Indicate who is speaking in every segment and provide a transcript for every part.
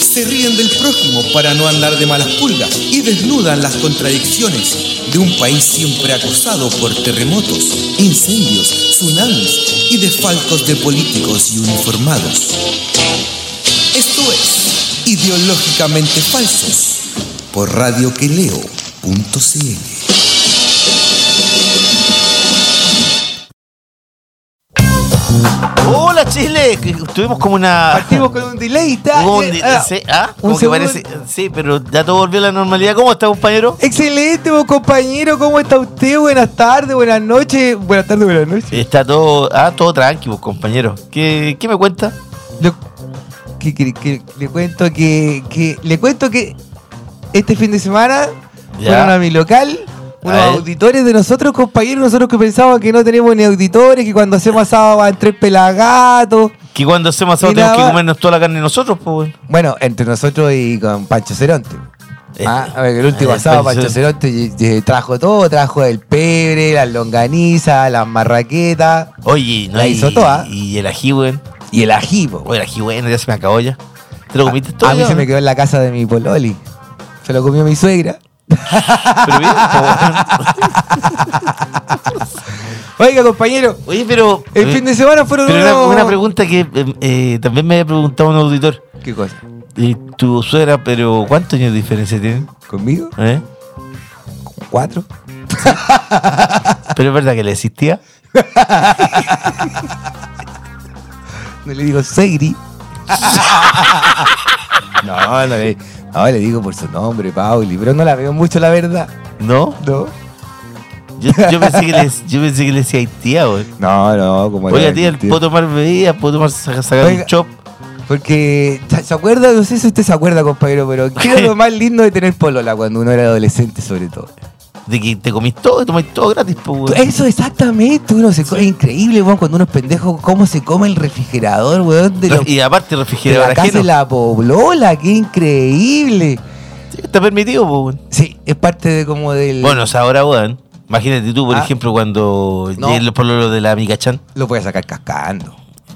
Speaker 1: se ríen del prójimo para no andar de malas pulgas y desnudan las contradicciones de un país siempre acosado por terremotos, incendios, tsunamis y desfalcos de políticos y uniformados. Esto es Ideológicamente Falsos por radioqueleo.cl.
Speaker 2: Hola Chile, que tuvimos como una
Speaker 3: Partimos con un delay. ta-
Speaker 2: hubo un
Speaker 3: eh,
Speaker 2: di-
Speaker 3: ah,
Speaker 2: sí, ah, como
Speaker 3: un
Speaker 2: que
Speaker 3: segundo.
Speaker 2: parece sí, pero ya todo volvió a la normalidad. ¿Cómo está, compañero?
Speaker 3: Excelente, vos, compañero. ¿Cómo está usted? Buenas tardes, buenas noches. Buenas tardes, buenas noches.
Speaker 2: Está todo, ah, todo tranquilo, compañero. ¿Qué, qué me cuenta?
Speaker 3: Lo- que, que- que- le cuento que, que- Le cuento que este fin de semana
Speaker 2: Ya.
Speaker 3: fueron a mi local. Unos
Speaker 2: ver.
Speaker 3: auditores de nosotros, compañeros, nosotros que pensábamos que no tenemos ni auditores, que cuando hacemos asado van tres pelagatos.
Speaker 2: Que cuando hacemos asado
Speaker 3: Mira,
Speaker 2: tenemos que
Speaker 3: va-
Speaker 2: comernos toda la carne nosotros, pues. weón.
Speaker 3: Bueno, entre nosotros y con Pancho Ceronte.
Speaker 2: Eh,
Speaker 3: Ah, a ver, el último
Speaker 2: eh,
Speaker 3: asado,
Speaker 2: Pancho
Speaker 3: Pancho Ceronte y- y trajo todo, trajo el pebre, las longanizas, las marraquetas
Speaker 2: Oye, no
Speaker 3: La
Speaker 2: y-
Speaker 3: hizo toda.
Speaker 2: Y el ají, weón.
Speaker 3: y el ají, po.
Speaker 2: Oye, el ají, bueno, ya se me acabó ya. ¿Te lo
Speaker 3: A,
Speaker 2: comiste todo?
Speaker 3: a mí
Speaker 2: ya,
Speaker 3: se me
Speaker 2: weón?
Speaker 3: quedó en la casa de mi pololi. Se lo comió mi suegra.
Speaker 2: Pero bien, po, weón.
Speaker 3: Oiga, compañero,
Speaker 2: Oye, pero.
Speaker 3: el
Speaker 2: eh,
Speaker 3: fin de semana fueron
Speaker 2: pero una,
Speaker 3: unos-
Speaker 2: una pregunta que eh, eh, también me había preguntado un auditor.
Speaker 3: ¿Qué cosa?
Speaker 2: Eh, tu suegra, pero ¿cuántos años de diferencia tienen?
Speaker 3: ¿Conmigo?
Speaker 2: ¿Eh?
Speaker 3: ¿Cuatro?
Speaker 2: Pero es verdad que le existía.
Speaker 3: No le digo Segri. no, no le, no, le digo por su nombre, Pauli. Pero no la veo mucho, la verdad.
Speaker 2: ¿No?
Speaker 3: No.
Speaker 2: Yo, yo pensé, que le, yo pensé que le decía ay, tía, güey.
Speaker 3: No, no, como
Speaker 2: Oiga,
Speaker 3: la-
Speaker 2: tía, puedo tomar bebidas, puedo tomar, saca- sacar
Speaker 3: Oiga.
Speaker 2: un chop.
Speaker 3: Porque, ¿se- ¿se acuerda? No sé si usted se acuerda, compañero, pero ¿qué era lo más lindo de tener polola cuando uno era adolescente, sobre todo?
Speaker 2: De que te comís todo, tomás todo gratis, pues,
Speaker 3: Tú-
Speaker 2: güey.
Speaker 3: Eso exactamente, uno se co- es increíble, weón, cuando uno es pendejo, cómo se come el refrigerador, weón, de, los-
Speaker 2: Y aparte,
Speaker 3: de la
Speaker 2: refrigerador
Speaker 3: casa
Speaker 2: ajeno.
Speaker 3: de la poblola, qué increíble.
Speaker 2: Sí, Está permitido, pues, güey.
Speaker 3: Sí, es parte de como del...
Speaker 2: Bueno, o sea, ahora, güey. Imagínate tú, por
Speaker 3: Ah.
Speaker 2: ejemplo, cuando
Speaker 3: No.
Speaker 2: lleguen los pololos de la amiga Chan.
Speaker 3: Lo voy a sacar cascando.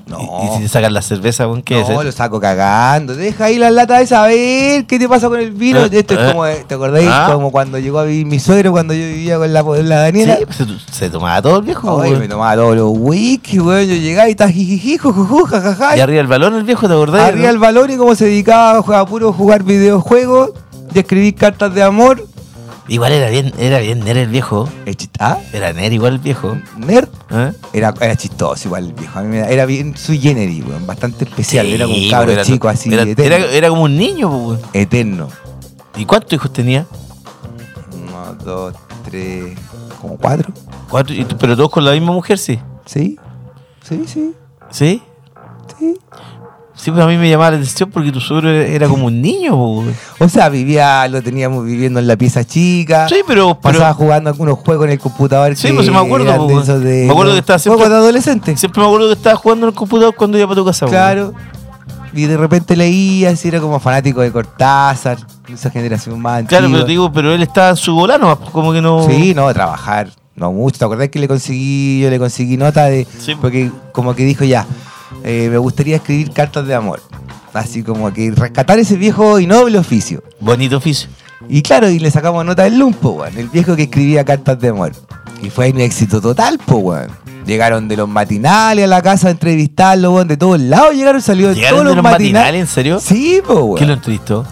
Speaker 2: y-
Speaker 3: No,
Speaker 2: Y, si te sacan la cerveza, güey, ¿qué
Speaker 3: no,
Speaker 2: es?
Speaker 3: lo saco cagando. Deja ahí la lata de saber qué te pasa con el vino.
Speaker 2: Ah,
Speaker 3: Esto es
Speaker 2: ah,
Speaker 3: como, eh, ¿te acordáis?
Speaker 2: ah.
Speaker 3: Como cuando llegó a vivir mi suegro, cuando yo vivía con la, la Daniela.
Speaker 2: Sí, pues, se, se tomaba todo el viejo,
Speaker 3: Ay,
Speaker 2: güey.
Speaker 3: me tomaba todos los whisky, weón. Yo llegaba y estaba jijiji, jujuju, jajaja.
Speaker 2: Y arriba el balón, el viejo, ¿te acordás?
Speaker 3: Arriba el balón y como se dedicaba a, jugar- a puro jugar videojuegos y escribir cartas de amor.
Speaker 2: Igual era bien, era bien, era el viejo.
Speaker 3: Eh, chist- ¿Ah?
Speaker 2: Era Ner igual el viejo.
Speaker 3: Nerd.
Speaker 2: ¿eh?
Speaker 3: Era, era chistoso igual el viejo. A mí me da- era bien su generis, weón. Bastante especial.
Speaker 2: Sí,
Speaker 3: era como un
Speaker 2: pues,
Speaker 3: cabro
Speaker 2: era-
Speaker 3: chico así,
Speaker 2: Era,
Speaker 3: eterno.
Speaker 2: era- era como un niño, pues, weón.
Speaker 3: eterno.
Speaker 2: ¿Y cuántos hijos tenía?
Speaker 3: Uno, dos, tres, como cuatro.
Speaker 2: Cuatro, y tú- pero todos con la misma mujer, sí.
Speaker 3: ¿Sí? Sí, sí,
Speaker 2: ¿Sí?
Speaker 3: sí.
Speaker 2: Sí, pues a mí me llamaba la atención porque tu suegro era, era como un niño, pues, weón.
Speaker 3: O sea, vivía, lo teníamos viviendo en la pieza chica.
Speaker 2: Sí, pero. pero
Speaker 3: Ah, Pasaba jugando algunos juegos en el computador.
Speaker 2: Sí,
Speaker 3: que
Speaker 2: pues sí me acuerdo,
Speaker 3: eran de
Speaker 2: pues,
Speaker 3: esos de-
Speaker 2: me acuerdo que estaba siempre-
Speaker 3: Juegos de adolescente.
Speaker 2: siempre me acuerdo que estaba jugando en el computador cuando iba para tu casa, pues, weón.
Speaker 3: Claro. Y de repente leía, si era como fanático de Cortázar, esa generación más antigua.
Speaker 2: Claro, pero te digo, pero él estaba en su volano, pues, como que no.
Speaker 3: Sí, no, trabajar, no mucho. ¿Te acordás que le conseguí, yo le conseguí nota de.
Speaker 2: Sí. pues.
Speaker 3: Porque como que dijo ya, eh, me gustaría escribir cartas de amor. Así como que rescatar ese viejo y noble oficio.
Speaker 2: Bonito oficio.
Speaker 3: Y claro, y le sacamos nota del Lumpo, weón, el viejo que escribía cartas de amor. Y fue un éxito total, po, weón. Llegaron de los matinales a la casa a entrevistarlo, weón, de todos lados llegaron, salió de
Speaker 2: ¿Llegaron
Speaker 3: todos
Speaker 2: de
Speaker 3: los,
Speaker 2: los matinales,
Speaker 3: matinales.
Speaker 2: en serio?
Speaker 3: Sí, po, weón.
Speaker 2: ¿Quién lo entrevistó?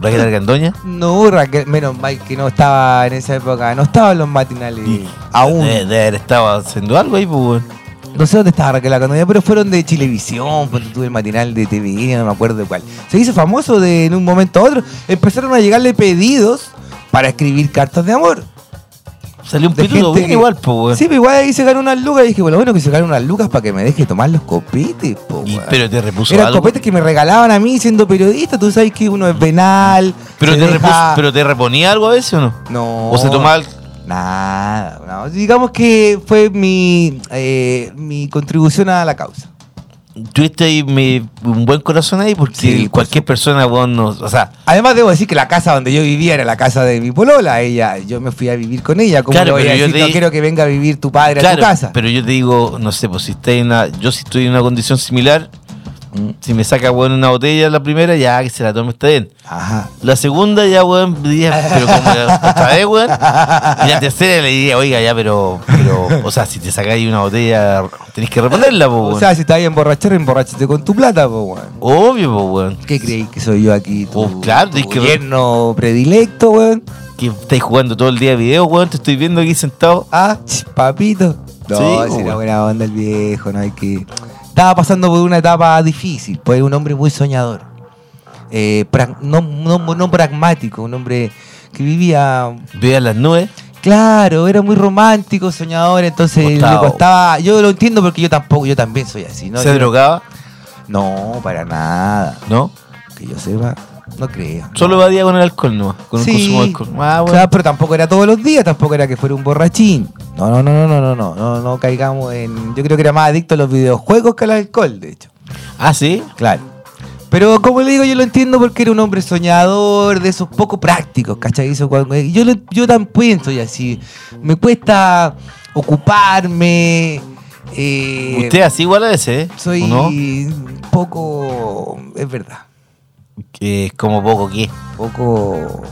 Speaker 2: ¿Raquel Argandoña?
Speaker 3: No, Raquel, menos mal que no estaba en esa época, no estaba en los matinales aún.
Speaker 2: Debe, debe haber estado haciendo algo ahí, pues, weón.
Speaker 3: No sé dónde estaba Raquel Argandoña, pero fueron de Chilevisión, ponte tú el matinal de TVN, no me acuerdo de cuál. Se hizo famoso de en un momento a otro. Empezaron a llegarle pedidos para escribir cartas de amor.
Speaker 2: Salió un
Speaker 3: de
Speaker 2: pituto
Speaker 3: gente
Speaker 2: bien
Speaker 3: que-
Speaker 2: igual, po, weón.
Speaker 3: Sí, pero igual ahí se ganó unas lucas y dije, bueno, bueno que se ganó unas lucas para que me deje tomar los copetes, po,
Speaker 2: Y-
Speaker 3: weón.
Speaker 2: pero te repuso
Speaker 3: Eran
Speaker 2: algo.
Speaker 3: copetes que me regalaban a mí siendo periodista, tú sabes que uno es venal.
Speaker 2: Pero
Speaker 3: se
Speaker 2: te,
Speaker 3: deja-
Speaker 2: repuso- pero te reponía algo a veces o no?
Speaker 3: No.
Speaker 2: O se tomaba el-
Speaker 3: Nada, no. digamos que fue mi, eh, mi contribución a la causa.
Speaker 2: Tuviste ahí mi- un buen corazón ahí porque
Speaker 3: Sí, por
Speaker 2: cualquier persona, weón, no, o sea,
Speaker 3: Además debo decir que la casa donde yo vivía era la casa de mi polola, ella, yo me fui a vivir con ella, como
Speaker 2: Claro,
Speaker 3: le voy a
Speaker 2: pero yo
Speaker 3: decir,
Speaker 2: te
Speaker 3: no
Speaker 2: di-
Speaker 3: quiero que venga a vivir tu padre a tu casa.
Speaker 2: pero yo te digo, no sé, pues si estáis en una, yo si estoy en una condición similar,
Speaker 3: Mm,
Speaker 2: si me saca, weón, una botella la primera, ya que se la tome, está bien.
Speaker 3: Ajá.
Speaker 2: La segunda ya, weón, diría, pero como la otra vez, weón. Y la tercera le diría, oiga, ya, pero, pero, o sea, si te sacáis una botella, tenés que reponerla, po, weón.
Speaker 3: O sea, si te vas a emborrachar, emborrachate con tu plata, po, weón.
Speaker 2: Obvio, po, weón.
Speaker 3: ¿Qué creéis que soy yo aquí? Tu,
Speaker 2: Oh, claro,
Speaker 3: tu
Speaker 2: es que-
Speaker 3: yerno predilecto, weón.
Speaker 2: Que estáis jugando todo el día video, weón, te estoy viendo aquí sentado.
Speaker 3: Ah, ch, papito. No,
Speaker 2: Sí,
Speaker 3: si
Speaker 2: po,
Speaker 3: era
Speaker 2: weón.
Speaker 3: buena onda el viejo, no hay que. Estaba pasando por una etapa difícil, pues era un hombre muy soñador. Eh, pra- no, no- no pragmático, un hombre que vivía.
Speaker 2: Veía las nubes.
Speaker 3: Claro, era muy romántico, soñador, entonces
Speaker 2: Costado.
Speaker 3: le costaba. Yo lo entiendo porque yo tampoco, yo también soy así, ¿no?
Speaker 2: se
Speaker 3: Yo-
Speaker 2: drogaba,
Speaker 3: no, para nada.
Speaker 2: ¿no?
Speaker 3: Que yo sepa, no creo.
Speaker 2: Solo evadía con el alcohol, ¿no? Con
Speaker 3: Sí.
Speaker 2: un consumo de alcohol. Ah,
Speaker 3: O
Speaker 2: bueno.
Speaker 3: sea, pero tampoco era todos los días, tampoco era que fuera un borrachín. No, no, no, no, no, no, no, no, no caigamos en. Yo creo que era más adicto a los videojuegos que al alcohol, de hecho.
Speaker 2: Ah, sí.
Speaker 3: Claro. Pero como le digo, yo lo entiendo porque era un hombre soñador, de esos poco prácticos, ¿cachai? Eso cuando- eh, Yo, lo- yo también soy así. Me cuesta ocuparme. eh,
Speaker 2: Usted así igual a ese, ¿eh?
Speaker 3: Soy
Speaker 2: ¿O no?
Speaker 3: un poco. Es verdad.
Speaker 2: Que es como poco que.
Speaker 3: poco.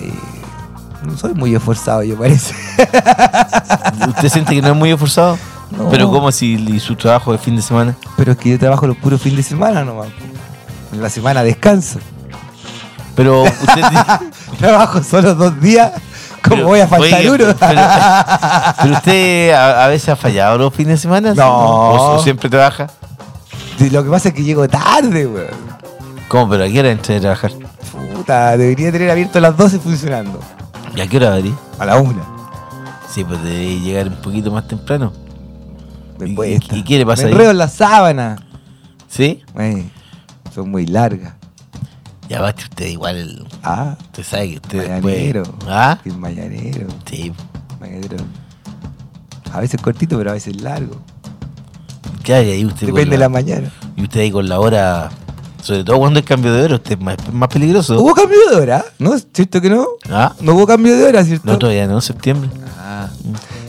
Speaker 3: eh, no soy muy esforzado, yo parece.
Speaker 2: ¿Usted siente que no es muy esforzado?
Speaker 3: No.
Speaker 2: Pero como si li- su trabajo de fin de semana.
Speaker 3: Pero es que yo trabajo los puros fines de semana nomás. po. En la semana descanso.
Speaker 2: Pero usted di-
Speaker 3: Trabajo solo dos días. ¿Cómo
Speaker 2: Pero,
Speaker 3: voy a faltar
Speaker 2: oiga,
Speaker 3: uno?
Speaker 2: pero- pero usted a, a veces ha fallado los fines de semana. ¿sí?
Speaker 3: No.
Speaker 2: O, o siempre trabaja.
Speaker 3: Lo que pasa es que llego tarde, weón.
Speaker 2: ¿Cómo? ¿Pero a qué hora entra a trabajar?
Speaker 3: Puta, debería tener abierto a las 12 funcionando.
Speaker 2: ¿Y a qué hora abrí?
Speaker 3: A la una.
Speaker 2: Sí, pues debe llegar un poquito más temprano.
Speaker 3: Me
Speaker 2: ¿Y-
Speaker 3: cuesta.
Speaker 2: y qué le pasa
Speaker 3: Me
Speaker 2: ahí?
Speaker 3: enredo en la sábana.
Speaker 2: ¿Sí?
Speaker 3: Eh, son muy largas.
Speaker 2: Ya basta usted igual.
Speaker 3: Ah,
Speaker 2: Usted sabe que usted
Speaker 3: mañanero.
Speaker 2: después. ¿Ah?
Speaker 3: Qué mañanero.
Speaker 2: Sí.
Speaker 3: Mañanero. A veces cortito, pero a veces largo.
Speaker 2: Claro, y ahí usted. con
Speaker 3: Depende de la mañana.
Speaker 2: Y usted ahí con la hora. Sobre todo cuando es cambio de hora, usted es más, más peligroso.
Speaker 3: ¿Hubo cambio de hora? ¿No? ¿Cierto que no?
Speaker 2: Ah,
Speaker 3: No hubo cambio de hora, ¿cierto?
Speaker 2: no, todavía no, septiembre.
Speaker 3: Ah.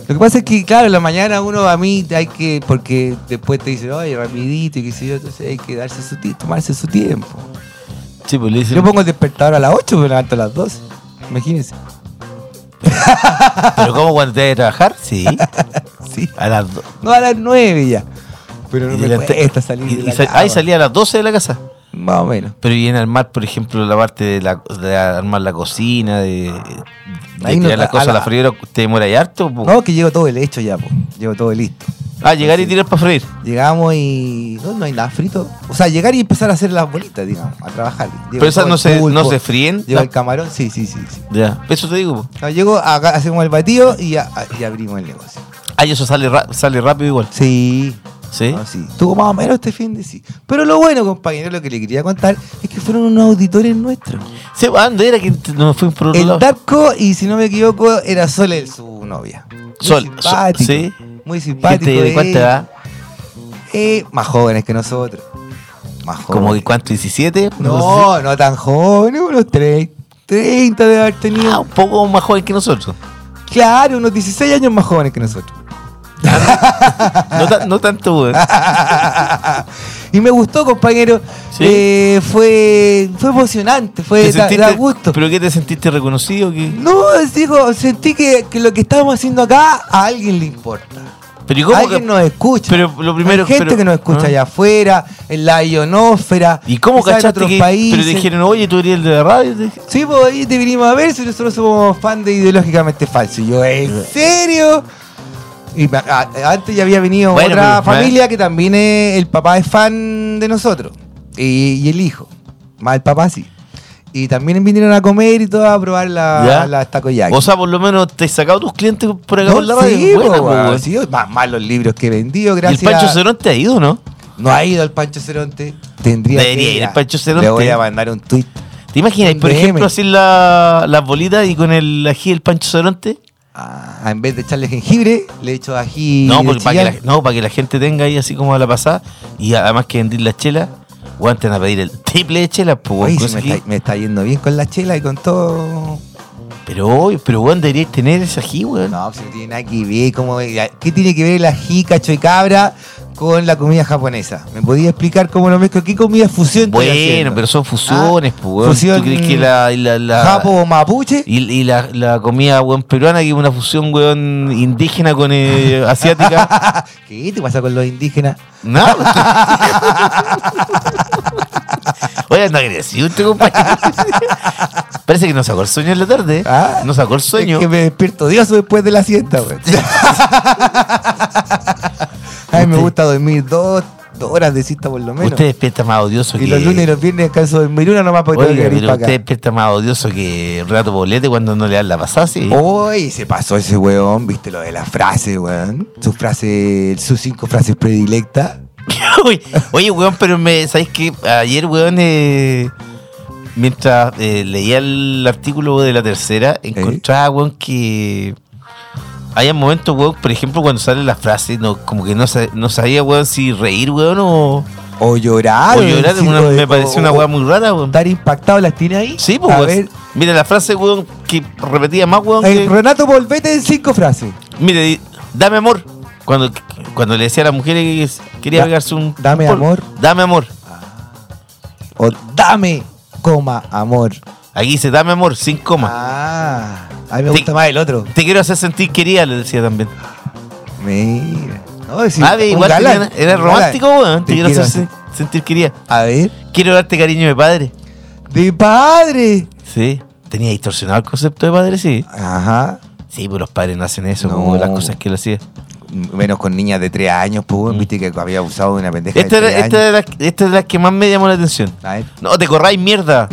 Speaker 3: Lo que pasa es que, claro, en la mañana uno a mí hay que, porque después te dicen, oye, rapidito y qué sé yo, entonces hay que darse su tiempo, tomarse su tiempo.
Speaker 2: Sí, pues le dicen.
Speaker 3: Yo pongo el despertador a las 8, pero me levanto a las 12. Imagínense.
Speaker 2: Pero ¿cómo cuando te vas a trabajar? Sí.
Speaker 3: Sí.
Speaker 2: A las do-
Speaker 3: No, a las 9 ya. Pero no
Speaker 2: y
Speaker 3: me
Speaker 2: la-
Speaker 3: cuesta salir
Speaker 2: y-
Speaker 3: de
Speaker 2: y
Speaker 3: la
Speaker 2: sal-
Speaker 3: cama.
Speaker 2: Ahí salía a las 12 de la casa.
Speaker 3: Más o menos.
Speaker 2: Pero viene al mar, por ejemplo, la parte de, la, de armar la cocina, de, de
Speaker 3: Ahí no-
Speaker 2: tirar las
Speaker 3: a
Speaker 2: cosas a la
Speaker 3: la-
Speaker 2: freidora. ¿Usted demora ahí harto? pues, po?
Speaker 3: No, que llego todo el hecho ya, pues. Llego todo listo.
Speaker 2: Ah, llegar y tirar para freír.
Speaker 3: Llegamos y no, no hay nada frito. O sea, llegar y empezar a hacer las bolitas, digamos, a trabajar. Llego
Speaker 2: Pero esas
Speaker 3: todo
Speaker 2: no
Speaker 3: el
Speaker 2: se, no
Speaker 3: pulpo,
Speaker 2: se fríen.
Speaker 3: Llego
Speaker 2: La-
Speaker 3: el camarón, sí, sí, sí. sí.
Speaker 2: Ya, eso te digo. po.
Speaker 3: No, llego, acá hacemos el batido y, ya- y abrimos el negocio.
Speaker 2: Ah, y eso sale, ra- sale rápido igual.
Speaker 3: Sí.
Speaker 2: ¿Sí?
Speaker 3: No, sí. Tuvo más o menos este fin de sí. Pero lo bueno, compañero, lo que le quería contar es que fueron unos auditores nuestros.
Speaker 2: Sí, ah, ¿dónde era que te- nos fuimos por otro
Speaker 3: El
Speaker 2: lado?
Speaker 3: Darko, y si no me equivoco, era Sol, el- su novia. Muy
Speaker 2: Sol, Sol,
Speaker 3: simpático,
Speaker 2: sí.
Speaker 3: Muy simpático.
Speaker 2: Gente, ¿De
Speaker 3: eh.
Speaker 2: cuánta edad?
Speaker 3: Eh, más jóvenes que nosotros. Más jóvenes.
Speaker 2: ¿Como que cuánto? ¿17? sé.
Speaker 3: No, no tan joven, unos tre- 30 de haber
Speaker 2: Ah,
Speaker 3: tenido.
Speaker 2: un poco más joven que nosotros.
Speaker 3: Claro, unos 16 años más jóvenes que nosotros.
Speaker 2: No, tan- no tanto, weón.
Speaker 3: y me gustó, compañero.
Speaker 2: Sí.
Speaker 3: Eh, fue, fue emocionante,
Speaker 2: ¿Te
Speaker 3: fue da,
Speaker 2: sentiste-
Speaker 3: da gusto.
Speaker 2: ¿Pero qué te sentiste reconocido? ¿Qué?
Speaker 3: No, digo, sentí que, que lo que estábamos haciendo acá a alguien le importa.
Speaker 2: ¿Pero y cómo,
Speaker 3: Alguien
Speaker 2: que-
Speaker 3: nos escucha.
Speaker 2: Pero lo primero-
Speaker 3: Hay gente
Speaker 2: pero-
Speaker 3: que nos escucha
Speaker 2: ¿Ah?
Speaker 3: allá afuera, en la ionósfera.
Speaker 2: ¿Y cómo
Speaker 3: quizá en
Speaker 2: cachaste
Speaker 3: otros
Speaker 2: que
Speaker 3: países.
Speaker 2: pero dijeron, oye, tú eres el de la radio? Te dije,
Speaker 3: Sí, pues ahí te vinimos a ver si nosotros somos fan de ideológicamente falso. Y yo, ¿en serio? Y me- a- antes ya había venido
Speaker 2: Bueno,
Speaker 3: otra
Speaker 2: pero, ¿eh?
Speaker 3: familia que también es- el papá es fan de nosotros. Y, y el hijo. Más el papá sí. Y también vinieron a comer y todo a probar
Speaker 2: ¿Ya?
Speaker 3: la, Ah, la takoyaki.
Speaker 2: O sea, por lo menos te has sacado tus clientes por acá
Speaker 3: No,
Speaker 2: por la radio.
Speaker 3: sí,
Speaker 2: Buena,
Speaker 3: po,
Speaker 2: po,
Speaker 3: weón,
Speaker 2: weón.
Speaker 3: sí, más, más los libros que he vendido,
Speaker 2: Y el
Speaker 3: gracias.
Speaker 2: Pancho Cerón te ha ido, ¿no?
Speaker 3: No ha ido al Pancho Ceronte. Tendría
Speaker 2: Debería
Speaker 3: que
Speaker 2: ir al Pancho Ceronte.
Speaker 3: Le voy a mandar un tweet.
Speaker 2: ¿Te imaginas? Por
Speaker 3: DM.
Speaker 2: ejemplo, así la- las bolitas y con el ají del Pancho Ceronte.
Speaker 3: Ah, en vez de echarle jengibre, le echo ají.
Speaker 2: No,
Speaker 3: de
Speaker 2: porque para que, la,
Speaker 3: Chillán.
Speaker 2: no, para que la gente tenga ahí así como a la pasada. Y además que vendir las chelas, weón, te van a pedir el triple de chelas, po, weón,
Speaker 3: Oye, sí,
Speaker 2: cosa
Speaker 3: me,
Speaker 2: que-
Speaker 3: está, me está yendo bien con la chela y con todo.
Speaker 2: Pero, obvio, pero weón, deberías tener ese ají, weón.
Speaker 3: No, pues, si no tiene nada que ver. Como, ¿Qué tiene que ver el ají, cacho y cabra con la comida japonesa? ¿Me podía explicar cómo lo mezclo? ¿Qué comida fusión estoy
Speaker 2: bueno,
Speaker 3: haciendo?
Speaker 2: pero son fusiones,
Speaker 3: Ah,
Speaker 2: po, weón.
Speaker 3: fusión Ah,
Speaker 2: ¿Tú crees que la, y la, la-
Speaker 3: ¿Japo o mapuche?
Speaker 2: y, y la, la comida, weón, peruana, que es una fusión, weón, indígena con eh, asiática?
Speaker 3: ¿Qué te pasa con los indígenas?
Speaker 2: no. Oye, anda agresivo este compañero. Parece que no sacó el sueño en la tarde.
Speaker 3: Ah,
Speaker 2: no sacó el sueño.
Speaker 3: Es que me despierto dioso después de la siesta, güey. Ay, me
Speaker 2: Usted-
Speaker 3: gusta dormir dos, dos horas de siesta por lo menos.
Speaker 2: Usted despierta más odioso
Speaker 3: y
Speaker 2: que.
Speaker 3: los lunes y los viernes descanso dormir una nomás porque tengo
Speaker 2: Oiga,
Speaker 3: que venir
Speaker 2: pero
Speaker 3: para acá.
Speaker 2: usted despierta más odioso que Rato Bolete cuando no le dan la pasada, sí.
Speaker 3: Oh, Uy, se pasó ese weón, viste lo de la frase, weón. Sus frases, sus cinco frases predilectas.
Speaker 2: Uy, Oye, weón, pero me, ¿sabes qué? Ayer, weón, eh, mientras eh, leía el artículo de la tercera, encontraba, weón, que hay momentos, weón, por ejemplo, cuando sale la frase, no, como que no, sa- no sabía, weón, si reír, weón, o,
Speaker 3: O llorar.
Speaker 2: o llorar.
Speaker 3: decir
Speaker 2: una-
Speaker 3: Ah, lo de-
Speaker 2: me pareció
Speaker 3: o-
Speaker 2: una
Speaker 3: o
Speaker 2: weá muy rara, weón.
Speaker 3: Estar impactado, las tiene ahí.
Speaker 2: Sí,
Speaker 3: A
Speaker 2: pues,
Speaker 3: ver,
Speaker 2: weón. Mira, la frase, weón, que repetía más, weón.
Speaker 3: eh,
Speaker 2: que-
Speaker 3: Renato, volvete en cinco frases.
Speaker 2: Mire, di- dame amor. Cuando, cuando le decía a la mujer que quería
Speaker 3: Da-
Speaker 2: pegarse un.
Speaker 3: dame
Speaker 2: un polvo.
Speaker 3: amor.
Speaker 2: Dame amor.
Speaker 3: O dame, coma, amor.
Speaker 2: Aquí dice, dame amor, sin coma.
Speaker 3: Ah, a mí me
Speaker 2: Sí.
Speaker 3: gusta más el otro.
Speaker 2: Te quiero hacer sentir querida, le decía también.
Speaker 3: Mira. No, sí,
Speaker 2: Ah, ve,
Speaker 3: un
Speaker 2: igual
Speaker 3: galán,
Speaker 2: tenía- era
Speaker 3: un galán.
Speaker 2: romántico, weón. Te, quiero hacer
Speaker 3: hacer-
Speaker 2: sen- sentir querida.
Speaker 3: A ver.
Speaker 2: Quiero darte cariño de padre.
Speaker 3: ¡De padre!
Speaker 2: Sí. Tenía distorsionado el concepto de padre, sí.
Speaker 3: Ajá.
Speaker 2: Sí, pues los padres no hacen eso,
Speaker 3: No.
Speaker 2: como las cosas que lo hacía.
Speaker 3: Menos con niñas de tres años, pues, weón, viste que había abusado de una pendeja
Speaker 2: Esta, era-
Speaker 3: de tres
Speaker 2: esta,
Speaker 3: años.
Speaker 2: era la- esta es la que más me llamó la atención.
Speaker 3: A ver.
Speaker 2: No, te corráis mierda.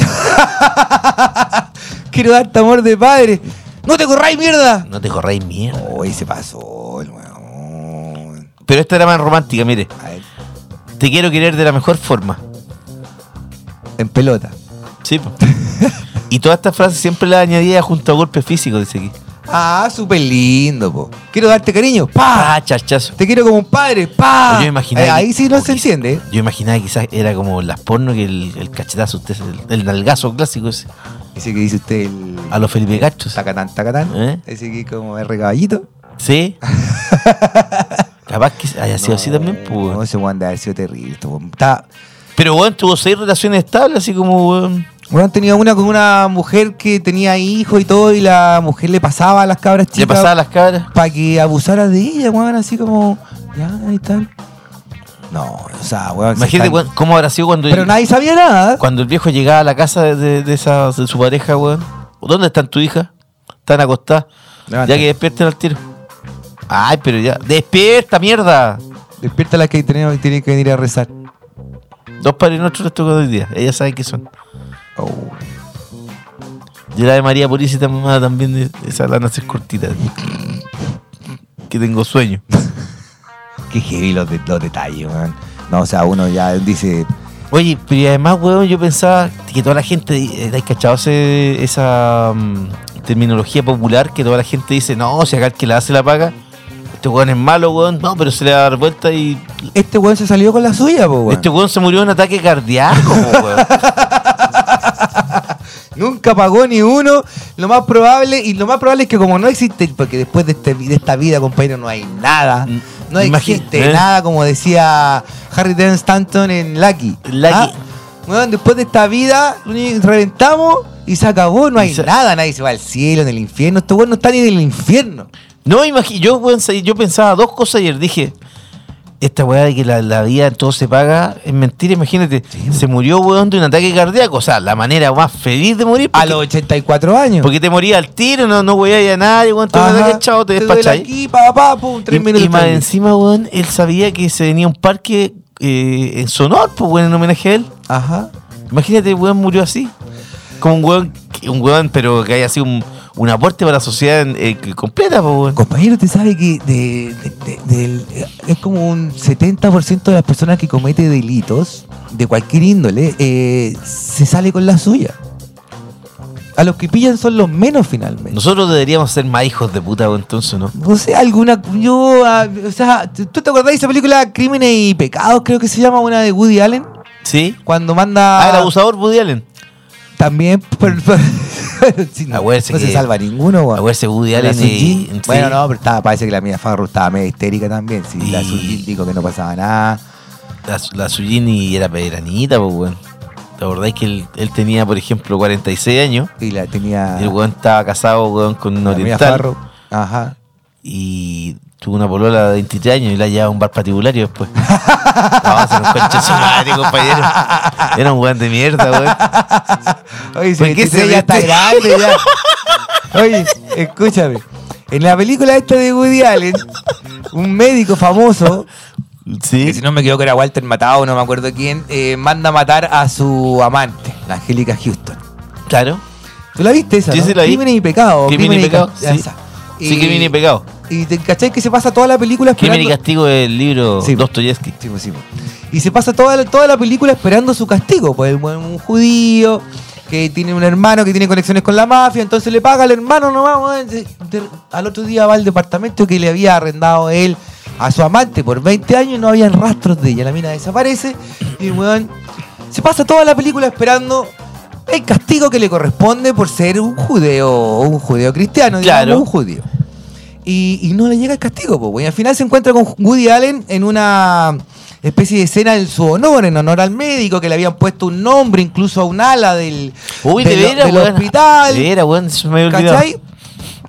Speaker 3: Quiero darte amor de padre. ¡No te corráis, mierda!
Speaker 2: No te corráis mierda.
Speaker 3: Hoy se pasó el weón.
Speaker 2: Pero esta era más romántica, mire.
Speaker 3: A ver.
Speaker 2: Te quiero querer de la mejor forma.
Speaker 3: En pelota.
Speaker 2: Sí, po. Y todas estas frases siempre las añadía junto a golpes físicos, dice aquí.
Speaker 3: Ah, súper lindo, po. Quiero darte cariño. ¡Pa!
Speaker 2: Ah, chachazo.
Speaker 3: Te quiero como un padre. ¡Pa!
Speaker 2: Yo imaginaba
Speaker 3: Eh,
Speaker 2: que-
Speaker 3: ahí sí no
Speaker 2: o quizá-
Speaker 3: se entiende. ¿eh?
Speaker 2: Yo imaginaba que quizás era como las porno que el, el cachetazo, usted, el, el nalgazo clásico ese,
Speaker 3: Ese que dice usted el.
Speaker 2: a los Felipe Gachos.
Speaker 3: Tacatán, tacatán.
Speaker 2: ¿Eh?
Speaker 3: Ese que es como R caballito.
Speaker 2: Sí. Capaz que haya sido así también, pues.
Speaker 3: No,
Speaker 2: weón.
Speaker 3: ese weón debe haber sido terrible. este weón. Está-
Speaker 2: Pero bueno, tuvo seis relaciones estables, así como, weón.
Speaker 3: Weón tenía una con una mujer que tenía hijos y todo, y la mujer le pasaba a las cabras
Speaker 2: Le
Speaker 3: chicas.
Speaker 2: pasaba las cabras.
Speaker 3: Para que abusara de ella, weón, así como. Ya, ahí tal. No, o sea, weón. se
Speaker 2: Imagínate
Speaker 3: están-
Speaker 2: weón, cómo habrá sido cuando
Speaker 3: Pero
Speaker 2: el,
Speaker 3: nadie sabía nada.
Speaker 2: cuando el viejo llegaba a la casa de, de- de esa, de su pareja, weón. ¿Dónde están tu hija? Están acostadas.
Speaker 3: Levanta.
Speaker 2: Ya que despierten al tiro. Ay, pero ya. ¡Despierta, mierda!
Speaker 3: Despierta la que tenemos y tiene que venir a rezar.
Speaker 2: Dos padres nuestros les tocó hoy día. Ellas saben qué son.
Speaker 3: Oh.
Speaker 2: Yo la de María Purísima mamá también. de- Esa la nace cortita. Que tengo sueño.
Speaker 3: Qué heavy los, de- los detalles, weón. No, o sea, uno ya dice.
Speaker 2: Oye, pero y además, weón, yo pensaba que toda la gente. eh, ¿Hay cachado ese- esa mm, terminología popular que toda la gente dice: No, si acá el que la hace la paga. Este weón es malo, weón. No, pero se le va a dar vuelta y
Speaker 3: Este weón se salió con la suya, po, weón.
Speaker 2: Este weón se murió de un ataque cardíaco, po, weón.
Speaker 3: Nunca pagó ni uno. Lo más probable, y lo más probable es que como no existe, porque después de, este- de esta vida, compañero, no hay nada. No
Speaker 2: Imagínate,
Speaker 3: existe
Speaker 2: Mm, ¿eh?
Speaker 3: nada, como decía Harry Dean Stanton en Lucky. Ah,
Speaker 2: Lucky.
Speaker 3: Bueno, después de esta vida, lo único que reventamos y se acabó. No
Speaker 2: Y
Speaker 3: hay
Speaker 2: se-
Speaker 3: nada, nadie se va al cielo, en el infierno. Este weón no está ni en el infierno.
Speaker 2: No, imagino, yo, weón, sa- yo pensaba dos cosas ayer. Dije, esta weá de que la, la vida en todo se paga es mentira. Imagínate, se murió, weón, de un ataque cardíaco. O sea, la manera más feliz de morir.
Speaker 3: A
Speaker 2: Porque,
Speaker 3: los 84 años.
Speaker 2: porque te moría al tiro, no, no weá a nadie, weón. Te un
Speaker 3: Ajá.
Speaker 2: ataque, chao, te
Speaker 3: duele
Speaker 2: despacháis.
Speaker 3: aquí, pa, pa, pum,
Speaker 2: Y,
Speaker 3: tres minutos.
Speaker 2: y más
Speaker 3: tarde.
Speaker 2: encima, weón, él sabía que se venía un parque eh, en su honor, pues, weón, en homenaje a él.
Speaker 3: Ajá.
Speaker 2: Imagínate, weón, murió así. como un weón, que- un weón, pero que haya sido un, un aporte para la sociedad en- eh, que- completa, po, weón.
Speaker 3: Compañero, usted sabe que de- de- de- del- es como un 70% de las personas que cometen delitos de cualquier índole eh, se sale con la suya. A los que pillan son los menos finalmente.
Speaker 2: Nosotros deberíamos ser más hijos de puta, weón, entonces, ¿no?
Speaker 3: No sé, alguna. Yo. ah, o sea, ¿tú te acordás de esa película Crímenes y Pecados? Creo que se llama una de Woody Allen.
Speaker 2: ¿Sí?
Speaker 3: Cuando manda.
Speaker 2: Ah, el abusador Woody Allen.
Speaker 3: También. pero- pero- sí,
Speaker 2: Ah,
Speaker 3: no
Speaker 2: güey, ese
Speaker 3: no se
Speaker 2: que-
Speaker 3: salva ninguno, güey.
Speaker 2: Acuérdese Woody
Speaker 3: La
Speaker 2: Allen y...
Speaker 3: Sunjin. Bueno, no, pero estaba, parece que la mía Farro estaba medio histérica también. Sí, la
Speaker 2: Y-
Speaker 3: Sunjin dijo que no pasaba nada.
Speaker 2: La, la Sujini era pedranita, pues, weón. ¿Te acordáis que él, él tenía, por ejemplo, 46 años?
Speaker 3: Y la tenía.
Speaker 2: Y el weón estaba casado, weón, con un
Speaker 3: Ah. la mía
Speaker 2: oriental.
Speaker 3: Farro. Ajá.
Speaker 2: Y tuvo una polola de 23 años y la llevaba a un bar particular y después. Estaba haciendo un concha de su madre, compañero. Era un weón de mierda, weón.
Speaker 3: Oye, si
Speaker 2: ¿Por qué
Speaker 3: 23
Speaker 2: se
Speaker 3: ya está
Speaker 2: mete?
Speaker 3: grande ya. Oye, escúchame. En la película esta de Woody Allen, un médico famoso, que si
Speaker 2: Sí.
Speaker 3: no me equivoco era Walter Matado, no me acuerdo quién, eh, manda a matar a su amante, la Angélica Houston.
Speaker 2: Claro.
Speaker 3: ¿Tú la viste esa?
Speaker 2: Yo
Speaker 3: no?
Speaker 2: sí la vi.
Speaker 3: Crímenes y pecado.
Speaker 2: Crímenes y Pecado, sí.
Speaker 3: Y,
Speaker 2: Sí que viene pegado.
Speaker 3: Y te cachai que se pasa toda la película
Speaker 2: Crimen y
Speaker 3: esperando...
Speaker 2: castigo del libro
Speaker 3: Sí.
Speaker 2: Dostoyevsky.
Speaker 3: Sí, pues, sí, pues. Y se pasa toda la, toda la película esperando su castigo. Pues el buen- un judío que tiene un hermano que tiene conexiones con la mafia, entonces le paga al hermano nomás. weón. De- de- al otro día va al departamento que le había arrendado él a su amante por 20 años y no habían rastros de ella. La mina desaparece y el weón se pasa toda la película esperando el castigo que le corresponde por ser un judeo, un judeo cristiano, digamos,
Speaker 2: Claro.
Speaker 3: un judío y, y no le llega el castigo, po, güey. Al final se encuentra con Woody Allen en una especie de escena en su honor, en honor al médico, que le habían puesto un nombre, incluso a un ala del,
Speaker 2: Uy,
Speaker 3: de
Speaker 2: de
Speaker 3: lo-
Speaker 2: veras,
Speaker 3: del
Speaker 2: weón.
Speaker 3: hospital.
Speaker 2: De veras, weón. se me había olvidado.
Speaker 3: ¿Cachai?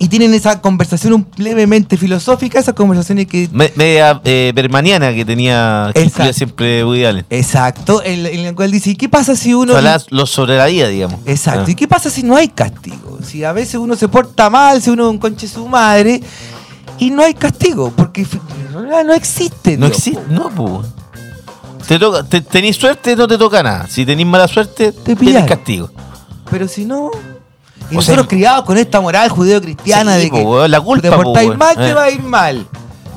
Speaker 3: Y tienen esa conversación un- levemente filosófica, esas conversaciones que
Speaker 2: Me- media eh, bermaniana que tenía que
Speaker 3: Exacto.
Speaker 2: incluía siempre Woody Allen.
Speaker 3: Exacto, en, la- en la cual dice, ¿y qué pasa si uno...
Speaker 2: Hablaba lo sobre la vida, digamos.
Speaker 3: Exacto. ¿Y
Speaker 2: Ah.
Speaker 3: qué pasa si no hay castigo? Si a veces uno se porta mal, si uno es un conche su madre, y no hay castigo, porque fi- no no existe.
Speaker 2: No
Speaker 3: Dios,
Speaker 2: existe, no, pues. Te toca, te, tenís suerte, no te toca nada. Si tenís mala suerte,
Speaker 3: Te
Speaker 2: tienes
Speaker 3: pillaron.
Speaker 2: castigo.
Speaker 3: Pero si no. Y
Speaker 2: O
Speaker 3: nosotros
Speaker 2: sea,
Speaker 3: criados con esta moral judeo-cristiana
Speaker 2: Sí,
Speaker 3: de
Speaker 2: po,
Speaker 3: que
Speaker 2: weón, la culpa,
Speaker 3: te
Speaker 2: po,
Speaker 3: portáis
Speaker 2: weón.
Speaker 3: mal, te
Speaker 2: Eh.
Speaker 3: va a ir mal.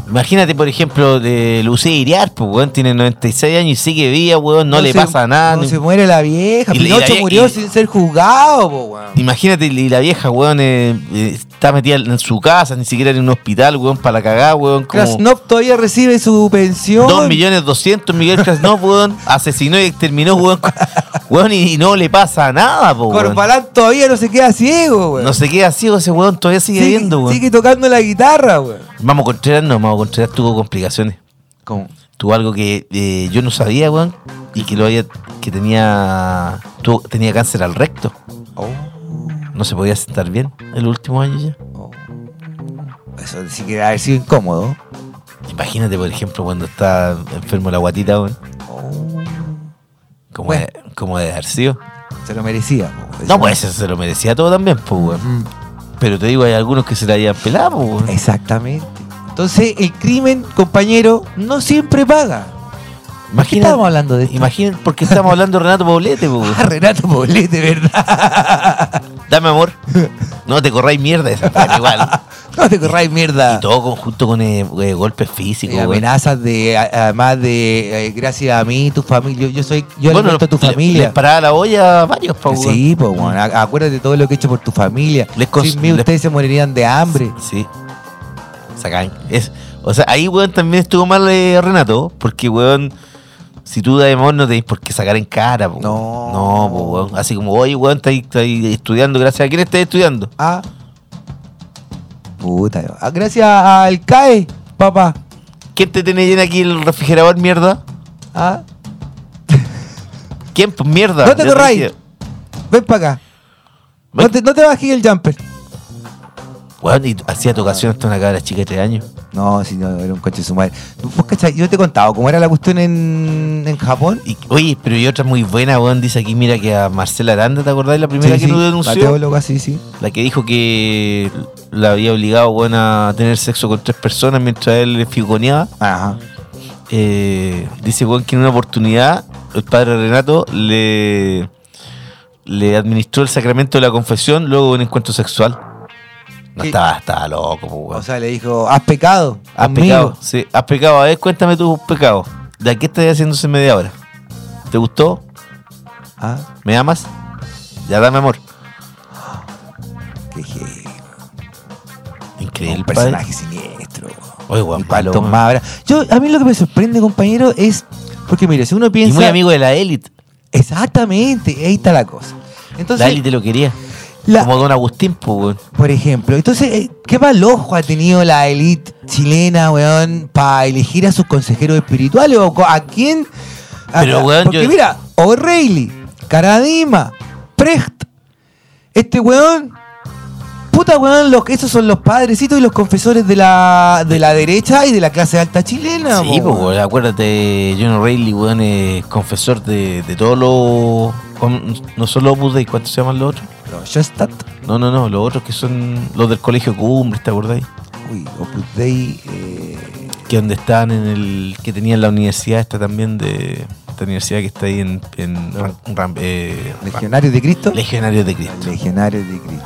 Speaker 2: Imagínate, por ejemplo, de Lucía Iriar, pues, weón, tiene 96 años y sigue viva, weón, no, le
Speaker 3: se-
Speaker 2: pasa nada.
Speaker 3: No,
Speaker 2: no-
Speaker 3: se muere la vieja.
Speaker 2: Y la- y la
Speaker 3: Pinocho
Speaker 2: vie-
Speaker 3: murió
Speaker 2: y-
Speaker 3: sin ser juzgado, po, weón.
Speaker 2: Imagínate, y la vieja, weón, eh, eh, está metida en su casa, ni siquiera en un hospital, weón, para la cagada, weón. Como
Speaker 3: Krasnov todavía recibe su pensión.
Speaker 2: 2 millones 200, Miguel Krasnov, weón, asesinó y exterminó, weón, co- weón, y, y no le pasa nada, po, weón.
Speaker 3: Corbalán todavía no se queda ciego, weón.
Speaker 2: No se queda ciego ese weón, todavía sigue
Speaker 3: Sigue-
Speaker 2: viendo, weón.
Speaker 3: Sigue tocando la guitarra, weón.
Speaker 2: Vamos Contreras, no, Vamos Contreras tuvo complicaciones. Tuvo algo que eh, yo no sabía, weón, y que lo había, que tenía, tuvo- tenía cáncer al recto.
Speaker 3: Oh,
Speaker 2: No se podía sentar bien el último año ya.
Speaker 3: oh. Eso sí que debe haber sido incómodo.
Speaker 2: Imagínate, por ejemplo, cuando está enfermo la guatita, weón. Como,
Speaker 3: Bueno.
Speaker 2: de, como de haber sido.
Speaker 3: Se lo merecía, po, weón.
Speaker 2: No, pues eso se lo merecía todo también, pues, weón.
Speaker 3: Mm.
Speaker 2: Pero te digo, hay algunos que se la habían pelado, pues, weón.
Speaker 3: Exactamente. Entonces, el crimen, compañero, no siempre paga. ¿Por qué
Speaker 2: Imagínate-
Speaker 3: estábamos hablando de esto?
Speaker 2: Imagínate, porque estamos hablando de Renato Poblete, pues,
Speaker 3: Ah,
Speaker 2: weón.
Speaker 3: Renato Poblet, de verdad.
Speaker 2: Dame amor. No te corráis mierda, esa fue igual.
Speaker 3: no te corráis mierda.
Speaker 2: Y todo con- junto con eh, eh, golpes físicos,
Speaker 3: Eh,
Speaker 2: weón.
Speaker 3: amenazas de, a- además de, eh, gracias a mí, tu familia, yo, yo soy, yo alimento a tu
Speaker 2: le-
Speaker 3: familia.
Speaker 2: Les paraba la olla a varios, pues, weón.
Speaker 3: sí, pues, bueno, a- acuérdate de todo lo que he hecho por tu familia.
Speaker 2: Les cons-
Speaker 3: Sin mí
Speaker 2: les-
Speaker 3: ustedes se morirían de hambre.
Speaker 2: Sí. Sacan. Es, o sea, ahí, weón, también estuvo mal eh, Renato, porque, weón, si tú de amor no tenés por qué sacar en cara, po,
Speaker 3: No.
Speaker 2: No, po, weón. Así como, oye, weón, estáis estáis estudiando, gracias a quién estás estudiando.
Speaker 3: Ah. Puta, ah, gracias al CAE, papá.
Speaker 2: ¿Quién te tiene lleno aquí el refrigerador, mierda?
Speaker 3: Ah,
Speaker 2: ¿Quién, pues, mierda?
Speaker 3: No te
Speaker 2: Yo
Speaker 3: corráis.
Speaker 2: dije,
Speaker 3: ven para acá.
Speaker 2: Ven.
Speaker 3: No te, no te bajes el jumper.
Speaker 2: Weón, y hacía tocación hasta una cara chica de tres años.
Speaker 3: No, si no, era un coche de su madre. Vos cachai, yo te he contado cómo era la cuestión en, en Japón.
Speaker 2: Y- oye, pero y otra muy buena, weón, dice aquí, mira que a Marcela Aranda, ¿te acordás? La primera
Speaker 3: Sí,
Speaker 2: que
Speaker 3: sí,
Speaker 2: nos denunció.
Speaker 3: La teóloga, sí, sí.
Speaker 2: La que dijo que la había obligado weón, a tener sexo con tres personas mientras él figoneaba.
Speaker 3: Ajá.
Speaker 2: Eh, dice weón, que en una oportunidad el padre Renato le, le administró el sacramento de la confesión luego de un encuentro sexual. No
Speaker 3: ¿Qué?
Speaker 2: estaba, estaba loco, pues, weón.
Speaker 3: O sea, le dijo, has pecado.
Speaker 2: has
Speaker 3: amigo".
Speaker 2: pecado, sí, has pecado. A ver, cuéntame tus pecados. ¿De aquí estás haciéndose media hora? ¿Te gustó?
Speaker 3: Ah,
Speaker 2: ¿Me amas? Ya dame amor.
Speaker 3: qué heavy.
Speaker 2: Increíble,
Speaker 3: Un
Speaker 2: padre.
Speaker 3: personaje siniestro.
Speaker 2: Oye, weón,
Speaker 3: Y cuántos
Speaker 2: palo, weón.
Speaker 3: más habrá. Yo, a mí lo que me sorprende, compañero, es. Porque mire, si uno
Speaker 2: Y
Speaker 3: piensa.
Speaker 2: muy amigo de la élite.
Speaker 3: Exactamente, ahí está la cosa. Entonces,
Speaker 2: la élite lo quería.
Speaker 3: la-
Speaker 2: Como Don Agustín, pues, weón.
Speaker 3: por ejemplo, entonces, eh, ¿qué mal ojo ha tenido la élite chilena, weón, para elegir a sus consejeros espirituales? ¿O co- a quién? A-
Speaker 2: Pero, weón,
Speaker 3: porque
Speaker 2: yo-
Speaker 3: mira, O'Reilly, Caradima, Precht, este weón. Puta weón, los, esos son los padrecitos y los confesores de la, de la derecha y de la clase alta chilena.
Speaker 2: Sí,
Speaker 3: po,
Speaker 2: pues, weón, acuérdate, John O'Reilly, weón, es confesor de, de todos los. con- No solo Opus Dei, ¿cuántos se llaman los otros?
Speaker 3: Los Shostat.
Speaker 2: No, no, no, los otros que son los del colegio Cumbres, ¿te acordáis?
Speaker 3: Uy, Opus Dei. eh,
Speaker 2: Que donde estaban en el. que tenían la universidad esta también de. esta universidad que está ahí en. en Ram- Ram- eh, Ram-
Speaker 3: Legionarios de Cristo.
Speaker 2: Legionarios de Cristo.
Speaker 3: Legionarios de Cristo.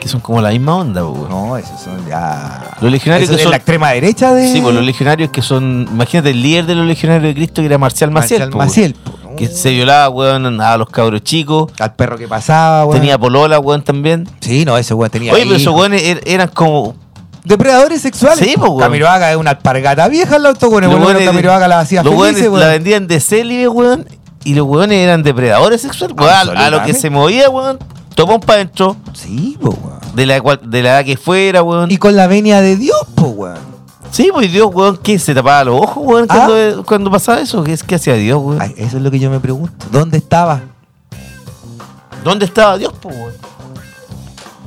Speaker 2: Que son como la misma onda, pues, weón.
Speaker 3: No, esos son ya.
Speaker 2: Los legionarios
Speaker 3: Eso
Speaker 2: que
Speaker 3: es
Speaker 2: son-
Speaker 3: la extrema derecha de.
Speaker 2: Sí, pues los legionarios que son. Imagínate, el líder de los legionarios de Cristo que era Marcial Maciel.
Speaker 3: Marcial
Speaker 2: po, weón.
Speaker 3: Maciel, po, ¿no?
Speaker 2: Que se violaba, weón, a los cabros chicos.
Speaker 3: Al perro que pasaba, weón.
Speaker 2: Tenía polola, weón, también.
Speaker 3: Sí, no, ese weón tenía.
Speaker 2: Oye, pero
Speaker 3: hijos.
Speaker 2: esos weones er- eran como.
Speaker 3: Depredadores sexuales. pues.
Speaker 2: Sí, po, weón.
Speaker 3: Camiroaga es una alpargata vieja al auto con el
Speaker 2: los
Speaker 3: weón.
Speaker 2: weones-
Speaker 3: Camiroaga la hacía
Speaker 2: los
Speaker 3: feliz,
Speaker 2: weones
Speaker 3: weón.
Speaker 2: la vendían de célibe, weón. Y los weones eran depredadores sexuales, weón. A- A lo que
Speaker 3: Absolutamente.
Speaker 2: se movía, weón. Topón para adentro.
Speaker 3: Sí, po, weón.
Speaker 2: De la, cual- de la edad que fuera, weón.
Speaker 3: Y con la venia de Dios, po, weón.
Speaker 2: sí, pues Dios, weón, que se tapaba los ojos, weón,
Speaker 3: Ah.
Speaker 2: cuando, eh, cuando pasaba eso. ¿Qué, es- qué hacía Dios, weón?
Speaker 3: Ay, eso es lo que yo me pregunto. ¿Dónde estaba?
Speaker 2: ¿Dónde estaba Dios, po, weón?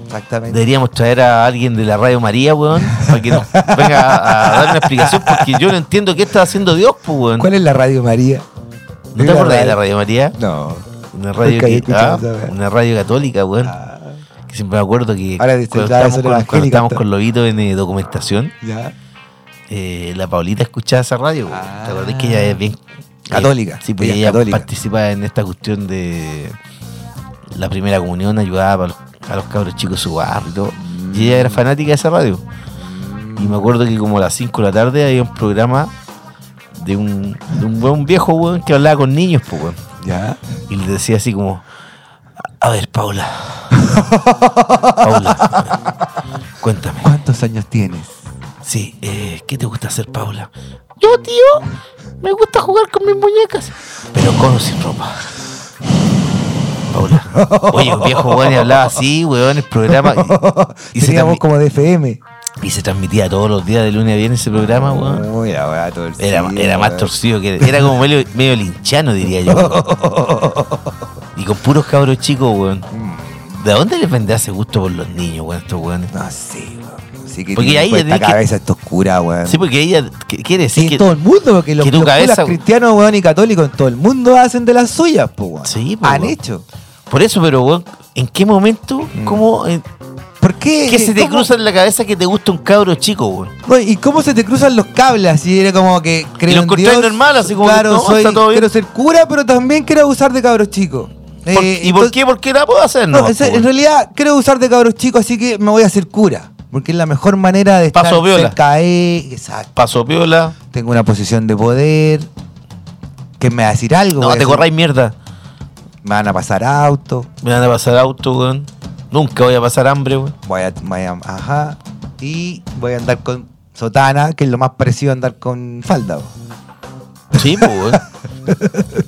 Speaker 3: Exactamente.
Speaker 2: Deberíamos traer a alguien de la Radio María, weón, para que nos venga a, a dar una explicación, porque yo no entiendo qué está haciendo Dios, pues, weón.
Speaker 3: ¿Cuál es la Radio María?
Speaker 2: ¿No te acordás de la Radio María?
Speaker 3: No.
Speaker 2: Una radio,
Speaker 3: Nunca había
Speaker 2: que-
Speaker 3: escuchado
Speaker 2: ah,
Speaker 3: esa weá.
Speaker 2: una radio católica, weón.
Speaker 3: Ah,
Speaker 2: Que siempre me acuerdo que
Speaker 3: Ahora dice,
Speaker 2: cuando
Speaker 3: ya,
Speaker 2: estábamos,
Speaker 3: eso
Speaker 2: con,
Speaker 3: era
Speaker 2: cuando
Speaker 3: evangélica,
Speaker 2: estábamos
Speaker 3: está.
Speaker 2: con Lobito en eh, documentación,
Speaker 3: ya.
Speaker 2: eh, la Paulita escuchaba esa radio, weón.
Speaker 3: Ah.
Speaker 2: ¿Te acordás que ella es bien...
Speaker 3: Católica,
Speaker 2: sí, pues
Speaker 3: ella
Speaker 2: ella,
Speaker 3: es católica.
Speaker 2: participa en esta cuestión de la primera comunión, ayudaba a los, a los cabros chicos de su barrio y todo. Y ella era
Speaker 3: Mm.
Speaker 2: fanática de esa radio. Y me acuerdo que como a las 5 de la tarde había un programa de un, de un buen viejo weón que hablaba con niños, pues weón.
Speaker 3: Ya.
Speaker 2: Y les decía así como, a ver, Paula. Paula, cuéntame.
Speaker 3: ¿Cuántos años tienes?
Speaker 2: Sí, eh, ¿qué te gusta hacer, Paula? Yo, tío, me gusta jugar con mis muñecas. Pero con o sin ropa. Paula. Oye, un viejo weón y hablaba así, weón, el programa. Y, y se transmi-
Speaker 3: Teníamos como de FM.
Speaker 2: y se transmitía todos los días de lunes a viernes ese programa, weón.
Speaker 3: Uy, la weá torcida,
Speaker 2: Era, era más
Speaker 3: weón.
Speaker 2: torcido que. Era como medio, medio linchano, diría yo. weón. Y con puros cabros chicos, weón. ¿De dónde les vendrá ese gusto por los niños, weón, estos weones?
Speaker 3: No sé, weón. Sí que
Speaker 2: Porque
Speaker 3: tiene
Speaker 2: ahí
Speaker 3: pues
Speaker 2: tenés
Speaker 3: esta
Speaker 2: que-
Speaker 3: cabeza está oscura, weón.
Speaker 2: Sí, porque ella que- quiere
Speaker 3: Sí,
Speaker 2: decir
Speaker 3: en
Speaker 2: que.
Speaker 3: todo el mundo, porque los,
Speaker 2: que tu
Speaker 3: los curas
Speaker 2: cabeza-
Speaker 3: cristianos, weón, y católicos en todo el mundo hacen de las suyas, po, weón.
Speaker 2: Sí, po,
Speaker 3: Han
Speaker 2: weón.
Speaker 3: hecho.
Speaker 2: Por eso, pero, weón, ¿en qué momento? ¿Cómo.? eh,
Speaker 3: ¿Por qué?
Speaker 2: ¿Qué se te
Speaker 3: Mm. cómo-
Speaker 2: cruza en la cabeza que te gusta un cabro chico, weón?
Speaker 3: No, ¿Y cómo se te cruzan los cables? Así era como que creo
Speaker 2: Y lo
Speaker 3: en
Speaker 2: encontrás
Speaker 3: Dios,
Speaker 2: normal, así como que,
Speaker 3: claro,
Speaker 2: no,
Speaker 3: soy,
Speaker 2: está todo bien.
Speaker 3: quiero ser cura, pero también quiero usar de cabros chicos.
Speaker 2: ¿Por- ¿Y
Speaker 3: Eh,
Speaker 2: por
Speaker 3: entonces-
Speaker 2: qué? ¿Por qué la puedo hacer?
Speaker 3: No,
Speaker 2: No, pues,
Speaker 3: en, en realidad quiero usar de cabros chicos, así que me voy a hacer cura. Porque es la mejor manera de estar
Speaker 2: Paso viola.
Speaker 3: cerca de... Exacto.
Speaker 2: Paso piola.
Speaker 3: Tengo una posición de poder. Que me va a decir algo. voy
Speaker 2: No,
Speaker 3: a
Speaker 2: te
Speaker 3: decir-
Speaker 2: corráis mierda.
Speaker 3: Me van a pasar auto.
Speaker 2: Me van a pasar auto, weón. Nunca voy a pasar hambre, weón.
Speaker 3: Voy a, voy a- Ajá. Y voy a andar con sotana, que es lo más parecido a andar con falda. bo.
Speaker 2: Sí, pues, weón.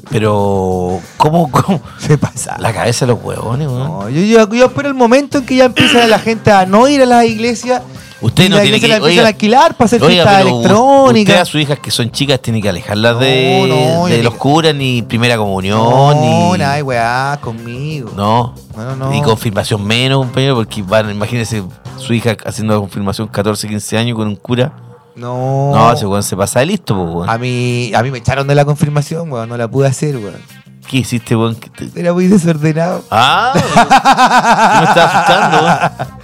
Speaker 2: Pero, ¿cómo, cómo?
Speaker 3: Se pasa.
Speaker 2: La cabeza de los huevones, weón.
Speaker 3: No, yo, yo- yo espero el momento en que ya empieza la gente a no ir a las iglesias.
Speaker 2: Usted
Speaker 3: y
Speaker 2: no
Speaker 3: las
Speaker 2: tiene
Speaker 3: iglesias
Speaker 2: que-
Speaker 3: la empiezan
Speaker 2: oiga,
Speaker 3: a alquilar para hacer
Speaker 2: Oiga,
Speaker 3: fiestas
Speaker 2: pero Usted a
Speaker 3: electrónicas.
Speaker 2: sus hijas que son chicas tiene que alejarlas de,
Speaker 3: No, no,
Speaker 2: de
Speaker 3: yo-
Speaker 2: los curas, ni primera comunión,
Speaker 3: No,
Speaker 2: ni.
Speaker 3: ay, weá, conmigo.
Speaker 2: no.
Speaker 3: No, no, no.
Speaker 2: Y confirmación menos, compañero, porque van, imagínese su hija haciendo la confirmación 14, 15 años con un cura.
Speaker 3: No. Ah.
Speaker 2: No, ese weón se pasa de listo, po, weón.
Speaker 3: a mí, a mí me echaron de la confirmación, weón. No la pude hacer, weón.
Speaker 2: ¿Qué hiciste, weón? ¿Qué te-
Speaker 3: Era muy desordenado.
Speaker 2: Ah, yo me estaba asustando, weón.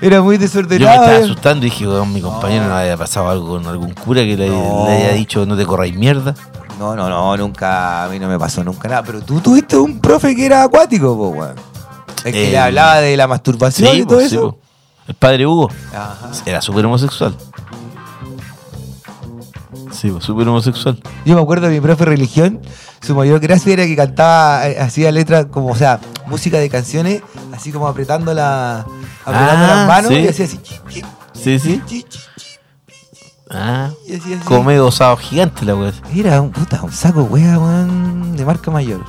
Speaker 3: Era muy
Speaker 2: Yo me
Speaker 3: desordenado.
Speaker 2: estaba
Speaker 3: weón.
Speaker 2: asustando y dije, weón, mi compañero no haya pasado algo con algún cura que le,
Speaker 3: No.
Speaker 2: le haya dicho no te corráis mierda.
Speaker 3: No, no, no, nunca, a mí no me pasó nunca nada. Pero tú tuviste un profe que era acuático, po, weón. El que
Speaker 2: Eh,
Speaker 3: le hablaba de la masturbación y
Speaker 2: Sí,
Speaker 3: todo
Speaker 2: po, sí,
Speaker 3: eso.
Speaker 2: po. El padre Hugo
Speaker 3: Ajá.
Speaker 2: era súper homosexual. Sí, po, súper homosexual.
Speaker 3: Yo me acuerdo de mi profe de religión, su mayor gracia era que cantaba, eh, hacía letras como, o sea, música de canciones, así como apretando, la, apretando
Speaker 2: Ah,
Speaker 3: las manos
Speaker 2: sí.
Speaker 3: y hacía así. chi, chi,
Speaker 2: Sí, sí.
Speaker 3: chi, chi, chi,
Speaker 2: Ah,
Speaker 3: y hacía así.
Speaker 2: come osado gigante la weá.
Speaker 3: Era un puta, un saco, wea, weón, de marca mayor.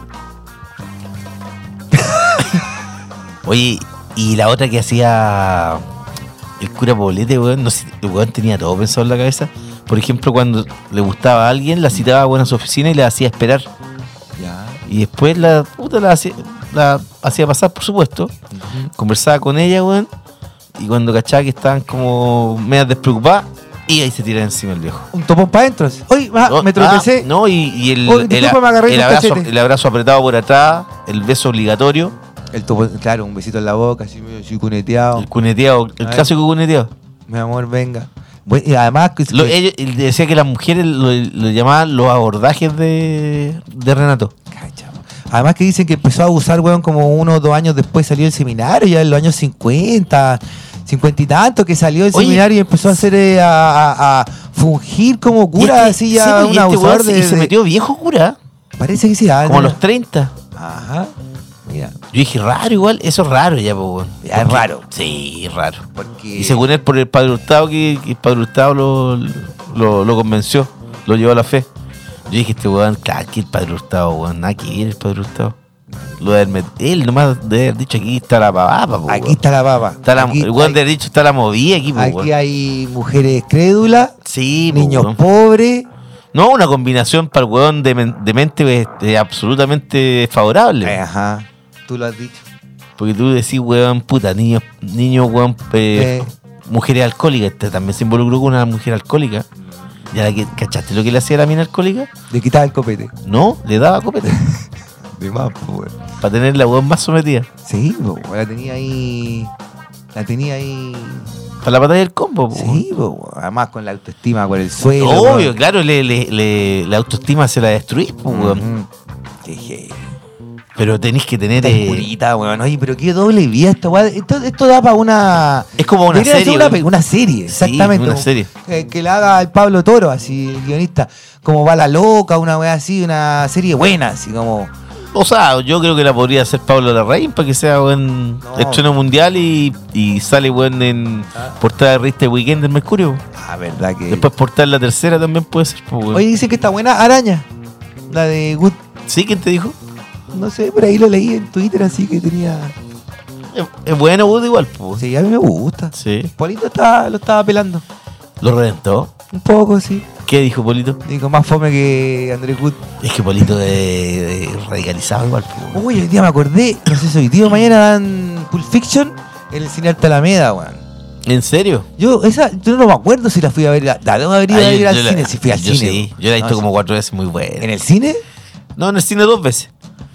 Speaker 2: Oye, y la otra que hacía el cura Poblete, weón, no sé, el weón tenía todo pensado en la cabeza. Por ejemplo, cuando le gustaba a alguien, la citaba weón, a su oficina y la hacía esperar.
Speaker 3: Ya.
Speaker 2: Y después la puta la hacía, la hacía pasar, por supuesto. Conversaba con ella, weón. Y cuando cachaba que estaban como medias despreocupadas, y ahí se tiraba encima el viejo.
Speaker 3: Un topón para adentro. así. Uy, ma-
Speaker 2: No,
Speaker 3: me tropecé.
Speaker 2: ah, no, y, y el,
Speaker 3: Oh,
Speaker 2: el-
Speaker 3: disculpa, me agarré
Speaker 2: el
Speaker 3: un
Speaker 2: abrazo,
Speaker 3: cachete.
Speaker 2: el abrazo apretado por atrás, el beso obligatorio,
Speaker 3: El topón, claro, un besito en la boca, así medio así cuneteado.
Speaker 2: el cuneteado, el
Speaker 3: Ay.
Speaker 2: clásico cuneteado.
Speaker 3: Mi amor, venga. Bueno, y además, que-
Speaker 2: Lo- ellos- él decía que las mujeres lo, lo llamaban los abordajes de, de Renato.
Speaker 3: Cacha, po. Además que dicen que empezó a abusar, weón, como uno o dos años después salió del seminario, ya en los años 50, 50 y tanto, que salió del
Speaker 2: Oye,
Speaker 3: seminario y empezó a hacer eh, a, a- a fungir como cura,
Speaker 2: Y
Speaker 3: así
Speaker 2: sí,
Speaker 3: ya
Speaker 2: pues, y
Speaker 3: un
Speaker 2: este
Speaker 3: abusador
Speaker 2: weón se-
Speaker 3: de,
Speaker 2: y se
Speaker 3: de-
Speaker 2: metió viejo cura,
Speaker 3: Parece que sí, ah,
Speaker 2: como a
Speaker 3: no.
Speaker 2: los 30.
Speaker 3: Ajá, mira,
Speaker 2: Yo dije, raro igual, eso es raro ya, po, weón.
Speaker 3: Ya, es
Speaker 2: Porque-
Speaker 3: raro.
Speaker 2: Sí, es raro.
Speaker 3: porque...
Speaker 2: Y según él, por el padre Hurtado, que, que el padre Hurtado lo, lo, lo convenció, lo llevó a la fe. Yo dije, este weón, claro, que el padre Hurtado, weón, nada que ver el padre Hurtado. Lo de haber met- él nomás de haber dicho, aquí está la pavapa, po,
Speaker 3: Aquí
Speaker 2: weón.
Speaker 3: está la baba.
Speaker 2: Está la,
Speaker 3: aquí,
Speaker 2: el weón de
Speaker 3: hay,
Speaker 2: haber dicho, está la movida aquí, po,
Speaker 3: aquí
Speaker 2: weón.
Speaker 3: hay mujeres crédulas,
Speaker 2: Sí, po,
Speaker 3: niños
Speaker 2: weón.
Speaker 3: pobres.
Speaker 2: No, una combinación para el weón de, men- de mente pues, este, absolutamente favorable.
Speaker 3: Eh, Ajá, tú lo has dicho.
Speaker 2: Porque tú decís, weón, puta, niños, niños, weón, eh,
Speaker 3: Eh.
Speaker 2: mujeres alcohólicas. Este también se involucró con una mujer alcohólica. ¿Ya la que, cachaste lo que le hacía a la mina alcohólica?
Speaker 3: Le quitas el copete.
Speaker 2: No, le daba copete.
Speaker 3: De más, pues.
Speaker 2: para tener la weón más sometida.
Speaker 3: Sí, po, la tenía ahí. La tenía ahí.
Speaker 2: Para la batalla del combo, po.
Speaker 3: Sí, po, además con la autoestima, con el suelo.
Speaker 2: Obvio,
Speaker 3: po.
Speaker 2: claro, le, le- le- la autoestima se la destruís, po, weón.
Speaker 3: Ujú. Qué je-
Speaker 2: Pero tenés que tener.
Speaker 3: Tan
Speaker 2: eh,
Speaker 3: purita, weón. Oye, pero qué doble vida esta weá. Esto, esto da para una.
Speaker 2: es como una
Speaker 3: Debería ser
Speaker 2: serie.
Speaker 3: Una,
Speaker 2: weón.
Speaker 3: pe- una serie,
Speaker 2: Sí,
Speaker 3: exactamente.
Speaker 2: una
Speaker 3: como-
Speaker 2: serie.
Speaker 3: eh, que la haga el Pablo Toro, así, el guionista. Como va la loca, una weá así, una serie buena, así como.
Speaker 2: O sea, yo creo que la podría hacer Pablo Larraín para que sea buen
Speaker 3: No.
Speaker 2: estreno mundial y, y sale buen en portada de revista Weekend del Mercurio.
Speaker 3: Ah, verdad que.
Speaker 2: Después portada en la tercera también puede ser. po, weón.
Speaker 3: Oye, dicen que está buena Araña. La de Good.
Speaker 2: ¿Sí? ¿Quién te dijo?
Speaker 3: No sé, por ahí lo leí en Twitter, así que tenía.
Speaker 2: Es, es bueno, Wood igual. pues, po.
Speaker 3: Sí, a mí me gusta.
Speaker 2: Sí.
Speaker 3: Polito estaba, lo estaba pelando.
Speaker 2: Lo reventó.
Speaker 3: Un poco, sí.
Speaker 2: ¿Qué dijo Polito?
Speaker 3: Digo, más fome que Andrés Good.
Speaker 2: Es que Polito es, es radicalizado igual. po, weón.
Speaker 3: Uy, hoy día me acordé. No sé si hoy día o mañana dan Pulp Fiction en el cine Alta Alameda, weón.
Speaker 2: ¿En serio?
Speaker 3: Yo, esa, yo no me acuerdo si la fui a ver. La, la debo haber ido
Speaker 2: Ah,
Speaker 3: a
Speaker 2: yo-
Speaker 3: ver al
Speaker 2: yo la-
Speaker 3: cine, si fui al
Speaker 2: yo
Speaker 3: cine.
Speaker 2: sí, yo la he
Speaker 3: No,
Speaker 2: visto
Speaker 3: sí.
Speaker 2: como cuatro veces, muy buena.
Speaker 3: ¿En el cine?
Speaker 2: No, en el cine dos veces.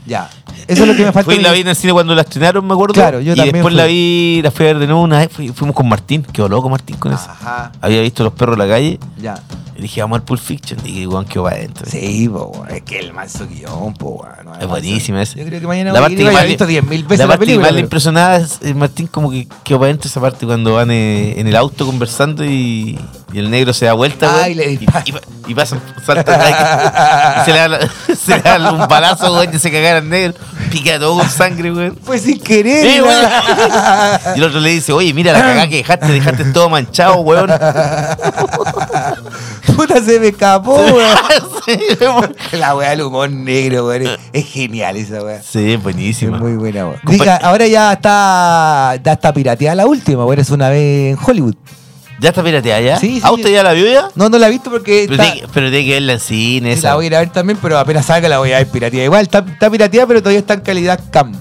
Speaker 3: Ya. Eso es lo que me falta.
Speaker 2: Fui y la vi en el cine cuando la estrenaron, me acuerdo.
Speaker 3: Claro, yo
Speaker 2: y
Speaker 3: también
Speaker 2: después
Speaker 3: fui.
Speaker 2: la vi, la fui a ver de nuevo una vez. fui- fuimos con Martín, quedó loco Martín
Speaker 3: Ah,
Speaker 2: con eso.
Speaker 3: Ajá,
Speaker 2: Había visto los perros en la calle.
Speaker 3: ya.
Speaker 2: Y dije, vamos al Pulp Fiction. Y dije, weón, quedó para adentro.
Speaker 3: Sí, po, weón. Es que el manso guión, po, weón.
Speaker 2: Es buenísima esa.
Speaker 3: Yo creo que mañana
Speaker 2: La
Speaker 3: voy a
Speaker 2: parte
Speaker 3: ir y
Speaker 2: que
Speaker 3: voy a
Speaker 2: más
Speaker 3: haber visto
Speaker 2: le-
Speaker 3: 10.000 veces
Speaker 2: la
Speaker 3: la,
Speaker 2: parte que
Speaker 3: película.
Speaker 2: más le
Speaker 3: weón.
Speaker 2: impresionaba es eh, Martín como que quedó para adentro esa parte cuando van eh, en el auto conversando y, y el negro se da vuelta
Speaker 3: Ay,
Speaker 2: weón,
Speaker 3: le
Speaker 2: y,
Speaker 3: dispara.
Speaker 2: y pa- y pasa salta atrás, y se le da, la- se le da un balazo weón, y se cagara el negro pica todo con sangre weón
Speaker 3: Fue Pues sin querer.
Speaker 2: Sí,
Speaker 3: weón.
Speaker 2: Y el otro le dice, oye, mira la cagada que dejaste, dejaste todo manchado, weón.
Speaker 3: Puta, se me escapó, weón.
Speaker 2: Sí, weón.
Speaker 3: La weá del humor negro, weón. Es, es genial esa weá.
Speaker 2: sí,
Speaker 3: Es
Speaker 2: buenísima.
Speaker 3: muy buena, weón.
Speaker 2: Compa-
Speaker 3: Diga, ahora ya está, ya está pirateada la última, weón. Es una vez en Hollywood.
Speaker 2: ¿Ya está pirateada ya?
Speaker 3: Sí, sí,
Speaker 2: ¿Ah, usted
Speaker 3: yo-
Speaker 2: ya la vio ya?
Speaker 3: No, no la he visto porque
Speaker 2: Pero
Speaker 3: está-
Speaker 2: tiene, que- pero tiene que verla en cine,
Speaker 3: sí, la
Speaker 2: esa.
Speaker 3: voy a ir a ver también, pero apenas salga la voy a ver pirateada. Igual está, está pirateada, pero todavía está en calidad cam.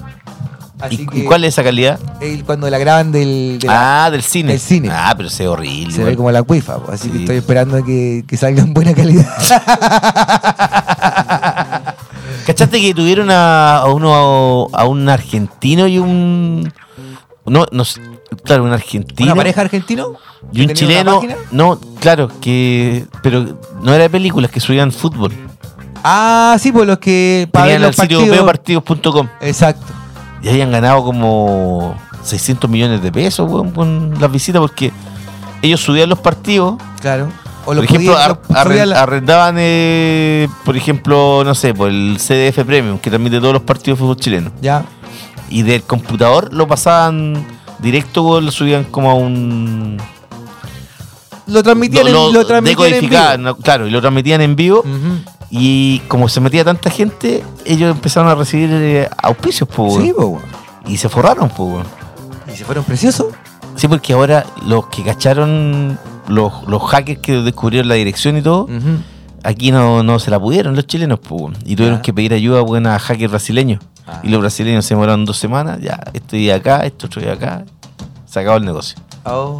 Speaker 2: ¿Y, y cuál es esa calidad?
Speaker 3: el- cuando la graban del... de la-
Speaker 2: ah, del cine.
Speaker 3: del cine.
Speaker 2: Ah, pero se ve horrible.
Speaker 3: se
Speaker 2: weón.
Speaker 3: ve como la cuifa, po, así que
Speaker 2: Sí.
Speaker 3: estoy esperando que, que salga en buena calidad.
Speaker 2: ¿Cachaste que tuvieron a, a uno a un argentino y un no, no sé, claro, un argentino
Speaker 3: ¿Una pareja argentino?
Speaker 2: y un
Speaker 3: ¿Tenía una
Speaker 2: chileno.
Speaker 3: página?
Speaker 2: No, claro, que pero no era de películas que subían fútbol.
Speaker 3: Ah, sí, pues los que para ver
Speaker 2: Tenían el
Speaker 3: los
Speaker 2: sitio
Speaker 3: partidos.
Speaker 2: veopartidos.com
Speaker 3: Exacto.
Speaker 2: y habían ganado como 600 millones de pesos weón, con las visitas porque ellos subían los partidos.
Speaker 3: Claro. O
Speaker 2: Por
Speaker 3: los
Speaker 2: ejemplo,
Speaker 3: podían-
Speaker 2: ar-
Speaker 3: los
Speaker 2: arren-
Speaker 3: podían la-
Speaker 2: arrendaban, eh, por ejemplo, no sé, por el CDF Premium, que transmite todos los partidos de fútbol chileno.
Speaker 3: Ya.
Speaker 2: Y del computador lo pasaban directo, weón, lo subían como a un...
Speaker 3: Lo transmitían, en-
Speaker 2: lo-
Speaker 3: lo,
Speaker 2: lo
Speaker 3: transmitían en vivo. Mm.
Speaker 2: decodificaban, no, claro, y lo transmitían en vivo.
Speaker 3: Ujú.
Speaker 2: Y como se metía tanta gente, ellos empezaron a recibir eh, auspicios, po, weón.
Speaker 3: Sí, pues, weón.
Speaker 2: Y se forraron, po, weón.
Speaker 3: Y se fueron preciosos.
Speaker 2: Sí, porque ahora los que cacharon, los, los hackers que descubrieron la dirección y todo,
Speaker 3: Ujú.
Speaker 2: aquí no, no se la pudieron los chilenos, po, weón. y tuvieron
Speaker 3: Ya.
Speaker 2: que pedir ayuda weón, a hackers brasileños.
Speaker 3: Ah.
Speaker 2: Y los brasileños se demoraron dos semanas, ya, estoy acá, esto estoy acá, se acabó el negocio.
Speaker 3: Oh.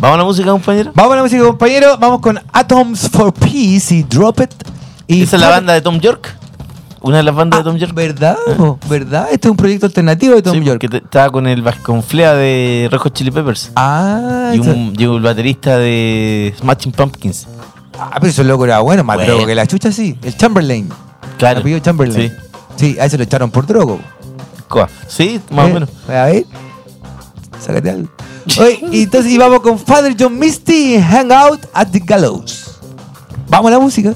Speaker 2: ¿Vamos a la música, compañero?
Speaker 3: Vamos a la música, compañero. Vamos con Atoms for Peace y Drop It. Y Ah,
Speaker 2: Esa es la banda de Tom York, una de las bandas de Tom York.
Speaker 3: ¿Verdad? po? ¿Verdad? Este es un proyecto alternativo de Tom York.
Speaker 2: que estaba con el bas- con Flea de Rojo Chili Peppers.
Speaker 3: Ah,
Speaker 2: Y
Speaker 3: eso-
Speaker 2: un, y un baterista de Smashing Pumpkins.
Speaker 3: ah, pero eso loco era bueno, más
Speaker 2: Bueno.
Speaker 3: drogo que la chucha, sí. El Chamberlain.
Speaker 2: Claro.
Speaker 3: El apellido Chamberlain.
Speaker 2: Sí,
Speaker 3: Sí. a ese lo echaron por drogo.
Speaker 2: Coa. Sí, más
Speaker 3: Eh,
Speaker 2: o menos.
Speaker 3: A ver. Sácate algo. Oye, y entonces y vamos con Father John Misty y Hang Out at the Gallows. Vamos a la música.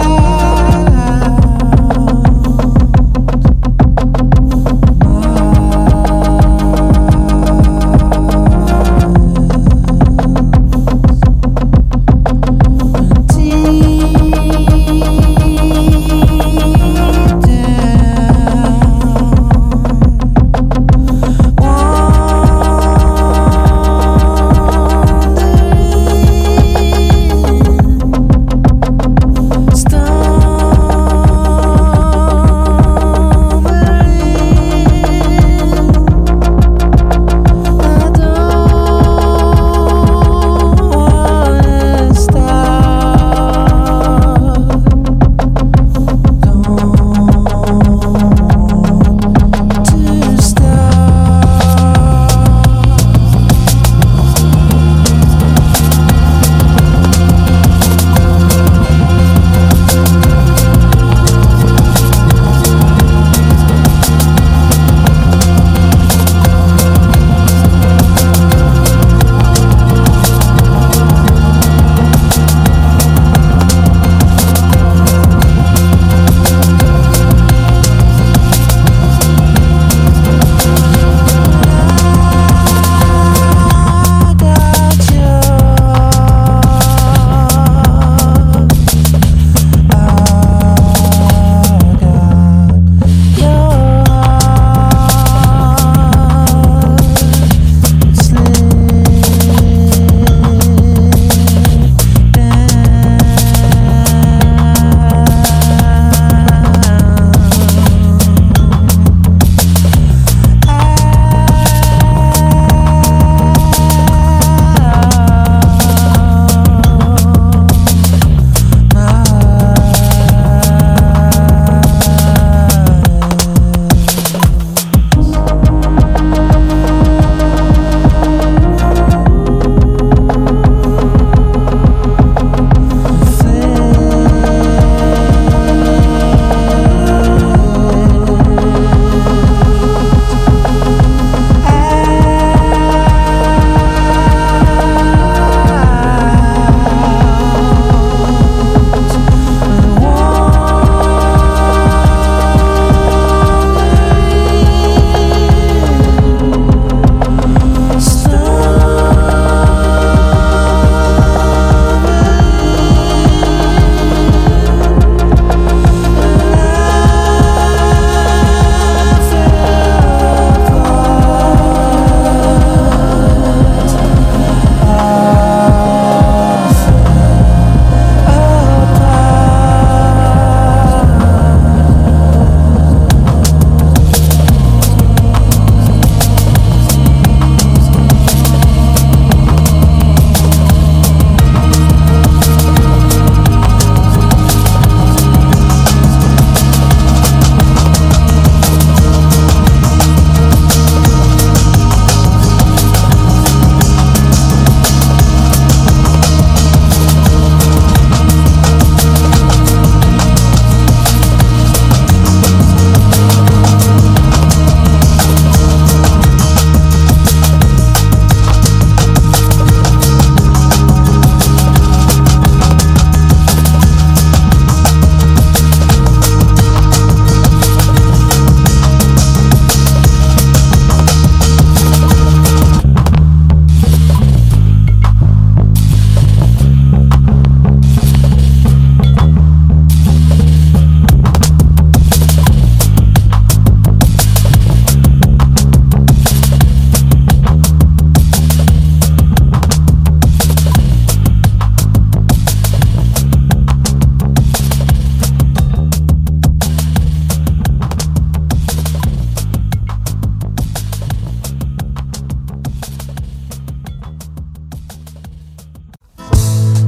Speaker 4: I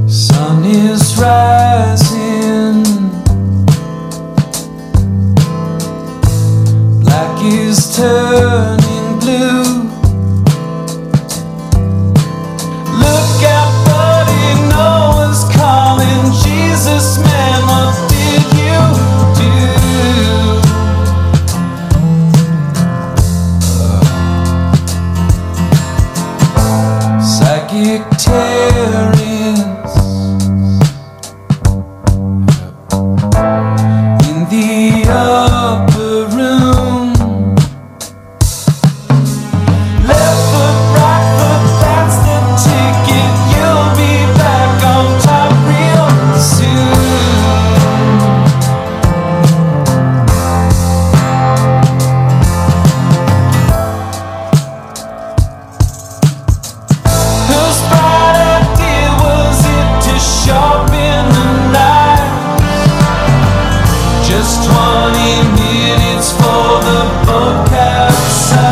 Speaker 4: sun is rising. Black is turning blue. Look out, buddy, no one's calling. Jesus, man, what did you do? psychic tearings in the upper room. Left foot, right foot, that's the ticket. You'll be back on top real soon. Whose bright idea was it to sharpen the knife? Just 20 minutes for the boat capsize.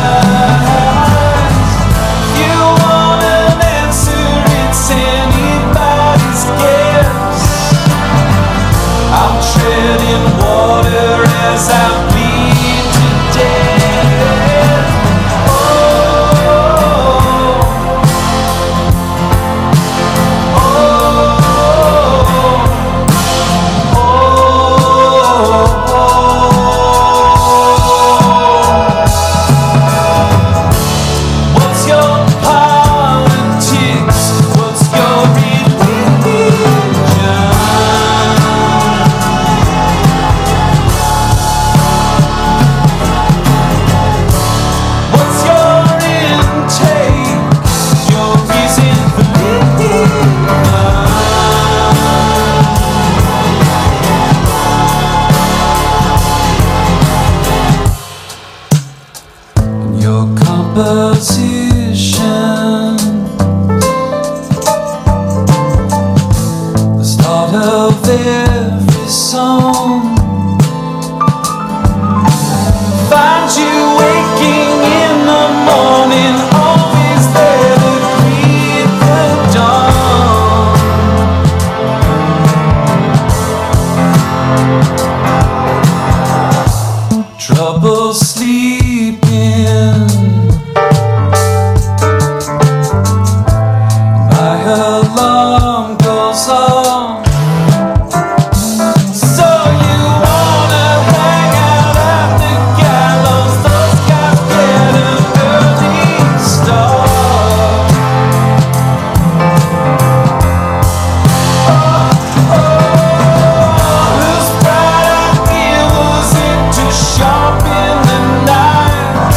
Speaker 4: You want an answer? It's anybody's guess. I'm treading water as I bleed to death. Oh. What's your politics? What's your religion? What's your intake? Your reason for living? your composition. The start of every song. Find you waking in the morning, always there to greet the dawn. trouble sleeping. My alarm goes off. So you wanna hang out at the gallows? Those guys get an early start. Whose bright idea was it to sharpen the knife?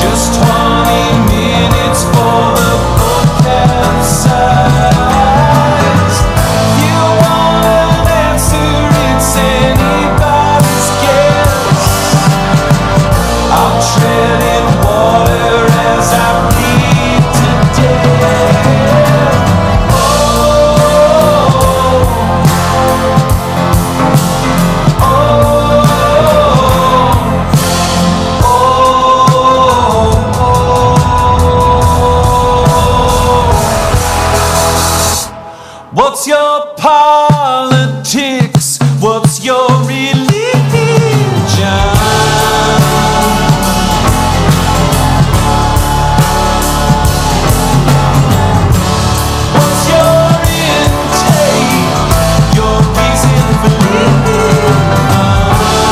Speaker 4: Just twenty minutes for the book capsize. You want an answer? It's anybody's guess. I'm treading water as I bleed to death. Oh. What's your politics? What's your religion? What's your intake? Your reason for living?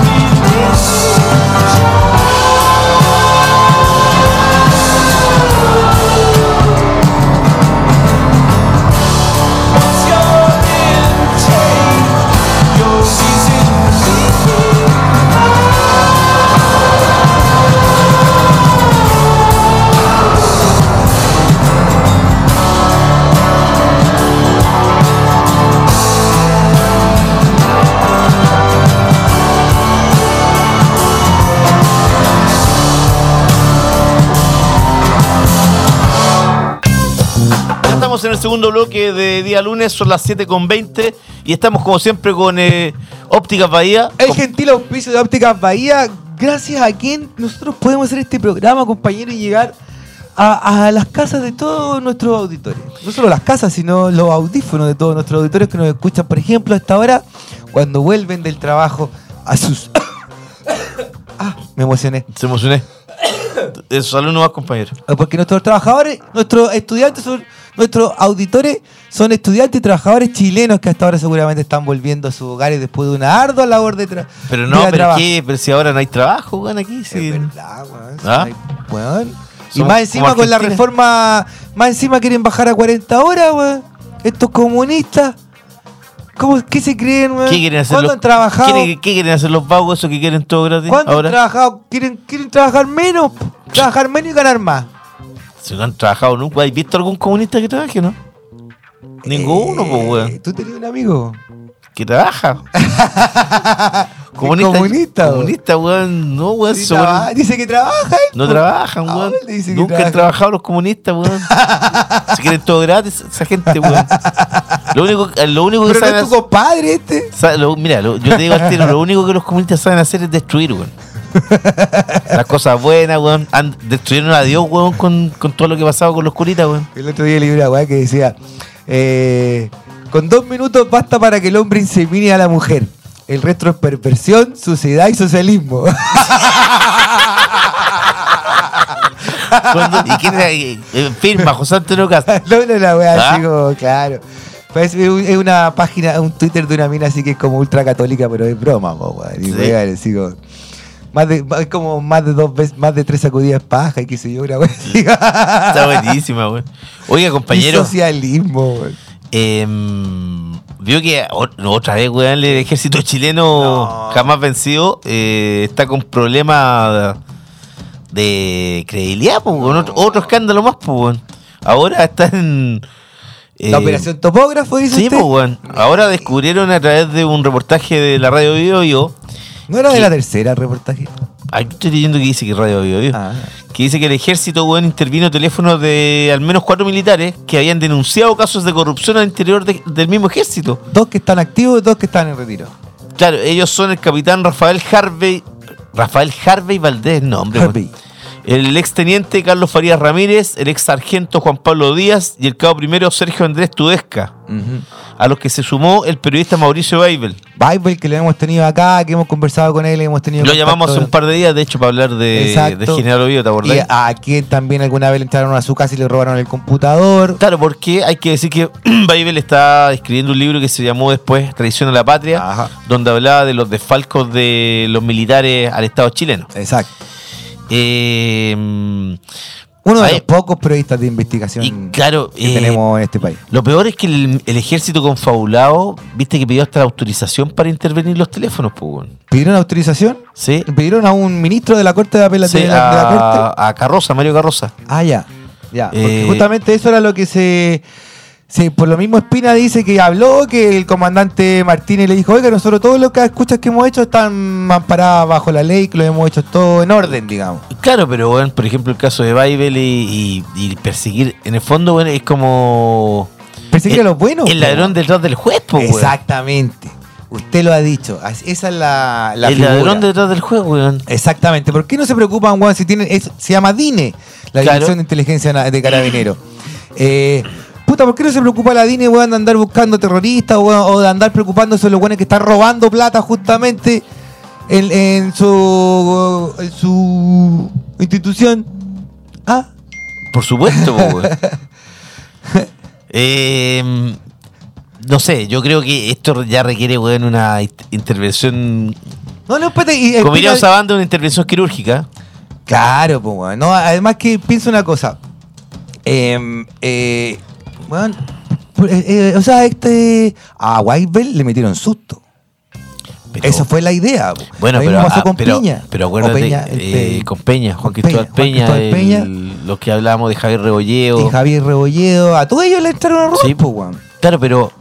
Speaker 4: What's your politics? What's your religion?
Speaker 2: Estamos en el segundo bloque de día lunes, son las 7.20 y estamos como siempre con eh, Ópticas Bahía.
Speaker 3: El
Speaker 2: Con-
Speaker 3: gentil auspicio de Ópticas Bahía, gracias a quien nosotros podemos hacer este programa, compañero, y llegar a, a las casas de todos nuestros auditores. No solo las casas, sino los audífonos de todos nuestros auditores que nos escuchan, por ejemplo, a esta hora, cuando vuelven del trabajo a sus... ah, me emocioné.
Speaker 2: Se emocioné. Eso, salud nomás, compañero.
Speaker 3: Porque nuestros trabajadores, nuestros estudiantes, son, nuestros auditores son estudiantes y trabajadores chilenos que hasta ahora seguramente están volviendo a sus hogares después de una ardua labor de, tra-
Speaker 2: Pero
Speaker 3: de
Speaker 2: no, pero,
Speaker 3: trabajo.
Speaker 2: ¿qué? pero si ahora no hay trabajo, weón, aquí.
Speaker 3: Es
Speaker 2: Sí.
Speaker 3: verdad, weón.
Speaker 2: ¿Ah?
Speaker 3: Sí, weón. Y
Speaker 2: Somos
Speaker 3: más encima
Speaker 2: como
Speaker 3: con la
Speaker 2: Argentina.
Speaker 3: reforma, más encima quieren bajar a 40 horas, weón. Estos comunistas. ¿Cómo, ¿Qué se creen, weón?
Speaker 2: ¿Qué quieren hacer
Speaker 3: ¿Cuándo
Speaker 2: los,
Speaker 3: han trabajado?
Speaker 2: ¿Qué, qué quieren hacer los vagos esos que quieren todo gratis?
Speaker 3: ¿Cuándo han
Speaker 2: Ahora,
Speaker 3: trabajado? ¿Quieren, quieren trabajar menos, po. trabajar menos y ganar más.
Speaker 2: si no han trabajado nunca, ¿has visto algún comunista que trabaje, no? Ninguno,
Speaker 3: Eh,
Speaker 2: pues, weón.
Speaker 3: Tú tenías un amigo.
Speaker 2: Que trabaja.
Speaker 3: Comunista,
Speaker 2: comunista,
Speaker 3: weón.
Speaker 2: comunista, weón. No, weón.
Speaker 3: Sí,
Speaker 2: se vuelven-
Speaker 3: traba- dice que trabaja. él,
Speaker 2: No
Speaker 3: po.
Speaker 2: trabajan,
Speaker 3: Ah,
Speaker 2: weón.
Speaker 3: él dice que
Speaker 2: Nunca han
Speaker 3: trabaja.
Speaker 2: trabajado los comunistas, weón. Se quieren todo gratis, esa gente, weón. Lo único, eh, lo único que
Speaker 3: Pero no
Speaker 2: saben
Speaker 3: es tu
Speaker 2: pues, hacer.
Speaker 3: compadre este.
Speaker 2: sa- lo- mira, lo- yo te digo al tiro, lo único que los comunistas saben hacer es destruir, weón. Las cosas buenas, weón. Han- destruyeron a Dios, weón, con, con todo lo que pasaba con los curitas, weón.
Speaker 3: El otro día leí una weá que decía: eh, Con dos minutos basta para que el hombre insemine a la mujer. El resto es perversión, suciedad y socialismo.
Speaker 2: Cuando- ¿Y quién era? Eh, eh, firma, José Antonio Castro.
Speaker 3: no, no, la weá,
Speaker 2: ¿Ah?
Speaker 3: así como, claro. Parece un- es una página, un Twitter de una mina así que es como ultra católica, pero es broma, po, weón. Y
Speaker 2: Sí.
Speaker 3: weón, así como. Más de, es como más de dos veces, más de tres sacudidas paja y qué sé yo, una weá así.
Speaker 2: Está buenísima, weón. Oiga,
Speaker 3: Y
Speaker 2: compañero.
Speaker 3: socialismo, weón.
Speaker 2: Em, vio que o- otra vez, weón, el ejército chileno jamás vencido eh, está con problemas de credibilidad, po, weón. Otro, otro escándalo más, po, weón. Ahora están.
Speaker 3: La operación topógrafo, dice
Speaker 2: Eh, Sí,
Speaker 3: usted.
Speaker 2: po, weón. Ahora descubrieron a través de un reportaje de la radio Bio Bio.
Speaker 3: No era de
Speaker 2: Sí.
Speaker 3: la tercera el reportaje.
Speaker 2: Aquí estoy leyendo que dice que radio Bio Bio.
Speaker 3: Ah.
Speaker 2: que dice que el ejército weón, intervino teléfonos de al menos cuatro militares que habían denunciado casos de corrupción al interior de- del mismo ejército.
Speaker 3: Dos que están activos y dos que están en retiro.
Speaker 2: Claro, ellos son el capitán Rafael Harvey. Rafael Harvey Valdés, no, hombre.
Speaker 3: Harvey.
Speaker 2: weón. El exteniente Carlos Farías Ramírez, el ex sargento Juan Pablo Díaz y el cabo primero Sergio Andrés Tudesca, a los que se sumó el periodista Mauricio Weibel.
Speaker 3: Bible que lo hemos tenido acá, que hemos conversado con él, hemos tenido.
Speaker 2: Lo
Speaker 3: contacto-
Speaker 2: llamamos hace un par de días, de hecho, para hablar de,
Speaker 3: Exacto.
Speaker 2: de General Oviedo, ¿te acordás?
Speaker 3: Y a quien también alguna vez le entraron a su casa y le robaron el computador.
Speaker 2: Claro, porque hay que decir que Weibel está escribiendo un libro que se llamó después Traición a la Patria,
Speaker 3: Ajá.
Speaker 2: donde hablaba de los desfalcos de los militares al Estado chileno.
Speaker 3: Exacto.
Speaker 2: Eh,
Speaker 3: Uno de
Speaker 2: Ahí-
Speaker 3: los pocos periodistas de investigación
Speaker 2: Y claro,
Speaker 3: que
Speaker 2: eh,
Speaker 3: tenemos en este país.
Speaker 2: lo peor es que el, el ejército confabulado, viste que pidió hasta la autorización para intervenir los teléfonos, pues, weón.
Speaker 3: ¿Pidieron autorización?
Speaker 2: ¿Sí?
Speaker 3: ¿Pidieron a un ministro de la Corte de Apelación?
Speaker 2: Sí,
Speaker 3: de, la- de la Corte?
Speaker 2: a, a Carroza, Mario Carroza.
Speaker 3: Ah, ya. Ya. Porque
Speaker 2: Eh,
Speaker 3: justamente eso era lo que se. se- por lo mismo Espina dice que habló, que el comandante Martínez le dijo, oiga, nosotros todos los que escuchas que hemos hecho están amparados bajo la ley, que lo hemos hecho todo en orden, digamos.
Speaker 2: Claro, pero bueno, por ejemplo, el caso de Baibel y, y- y perseguir, en el fondo, bueno, es como.
Speaker 3: Persigue
Speaker 2: el-
Speaker 3: a los buenos.
Speaker 2: El
Speaker 3: po.
Speaker 2: ladrón detrás del juez, pues, weón.
Speaker 3: Exactamente. Usted lo ha dicho. Así- Esa es la, la
Speaker 2: el
Speaker 3: figura.
Speaker 2: ladrón detrás del juez, weón.
Speaker 3: Exactamente. ¿Por qué no se preocupan, weón, si tienen. es- se llama DINE, la
Speaker 2: Claro.
Speaker 3: Dirección de Inteligencia Na- de Carabinero. Eh, puta, ¿por qué no se preocupa la DINE, weón, de andar buscando terroristas, weón, o de andar preocupándose de los weones que están robando plata justamente en, en su. en su institución? Ah,
Speaker 2: Por supuesto, po, weón. Eh, no sé, yo creo que esto ya requiere, weón, una in- intervención.
Speaker 3: no, no, espérate. y
Speaker 2: Como diría
Speaker 3: Espina-
Speaker 2: Osabanda, una intervención quirúrgica.
Speaker 3: Claro, pues, weón. No, además que pienso una cosa. Em, eh, weón, por- eh, eh, o sea, este. A Whitebell le metieron susto.
Speaker 2: Pero-
Speaker 3: Esa fue la idea. po.
Speaker 2: Bueno,
Speaker 3: Lo mismo
Speaker 2: pero,
Speaker 3: pasó
Speaker 2: ah,
Speaker 3: con
Speaker 2: pero,
Speaker 3: Piña.
Speaker 2: pero
Speaker 3: O
Speaker 2: acuérdate,
Speaker 3: Peña, este, el
Speaker 2: eh,
Speaker 3: Pe-
Speaker 2: con Peña, Juan Cristóbal
Speaker 3: Juan
Speaker 2: Peña,
Speaker 3: Cristóbal
Speaker 2: el-
Speaker 3: Peña.
Speaker 2: los que hablábamos de Javier Rebolleo.
Speaker 3: y Javier Rebolledo. A todos ellos le entraron a robar,
Speaker 2: Sí.
Speaker 3: po, weón.
Speaker 2: Claro, pero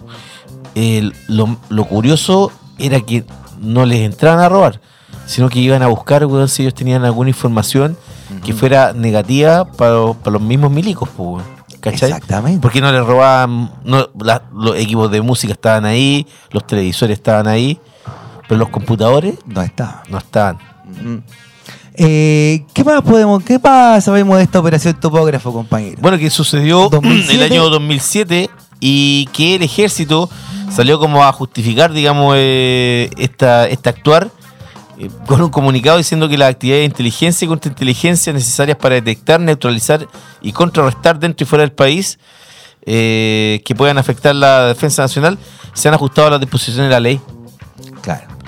Speaker 2: el- lo, lo curioso era que no les entraban a robar, sino que iban a buscar, weón, si ellos tenían alguna información que fuera negativa para, para los mismos milicos, pues, weón. ¿cachai?
Speaker 3: Exactamente.
Speaker 2: Porque no le robaban, no, la- los equipos de música estaban ahí, los televisores estaban ahí, pero los computadores
Speaker 3: No está. Mm.
Speaker 2: no estaban.
Speaker 3: Eh, ¿Qué más podemos, qué más sabemos de esta operación topógrafo, compañero?
Speaker 2: Bueno, que sucedió
Speaker 3: 2007.
Speaker 2: en el año 2007 y que el ejército salió como a justificar, digamos, eh, esta, este actuar eh, con un comunicado diciendo que las actividades de inteligencia y contrainteligencia necesarias para detectar, neutralizar y contrarrestar dentro y fuera del país eh, que puedan afectar la defensa nacional se han ajustado a las disposiciones de la ley.
Speaker 3: claro.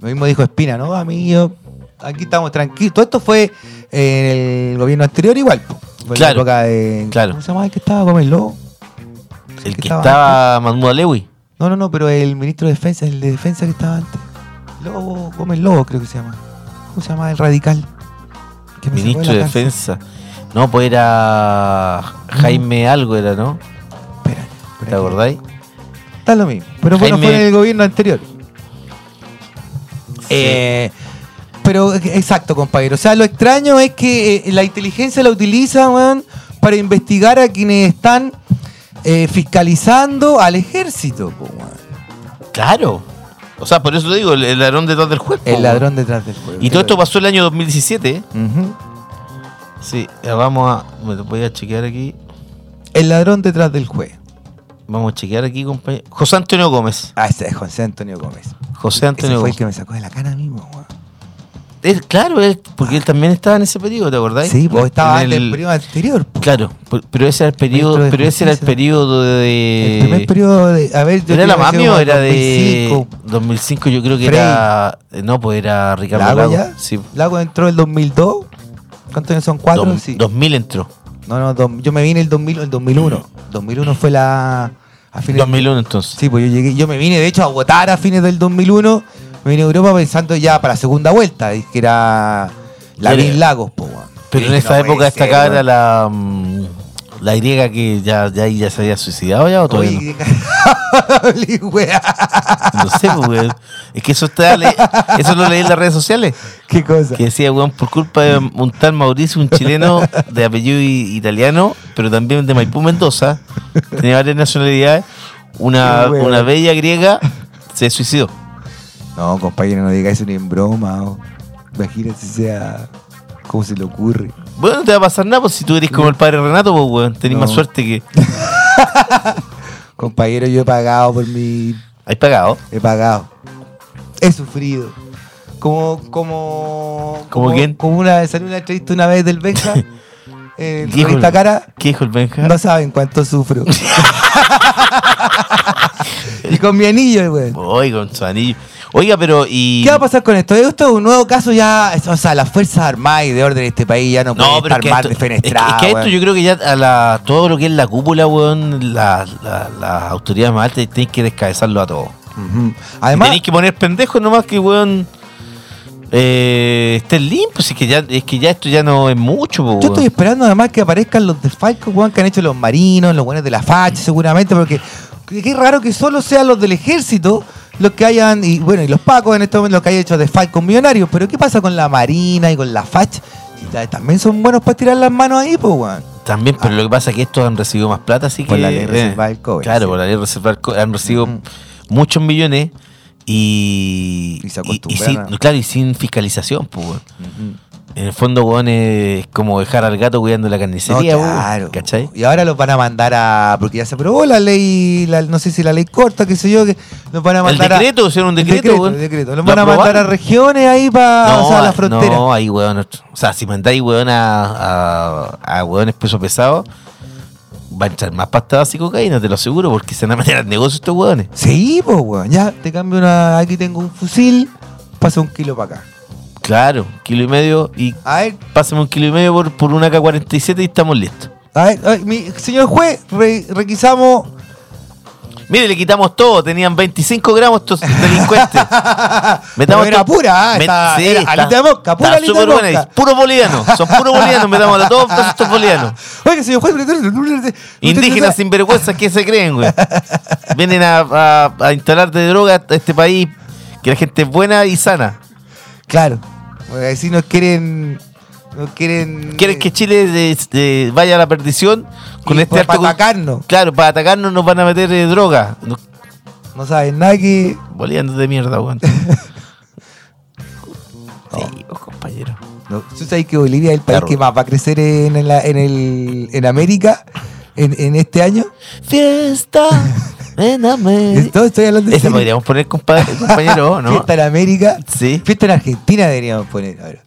Speaker 3: Lo mismo dijo Espina, ¿no? Amigo, aquí estamos tranquilos. Todo esto fue en el gobierno anterior igual. po. Fue en la
Speaker 2: Claro,
Speaker 3: época de-
Speaker 2: claro.
Speaker 3: ¿Cómo se llama el que estaba? Gómez Lobo.
Speaker 2: El
Speaker 3: que
Speaker 2: que
Speaker 3: estaba
Speaker 2: estaba Mahmoud Alewi.
Speaker 3: No, no, no, pero el ministro de defensa, el de defensa que estaba antes. Lobo, Gómez Lobo creo que se llama. ¿Cómo se llama el radical? Que me sacó
Speaker 2: Ministro de
Speaker 3: la cárcel.
Speaker 2: Defensa. No, pues era Jaime algo, era, ¿no?
Speaker 3: Mm. Espera,
Speaker 2: ¿Te
Speaker 3: espera.
Speaker 2: acordáis?
Speaker 3: Está lo mismo. Pero bueno,
Speaker 2: Jaime-
Speaker 3: fue en el gobierno anterior. Eh, pero eh, exacto, compañero. O sea, lo extraño es que eh, la inteligencia la utilizan weón, para investigar a quienes están eh, fiscalizando al ejército. po, weón.
Speaker 2: Claro. O sea, por eso te digo, el, el ladrón detrás del juez. po,
Speaker 3: El ladrón detrás del pueblo.
Speaker 2: weón. Y todo esto pasó el año 2017. ¿eh?
Speaker 3: Ujú.
Speaker 2: Sí, eh, vamos a. Bueno, voy a chequear aquí.
Speaker 3: El ladrón detrás del juez.
Speaker 2: Vamos a chequear aquí, compañero. José Antonio Gómez.
Speaker 3: Ah, ese es José Antonio Gómez.
Speaker 2: José
Speaker 3: Ese
Speaker 2: Antonio
Speaker 3: fue el
Speaker 2: Gómez.
Speaker 3: que me sacó de la cara mismo, weón.
Speaker 2: Él- claro, él- porque él también estaba en ese periodo, ¿te acordáis?
Speaker 3: Sí, pues
Speaker 2: En
Speaker 3: estaba en el periodo anterior. po.
Speaker 2: Claro, por- pero ese era el periodo,
Speaker 3: Ministro de
Speaker 2: pero ese era el
Speaker 3: Justicia.
Speaker 2: periodo de.
Speaker 3: el primer periodo de. A ver, yo
Speaker 2: Eh, ¿Era la
Speaker 3: creo que
Speaker 2: mami o
Speaker 3: como
Speaker 2: era
Speaker 3: 2005.
Speaker 2: de 2005? Yo creo que
Speaker 3: Frey.
Speaker 2: era. eh, No, pues era Ricardo
Speaker 3: ¿Lago,
Speaker 2: Lago.
Speaker 3: ya?
Speaker 2: Sí.
Speaker 3: Lago entró el 2002. ¿Cuántos años son? ¿Cuatro?
Speaker 2: Dos-
Speaker 3: sí.
Speaker 2: 2000 entró.
Speaker 3: No, no, dos- yo me vine el 2000, el 2001.
Speaker 2: Mm.
Speaker 3: 2001 fue la. A fines
Speaker 2: 2001 entonces.
Speaker 3: Sí, pues yo llegué, yo me vine de hecho a votar a fines del 2001. Me vine a Europa pensando ya para segunda vuelta, y que era la
Speaker 2: Pero-
Speaker 3: Bin Lagos, po, weón.
Speaker 2: Pero en
Speaker 3: Dije,
Speaker 2: esa
Speaker 3: no
Speaker 2: época
Speaker 3: puede ser,
Speaker 2: destacaba era
Speaker 3: weón.
Speaker 2: la, mm, la griega que ya, ya, ya se había suicidado ya o todavía
Speaker 3: Oye, qué- weá.
Speaker 2: no. No sé, pues, weón. Es que eso está le- eso lo leí en las redes sociales.
Speaker 3: Qué cosa.
Speaker 2: Que decía, weón, por culpa de
Speaker 3: Mm.
Speaker 2: un tal Mauricio, un chileno de apellido i- italiano, pero también de Maipú Mendoza, tenía varias nacionalidades, una,
Speaker 3: Qué weón.
Speaker 2: una bella griega se suicidó.
Speaker 3: No, compañero, no diga eso ni en broma. o- Imagínate sea cómo se le ocurre.
Speaker 2: Bueno, no te va a pasar nada, pues si tú eres como el padre Renato, pues weón, tenés
Speaker 3: No.
Speaker 2: más suerte que.
Speaker 3: Compañero, yo he pagado por mi
Speaker 2: Hay pagado.
Speaker 3: He pagado. He sufrido. Como, como.
Speaker 2: ¿Como quién?
Speaker 3: Como una vez salió una entrevista una vez del Benja. eh,
Speaker 2: Dijo el-
Speaker 3: esta cara.
Speaker 2: ¿Qué dijo el Benja?
Speaker 3: No saben cuánto sufro. y con mi anillo, güey.
Speaker 2: Oye, con su anillo. Oiga, pero y.
Speaker 3: ¿Qué va a pasar con esto? Esto es un nuevo caso ya. O sea, las Fuerzas Armadas y de orden de este país ya no,
Speaker 2: No,
Speaker 3: pueden
Speaker 2: pero
Speaker 3: estar
Speaker 2: es que,
Speaker 3: más
Speaker 2: esto, es que-
Speaker 3: defenestradas.
Speaker 2: es que esto
Speaker 3: güey.
Speaker 2: yo creo que ya a la, todo lo que es la cúpula, weón, la- la- las autoridades más altas tienen que descabezarlo a todos.
Speaker 3: Ujú.
Speaker 2: Además,
Speaker 3: Además,
Speaker 2: tenéis que poner pendejos nomás que, weón, eh, estén limpios. Es que, ya, es que ya esto ya no es mucho, po,
Speaker 3: Yo
Speaker 2: weón.
Speaker 3: estoy esperando además que aparezcan los de Falco, weón, que han hecho los marinos, los buenos de la facha, seguramente, porque qué raro que solo sean los del ejército los que hayan, y bueno, y los pacos en este momento los que hayan hecho de Falco millonarios, pero ¿qué pasa con la marina y con la facha? Si ta- También son buenos para tirar las manos ahí, pues, weón.
Speaker 2: También, pero lo que pasa es que estos han recibido más plata, así que.
Speaker 3: Por la ley
Speaker 2: eh,
Speaker 3: reservada del cobre,
Speaker 2: Claro,
Speaker 3: sí.
Speaker 2: por la ley reservada del cobre, Han recibido
Speaker 3: Ujú.
Speaker 2: muchos millones y.
Speaker 3: Y se
Speaker 2: sin,
Speaker 3: acostumbran a-
Speaker 2: Claro, y sin fiscalización, pues, weón. En el fondo, weón, es como dejar al gato cuidando la
Speaker 3: No,
Speaker 2: carnicería, weón, ¿Cachai?
Speaker 3: Y ahora los van a mandar a. Porque ya se aprobó la ley, la- no sé si la ley corta, qué sé yo, que los van a
Speaker 2: El
Speaker 3: mandar a-
Speaker 2: decreto, hicieron un
Speaker 3: el
Speaker 2: decreto,
Speaker 3: decreto,
Speaker 2: weón.
Speaker 3: el decreto. Los
Speaker 2: Lo
Speaker 3: van a mandar a
Speaker 2: aprobaron.
Speaker 3: regiones ahí para. Ah, o sea, a la frontera.
Speaker 2: No, ahí, weón. O sea, si mandáis, weón, a, a, a weones peso pesado, va a entrar más pastadas y cocaína, te lo aseguro, porque se van a meter al negocio estos weones.
Speaker 3: Sí, pues, weón. Ya, te cambio una. Aquí tengo un fusil, pasa un kilo para acá.
Speaker 2: Claro, kilo y medio y
Speaker 3: A ver,
Speaker 2: Pásame un kilo y medio por, por una K-47 y estamos listos.
Speaker 3: a ver, a ver, mi señor juez, re- requisamos.
Speaker 2: Mire, le quitamos todo. Tenían 25 gramos estos delincuentes. Metamos
Speaker 3: Pero era
Speaker 2: todo-
Speaker 3: pura, ah, está- era alita de mosca, pura
Speaker 2: está
Speaker 3: alita de
Speaker 2: súper buena,
Speaker 3: mosca.
Speaker 2: es Puro boliviano. Son puros bolivianos. Metamos a todos estos bolivianos.
Speaker 3: Oiga, señor juez, pero- pero- pero- pero-
Speaker 2: Indígenas
Speaker 3: usted-
Speaker 2: sinvergüenzas que se creen, güey. Vienen a, a- a instalar de droga a este país que la gente es buena y sana.
Speaker 3: Claro. Bueno, si nos quieren. No quieren.
Speaker 2: Quieren que Chile de- de- vaya a la perdición con
Speaker 3: Y pues,
Speaker 2: este arte
Speaker 3: pa- pa'
Speaker 2: cul-
Speaker 3: atacarnos.
Speaker 2: Claro, para atacarnos nos van a meter eh, droga. Nos-
Speaker 3: No saben nada que.
Speaker 2: Bolianos de mierda, weón. Sí, oh, compañero.
Speaker 3: No, ¿Tú sabes que Bolivia es el país
Speaker 2: Claro.
Speaker 3: que más va a crecer en, en la- en el, en América en, en este año?
Speaker 2: Fiesta en América.
Speaker 3: Esto estoy hablando de
Speaker 2: Ese podríamos poner, compadre, compañero, ¿no?
Speaker 3: Fiesta en América.
Speaker 2: Sí,
Speaker 3: Fiesta en Argentina deberíamos poner ahora.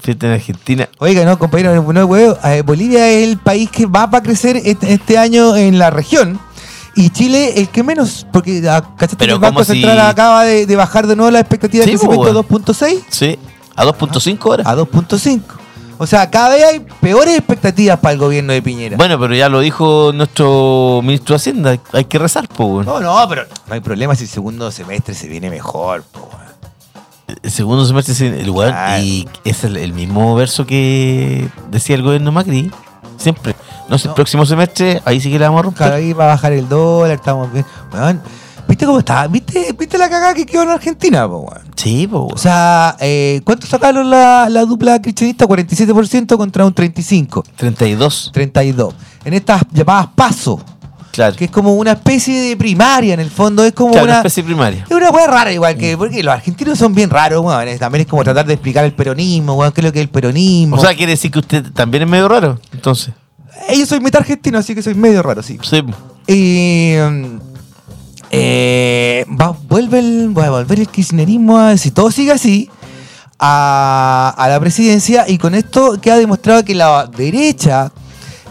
Speaker 2: fiesta en Argentina.
Speaker 3: Oiga, no, compañero, no, no huevo. Eh, Bolivia es el país que más va a crecer est- este año en la región. Y Chile el que menos, porque ah, ¿cachaste
Speaker 2: Pero
Speaker 3: que el
Speaker 2: como
Speaker 3: Banco Central
Speaker 2: si-
Speaker 3: acaba de, de bajar de nuevo la expectativa
Speaker 2: Sí,
Speaker 3: de
Speaker 2: po,
Speaker 3: crecimiento
Speaker 2: weón.
Speaker 3: a 2.6
Speaker 2: Sí, a 2.5 horas.
Speaker 3: a 2.5. O sea, cada vez hay peores expectativas para el gobierno de Piñera.
Speaker 2: Bueno, pero ya lo dijo nuestro ministro de Hacienda. hay- Hay que rezar, po, weón.
Speaker 3: No, no, pero no hay problema si el segundo semestre se viene mejor. po, weón.
Speaker 2: El segundo semestre sí, el weón,
Speaker 3: Claro.
Speaker 2: y es el, el mismo verso que decía el gobierno Macri siempre no sé el
Speaker 3: No.
Speaker 2: próximo semestre ahí sí que la vamos a romper
Speaker 3: Cada vez va a bajar el dólar, estamos bien. Weón, ¿viste cómo está? ¿Viste, ¿Viste la cagada que quedó en Argentina? po, weón?
Speaker 2: sí po,
Speaker 3: O sea, eh, ¿cuánto sacaron la, la dupla cristianista? 47% contra un 35,
Speaker 2: 32
Speaker 3: 32. En estas llamadas PASO,
Speaker 2: claro
Speaker 3: que es como una especie de primaria en el fondo, es como
Speaker 2: Claro, una
Speaker 3: una...
Speaker 2: especie primaria
Speaker 3: Es una weá rara igual que, porque los argentinos son bien raros, weón. Es- También es como tratar de explicar el peronismo, weón, qué es lo que es el peronismo.
Speaker 2: o sea quiere decir que usted también es medio raro entonces
Speaker 3: Eh, yo soy mitad argentino, así que soy medio raro, sí.
Speaker 2: sí
Speaker 3: Y, mm, eh, va, vuelve el, va a volver el kirchnerismo, a- si todo sigue así, a, a la presidencia. Y con esto queda demostrado que la derecha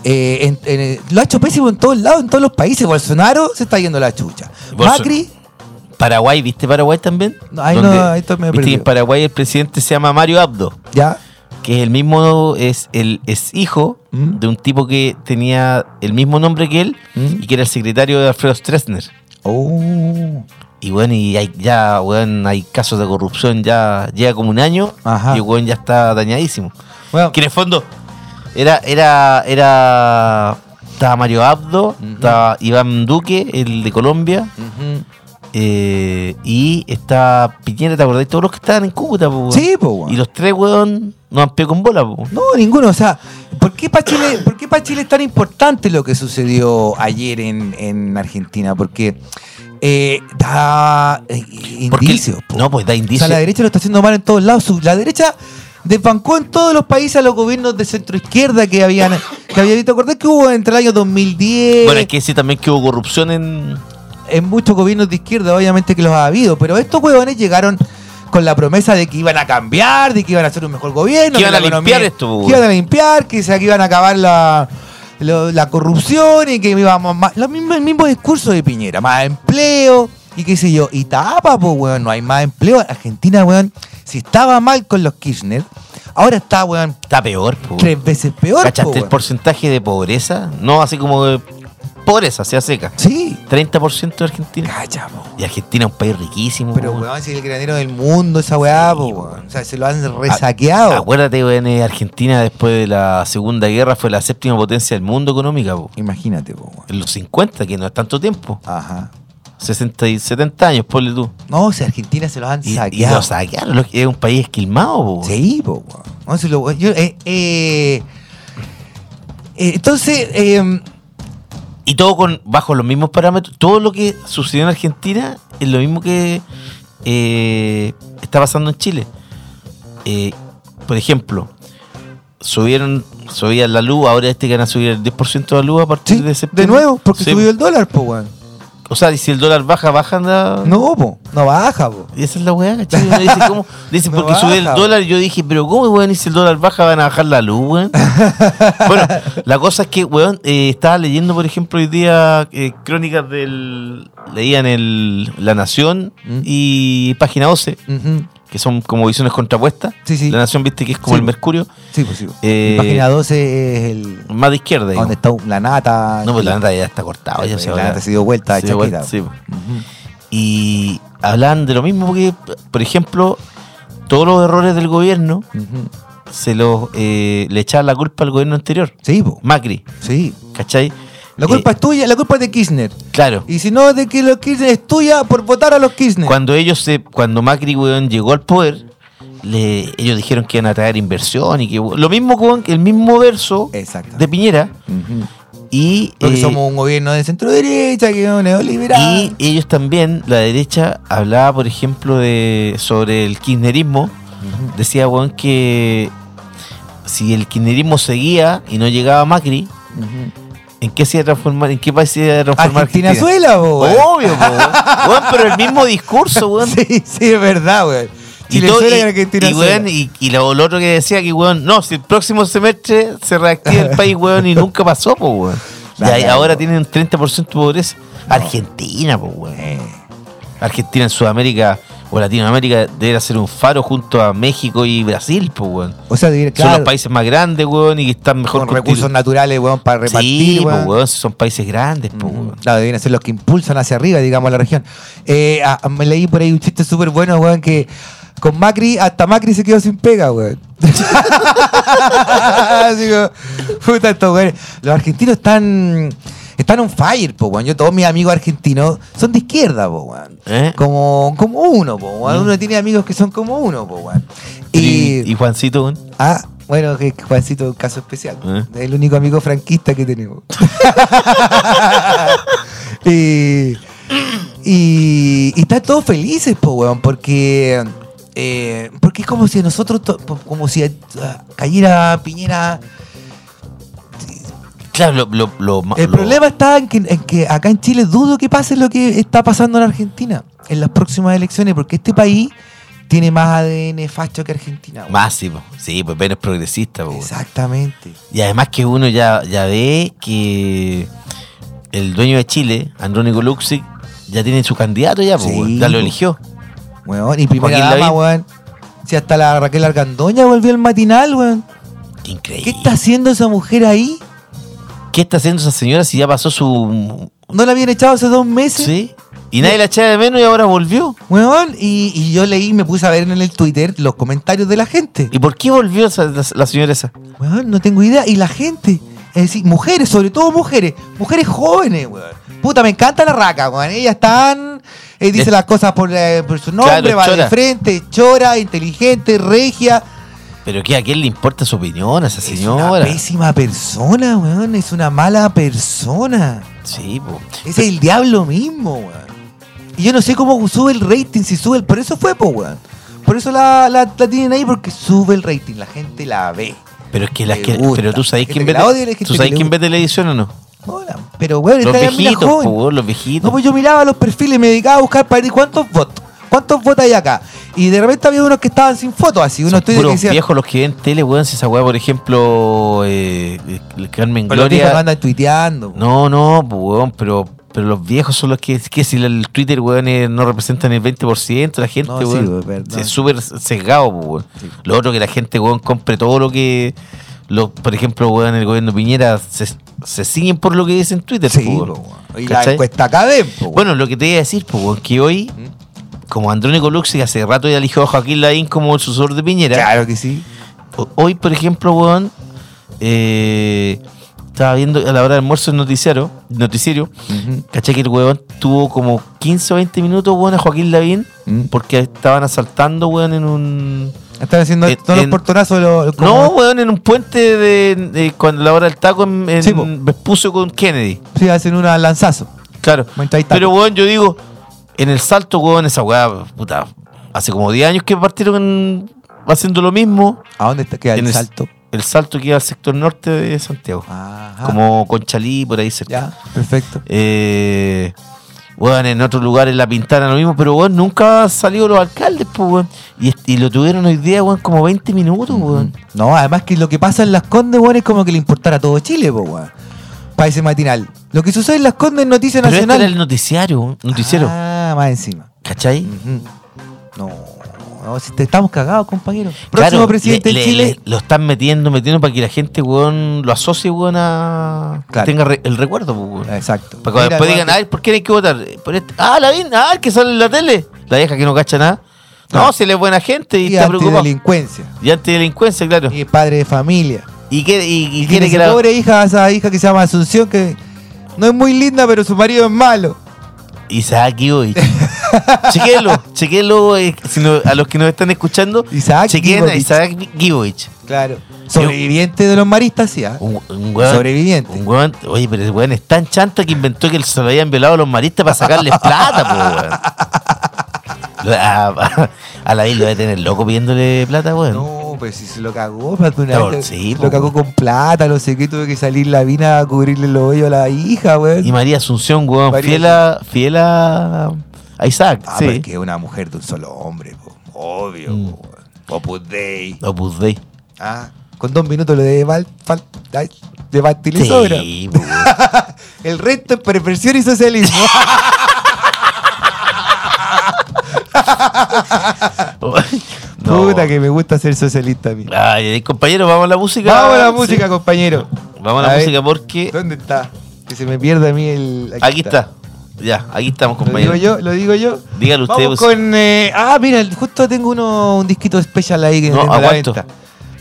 Speaker 3: eh, en- en- lo ha hecho pésimo en todos lados, en todos los países. Bolsonaro se está yendo a la chucha.
Speaker 2: Bolso-
Speaker 3: Macri,
Speaker 2: Paraguay viste Paraguay también
Speaker 3: No, ahí no,
Speaker 2: Donde-
Speaker 3: ahí esto me
Speaker 2: viste que
Speaker 3: perdió.
Speaker 2: en Paraguay el presidente se llama Mario Abdo
Speaker 3: ya.
Speaker 2: que es el mismo es el es hijo
Speaker 3: ¿Mm?
Speaker 2: de un tipo que tenía el mismo nombre que él
Speaker 3: ¿Mm?
Speaker 2: y que era el secretario de Alfredo Stroessner
Speaker 3: Oh.
Speaker 2: Y bueno, y hay, ya, weón, hay casos de corrupción, ya llega como un año
Speaker 3: Ajá.
Speaker 2: y weón ya está dañadísimo.
Speaker 3: Bueno,
Speaker 2: Que en el fondo era, era, era, estaba Mario Abdo, estaba Iván Duque, el de Colombia,
Speaker 3: ujú.
Speaker 2: eh, y está Piñera, ¿te acordás? Todos los que estaban en Cúcuta, po, weón.
Speaker 3: Sí, po, weón.
Speaker 2: Y los tres, weón, no han pegado con bola, po.
Speaker 3: No, ninguno. O sea, ¿por qué para Chile, por qué pa' Chile es tan importante lo que sucedió ayer en, en Argentina? Porque eh, da eh,
Speaker 2: Porque-
Speaker 3: indicios. po.
Speaker 2: No, pues da
Speaker 3: o
Speaker 2: indicios.
Speaker 3: sea, la derecha lo está haciendo mal en todos lados. Su- La derecha desbancó en todos los países a los gobiernos de centro izquierda que habían. Que había, ¿Te acordás que hubo entre el año 2010?
Speaker 2: Bueno, hay que decir también que hubo corrupción en...
Speaker 3: en muchos gobiernos de izquierda, obviamente que los ha habido, pero estos huevones llegaron con la promesa de que iban a cambiar, de que iban a hacer un mejor gobierno,
Speaker 2: Que
Speaker 3: de
Speaker 2: iban
Speaker 3: la
Speaker 2: a limpiar esto, pues, hueón.
Speaker 3: que iban a limpiar, que, se, que iban a acabar la, lo- la corrupción y que íbamos más. Lo mismo, el mismo discurso de Piñera, más empleo y qué sé yo. Y tapa, pues, weón, no hay más empleo. Argentina, weón, si estaba mal con los Kirchner, ahora está, weón,
Speaker 2: Está peor, po, weón.
Speaker 3: tres veces peor. po,
Speaker 2: ¿Cachaste el
Speaker 3: weón.
Speaker 2: porcentaje de pobreza? No así como de pobreza, sea seca.
Speaker 3: Sí,
Speaker 2: 30% de Argentina.
Speaker 3: cacha, pues, po,
Speaker 2: Y Argentina es un país riquísimo.
Speaker 3: Pero,
Speaker 2: po,
Speaker 3: weón, si es el granero del mundo, esa weá, po, weón. O sea, se lo han resaqueado.
Speaker 2: Acuérdate, Ah, weón, eh, Argentina después de la Segunda Guerra fue la séptima potencia del mundo económica, po.
Speaker 3: Imagínate, po, weón.
Speaker 2: En los 50, que no es tanto tiempo.
Speaker 3: Ajá.
Speaker 2: 60 y 70 años, ponle tú.
Speaker 3: No, si Argentina se los han
Speaker 2: Y, y
Speaker 3: saqueado.
Speaker 2: lo saquearon. lo- Es un país esquilmado, po, weón.
Speaker 3: Sí, po, weón. No, si lo- yo- eh, eh, eh, entonces, eh,
Speaker 2: Y todo con bajo los mismos parámetros. Todo lo que sucedió en Argentina es lo mismo que eh, está pasando en Chile. Eh, por ejemplo, subieron subían la luz, ahora este que van a subir el 10% de la luz a partir
Speaker 3: sí,
Speaker 2: de
Speaker 3: de,
Speaker 2: septiembre.
Speaker 3: nuevo, porque
Speaker 2: Sí.
Speaker 3: subió el dólar, po, weón.
Speaker 2: O sea, y si el dólar baja, baja la...
Speaker 3: No, po, no baja, po.
Speaker 2: Y esa es la weá, ¿cachai? Uno dice, ¿cómo? Dice,
Speaker 3: No
Speaker 2: porque sube el
Speaker 3: baja,
Speaker 2: dólar. Yo dije, pero ¿cómo, weón? Y si el dólar baja, van a bajar la luz, weón. bueno, la cosa es que, weón, eh, estaba leyendo, por ejemplo, hoy día eh, crónicas del. Leía en el La Nación
Speaker 3: Mm.
Speaker 2: y Página 12,
Speaker 3: Ujú.
Speaker 2: que son como visiones contrapuestas.
Speaker 3: Sí, sí.
Speaker 2: La Nación, viste, que es como
Speaker 3: Sí.
Speaker 2: el Mercurio,
Speaker 3: Sí, pues sí. po.
Speaker 2: Eh,
Speaker 3: Página 12 es el.
Speaker 2: más de izquierda, digamos.
Speaker 3: Donde está un- la nata.
Speaker 2: No, pues la nata ya está cortada, ya se
Speaker 3: La
Speaker 2: va a-
Speaker 3: nata se dio vuelta de
Speaker 2: se dio
Speaker 3: chaqueta.
Speaker 2: vuelta, sí, po. Y hablan de lo mismo, porque, por ejemplo, todos los errores del gobierno.
Speaker 3: Ujú, ujú.
Speaker 2: se los eh, le echaba la culpa al gobierno anterior.
Speaker 3: Sí, po.
Speaker 2: Macri,
Speaker 3: Sí.
Speaker 2: ¿cachai?
Speaker 3: La culpa
Speaker 2: Eh,
Speaker 3: es tuya, la culpa es de Kirchner.
Speaker 2: Claro.
Speaker 3: Y si no es de que los Kirchner es tuya por votar a los Kirchner.
Speaker 2: Cuando ellos se. Cuando Macri weón, llegó al poder, le- ellos dijeron que iban a traer inversión y que lo mismo con el mismo verso
Speaker 3: Exacto.
Speaker 2: de Piñera y
Speaker 3: Porque
Speaker 2: eh,
Speaker 3: somos un gobierno de centro derecha, que es un
Speaker 2: y
Speaker 3: neoliberal.
Speaker 2: ellos también, la derecha, hablaba, por ejemplo, de sobre el kirchnerismo. Decía, weón, que si el kirchnerismo seguía y no llegaba Macri, ¿en qué se iba a transformar? ¿En qué país se iba a Oh, transformar
Speaker 3: Argentina suela, po, weón.
Speaker 2: Obvio, po, weón. Weón, pero el mismo discurso, weón.
Speaker 3: Sí, sí, es verdad, weón. Chile
Speaker 2: todo-
Speaker 3: suela y Argentina
Speaker 2: y, weón,
Speaker 3: suela.
Speaker 2: y- y lo, lo otro que decía que, weón, no, si el próximo semestre se reactiva el país, weón, y nunca pasó, po, weón. Y
Speaker 3: Claro,
Speaker 2: ahí-
Speaker 3: weón.
Speaker 2: ahora tienen 30% de pobreza. Argentina, po, weón. Argentina en Sudamérica o Latinoamérica debería ser un faro junto a México y Brasil, po, weón.
Speaker 3: O sea, de-
Speaker 2: Son
Speaker 3: claro,
Speaker 2: los países más grandes, weón, y que están mejor
Speaker 3: con recursos
Speaker 2: constitu-
Speaker 3: naturales, weón, para
Speaker 2: Sí,
Speaker 3: repartir,
Speaker 2: po,
Speaker 3: weón.
Speaker 2: weón, Mm. son países grandes, po, weón.
Speaker 3: Claro, deben ser los que impulsan hacia arriba, digamos, la región. Eh, ah, me leí por ahí un chiste súper bueno, weón, que con Macri, hasta Macri se quedó sin pega, weón. Así como, puta, estos weones. Los argentinos están. Están on fire, po, weón. Yo, todos mis amigos argentinos son de izquierda, po, weón.
Speaker 2: ¿Eh?
Speaker 3: Como, como uno, po, weón. Uno tiene amigos que son como uno, po, weón.
Speaker 2: Y, y Juancito, weón.
Speaker 3: Ah, bueno, que Juancito es un caso especial.
Speaker 2: ¿Eh?
Speaker 3: Es el único amigo franquista que tenemos. y, y- y están todos felices, po, weón, porque, eh, porque es como si nosotros, to- po- como si ah, cayera Piñera.
Speaker 2: Claro, lo, lo, lo ma-
Speaker 3: El
Speaker 2: lo-
Speaker 3: problema está en que, en que acá en Chile dudo que pase lo que está pasando en Argentina en las próximas elecciones, porque este país tiene más ADN facho que Argentina. weón.
Speaker 2: Más, sí, po. Sí, pues menos progresista, po, weón.
Speaker 3: Exactamente.
Speaker 2: Y además que uno ya, ya ve que el dueño de Chile, Andrónico Luxic, ya tiene su candidato ya, po,
Speaker 3: Sí, pues.
Speaker 2: weón. ya lo
Speaker 3: po.
Speaker 2: eligió.
Speaker 3: Weón, y primera
Speaker 2: Joaquín
Speaker 3: dama,
Speaker 2: Lavín.
Speaker 3: weón. Si hasta la Raquel Argandoña volvió al matinal, weón.
Speaker 2: Increíble.
Speaker 3: ¿Qué está haciendo esa mujer ahí?
Speaker 2: ¿Qué está haciendo esa señora si ya pasó su...
Speaker 3: ¿No la habían echado hace dos meses?
Speaker 2: Sí. Y nadie la echaba de menos y ahora volvió.
Speaker 3: Weón, y, y yo leí, me puse a ver en el Twitter los comentarios de la gente.
Speaker 2: ¿Y por qué volvió esa- la, la señora esa?
Speaker 3: Weón, no tengo idea. Y la gente, es decir, mujeres, sobre todo mujeres, mujeres jóvenes, weón. Puta, me encanta la raca, weón. Ellas están, eh, dice
Speaker 2: Es-
Speaker 3: las cosas por, eh, por su nombre,
Speaker 2: Claro,
Speaker 3: va de
Speaker 2: chora.
Speaker 3: frente, chora, inteligente, regia.
Speaker 2: Pero que a quién le importa su opinión a esa
Speaker 3: Es una
Speaker 2: señora.
Speaker 3: pésima persona, weón. Es una mala persona.
Speaker 2: Sí, pues. po.
Speaker 3: Ese es el diablo mismo, weón. Y yo no sé cómo sube el rating, si sube el... Por eso fue, po, weón. Por eso la, la, la tienen ahí, porque sube el rating. La gente la ve.
Speaker 2: Pero es que las
Speaker 3: Me
Speaker 2: que,
Speaker 3: gusta.
Speaker 2: pero tú sabes
Speaker 3: Gente
Speaker 2: quién
Speaker 3: que
Speaker 2: ve
Speaker 3: la odia y la gente
Speaker 2: ¿Tú
Speaker 3: que
Speaker 2: sabes
Speaker 3: le
Speaker 2: quién
Speaker 3: gusta.
Speaker 2: ve televisión o no?
Speaker 3: Hola. Pero, weón,
Speaker 2: Los
Speaker 3: está la mina
Speaker 2: viejitos, po,
Speaker 3: joven.
Speaker 2: weón, los viejitos.
Speaker 3: No, pues yo miraba los perfiles y me dedicaba a buscar para ver cuántos votos. ¿Cuántos votos hay acá? Y de repente había unos que estaban sin fotos, así. Unos estudios que
Speaker 2: Puros
Speaker 3: decían...
Speaker 2: viejos los que ven tele, weón, si esa weá, por ejemplo, eh, eh, Carmen
Speaker 3: Pero los viejos no
Speaker 2: Gloria.
Speaker 3: andan tuiteando.
Speaker 2: No, no, pues, weón, pero, pero los viejos son los que, que si el Twitter, weón, eh, no representan el 20% de la gente,
Speaker 3: No, sí,
Speaker 2: weón.
Speaker 3: weón, perdón.
Speaker 2: es súper sesgado, pues, weón. Lo otro que la gente, weón, compre todo lo que. Lo, por ejemplo, weón, el gobierno Piñera se, se siguen por lo que dice en Twitter,
Speaker 3: Sí,
Speaker 2: pues, weón.
Speaker 3: po, weón. Y la
Speaker 2: ¿Cachai?
Speaker 3: encuesta acá ven, po, weón.
Speaker 2: Bueno, lo que te iba a decir, pues, weón, que hoy,
Speaker 3: ¿Mm?
Speaker 2: como Andrónico Luxi, hace rato ya eligió a Joaquín Lavín como el sucesor de Piñera.
Speaker 3: Claro que sí.
Speaker 2: O- Pues Hoy, por ejemplo, weón, eh, estaba viendo a la hora del almuerzo el noticiero, noticiero caché que el weón tuvo como 15 o 20 minutos, weón, a Joaquín Lavín,
Speaker 3: Mm.
Speaker 2: porque estaban asaltando, weón, en un...
Speaker 3: Están haciendo
Speaker 2: Eh,
Speaker 3: todos
Speaker 2: en-
Speaker 3: los portonazos. Los,
Speaker 2: No, weón, en un puente de, de- cuando la hora del taco en, en
Speaker 3: Sí, po.
Speaker 2: Vespucio con Kennedy.
Speaker 3: Sí, hacen un lanzazo.
Speaker 2: Claro.
Speaker 3: Mientras hay taco.
Speaker 2: Pero, weón, yo digo, en el salto, weón, esa weá, puta, hace como 10 años que partieron haciendo lo mismo.
Speaker 3: ¿A dónde está, queda el
Speaker 2: En
Speaker 3: salto?
Speaker 2: El salto que iba al sector norte de Santiago.
Speaker 3: Ajá.
Speaker 2: como Conchalí, por ahí cerca.
Speaker 3: Ah. Ya, perfecto.
Speaker 2: Eh, bueno, en otros lugares la pintaron lo mismo, pero bueno, nunca salió los alcaldes, pues, weón. Y, est- y lo tuvieron hoy día, weón, como 20 minutos,
Speaker 3: Mm.
Speaker 2: weón.
Speaker 3: No, además que lo que pasa en Las Condes, weón, es como que le importara a todo Chile, po, weón. Para ese matinal. Lo que sucede en Las Condes es noticia
Speaker 2: Pero este
Speaker 3: nacional.
Speaker 2: era el noticiario, un noticiero,
Speaker 3: Ah, Mm. más encima.
Speaker 2: ¿cachai?
Speaker 3: Ujú. No, no, si te estamos cagados, compañero. Próximo
Speaker 2: Claro,
Speaker 3: presidente
Speaker 2: le-
Speaker 3: de
Speaker 2: le-
Speaker 3: Chile.
Speaker 2: le- lo están metiendo, metiendo para que la gente, weón, lo asocie, weón, a...
Speaker 3: Claro.
Speaker 2: Tenga re- el recuerdo, pues, weón.
Speaker 3: Exacto.
Speaker 2: Para que
Speaker 3: Mira,
Speaker 2: después
Speaker 3: weón,
Speaker 2: digan, ay, ¿por qué hay que votar? Por este- Ah, la vi, ah, el que sale en la tele. La vieja que no cacha nada. No,
Speaker 3: Claro.
Speaker 2: si él es buena gente y,
Speaker 3: y
Speaker 2: está preocupado.
Speaker 3: antidelincuencia.
Speaker 2: Y antidelincuencia, claro.
Speaker 3: Y padre de familia.
Speaker 2: ¿Y, qué, y, y
Speaker 3: tiene
Speaker 2: quiere que la...
Speaker 3: pobre hija, esa hija que se llama Asunción, que no es muy linda, pero su marido es malo.
Speaker 2: Isaac Ivoich. Chequenlo, chequenlo eh, si no- a los que nos están escuchando.
Speaker 3: Isaac
Speaker 2: chequen a
Speaker 3: Gibovich.
Speaker 2: Isaac Gibovich.
Speaker 3: Claro. Sobreviviente de los maristas, sí. ¿ah?
Speaker 2: Un, un weón-
Speaker 3: Sobreviviente.
Speaker 2: un weón- oye, pero el weón es tan chanta que inventó que se lo habían violado a los maristas para sacarles plata, po, weón. A, a la isla debe tener loco pidiéndole plata, weón.
Speaker 3: No, pues si se lo cagó, más de una
Speaker 2: No,
Speaker 3: vez,
Speaker 2: sí,
Speaker 3: se
Speaker 2: po.
Speaker 3: lo cagó con plata, no sé qué, tuve que salir la vina a cubrirle los hoyos a la hija, weón.
Speaker 2: Y María Asunción, weón,
Speaker 3: María
Speaker 2: fiel, a, fiel a a Isaac.
Speaker 3: Ah,
Speaker 2: sí. Mm.
Speaker 3: porque es una mujer de un solo hombre, po. obvio. po, weón. Opus Dei.
Speaker 2: Opus Dei.
Speaker 3: Ah, con dos minutos lo de Val, Val- ay, de Bastil y sobra.
Speaker 2: Sí, po, weón.
Speaker 3: El resto es perversión y socialismo.
Speaker 2: No.
Speaker 3: Puta que me gusta ser socialista a mí.
Speaker 2: Ay, compañero, vamos a la música.
Speaker 3: Vamos a la
Speaker 2: Sí.
Speaker 3: música, compañero.
Speaker 2: Vamos a la
Speaker 3: ver,
Speaker 2: música porque.
Speaker 3: ¿Dónde está? Que se me pierda a mí el.
Speaker 2: Aquí está. Ya, aquí estamos,
Speaker 3: Lo
Speaker 2: compañero.
Speaker 3: digo yo, lo digo yo.
Speaker 2: Dígalo usted,
Speaker 3: Vamos
Speaker 2: pues.
Speaker 3: con. eh, ah, mira, justo tengo uno, un disquito especial ahí que
Speaker 2: No,
Speaker 3: tengo a la
Speaker 2: aguanto.
Speaker 3: venta.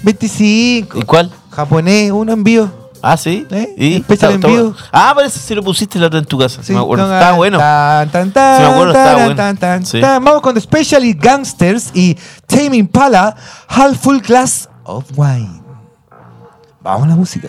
Speaker 3: 25.
Speaker 2: ¿Y cuál?
Speaker 3: Japonés, uno envío.
Speaker 2: Ah, sí.
Speaker 3: ¿Eh?
Speaker 2: Y
Speaker 3: Especial en
Speaker 2: bueno.
Speaker 3: vivo.
Speaker 2: Ah, parece que sí lo pusiste la otra en tu casa.
Speaker 3: Sí,
Speaker 2: Sí, me acuerdo.
Speaker 3: no, ah,
Speaker 2: Está bueno.
Speaker 3: Tan, tan, tan,
Speaker 2: Sí, me acuerdo, estaba
Speaker 3: tan,
Speaker 2: bueno.
Speaker 3: tan, tan,
Speaker 2: Sí.
Speaker 3: tan. Vamos con The Specially Gangsters y Tame Impala, Half Full Glass of Wine. Vamos a la música.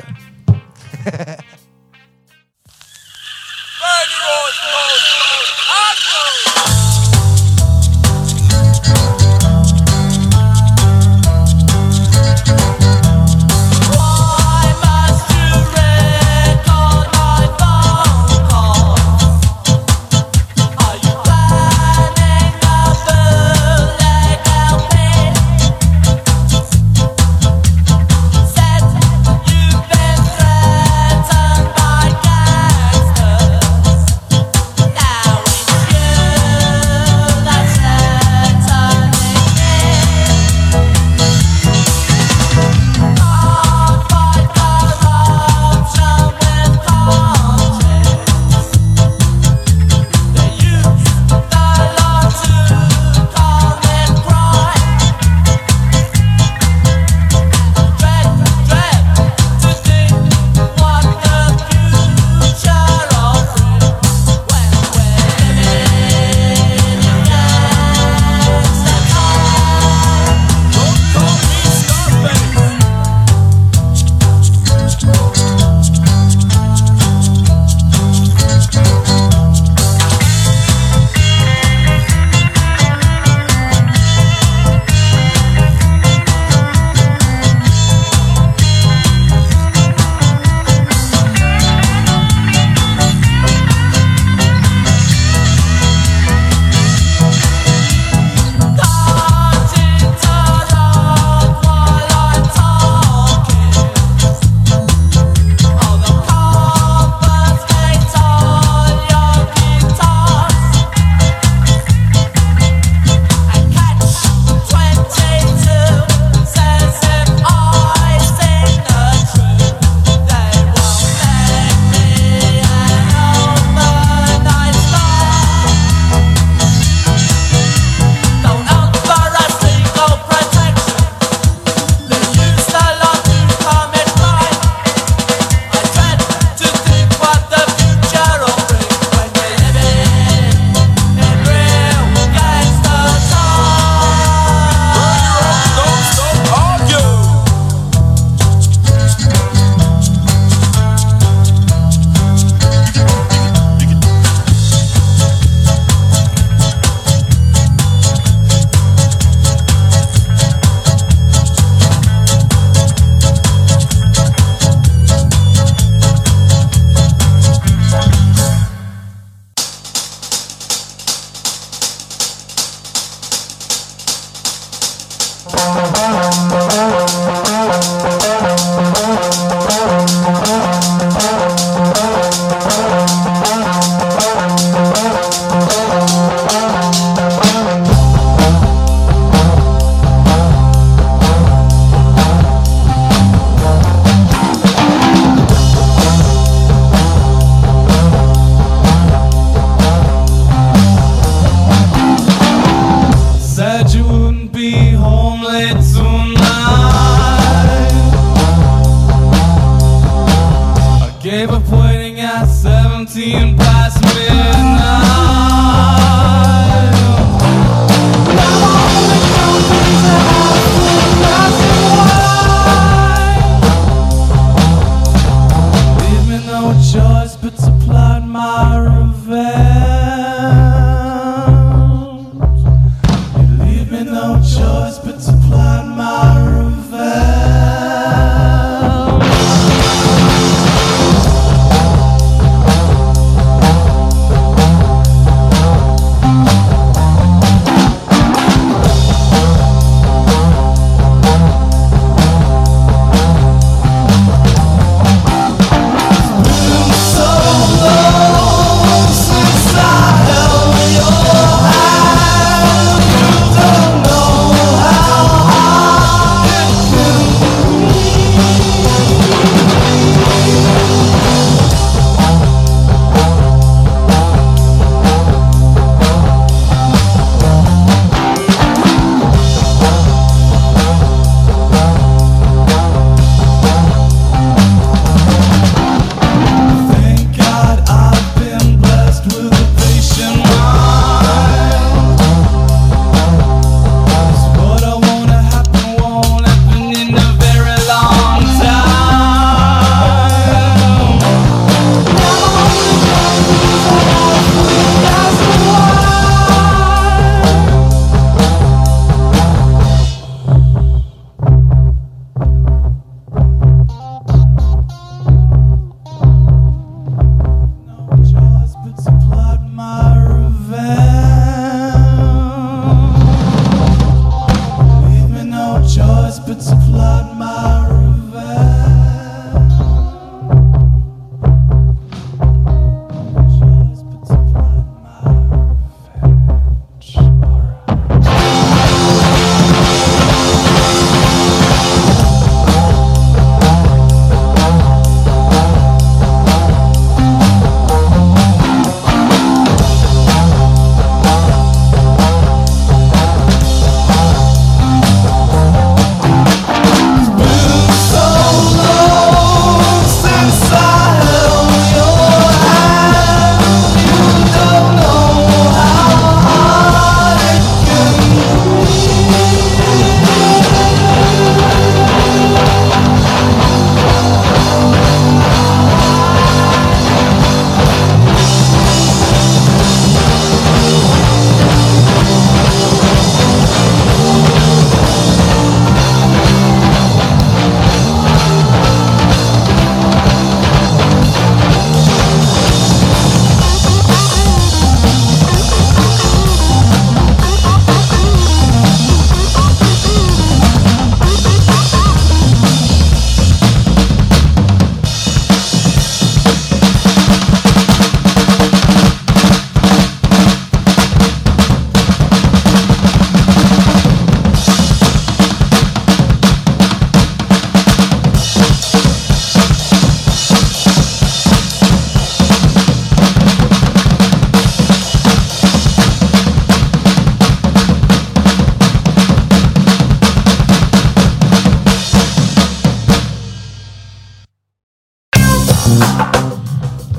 Speaker 5: Said you wouldn't be home late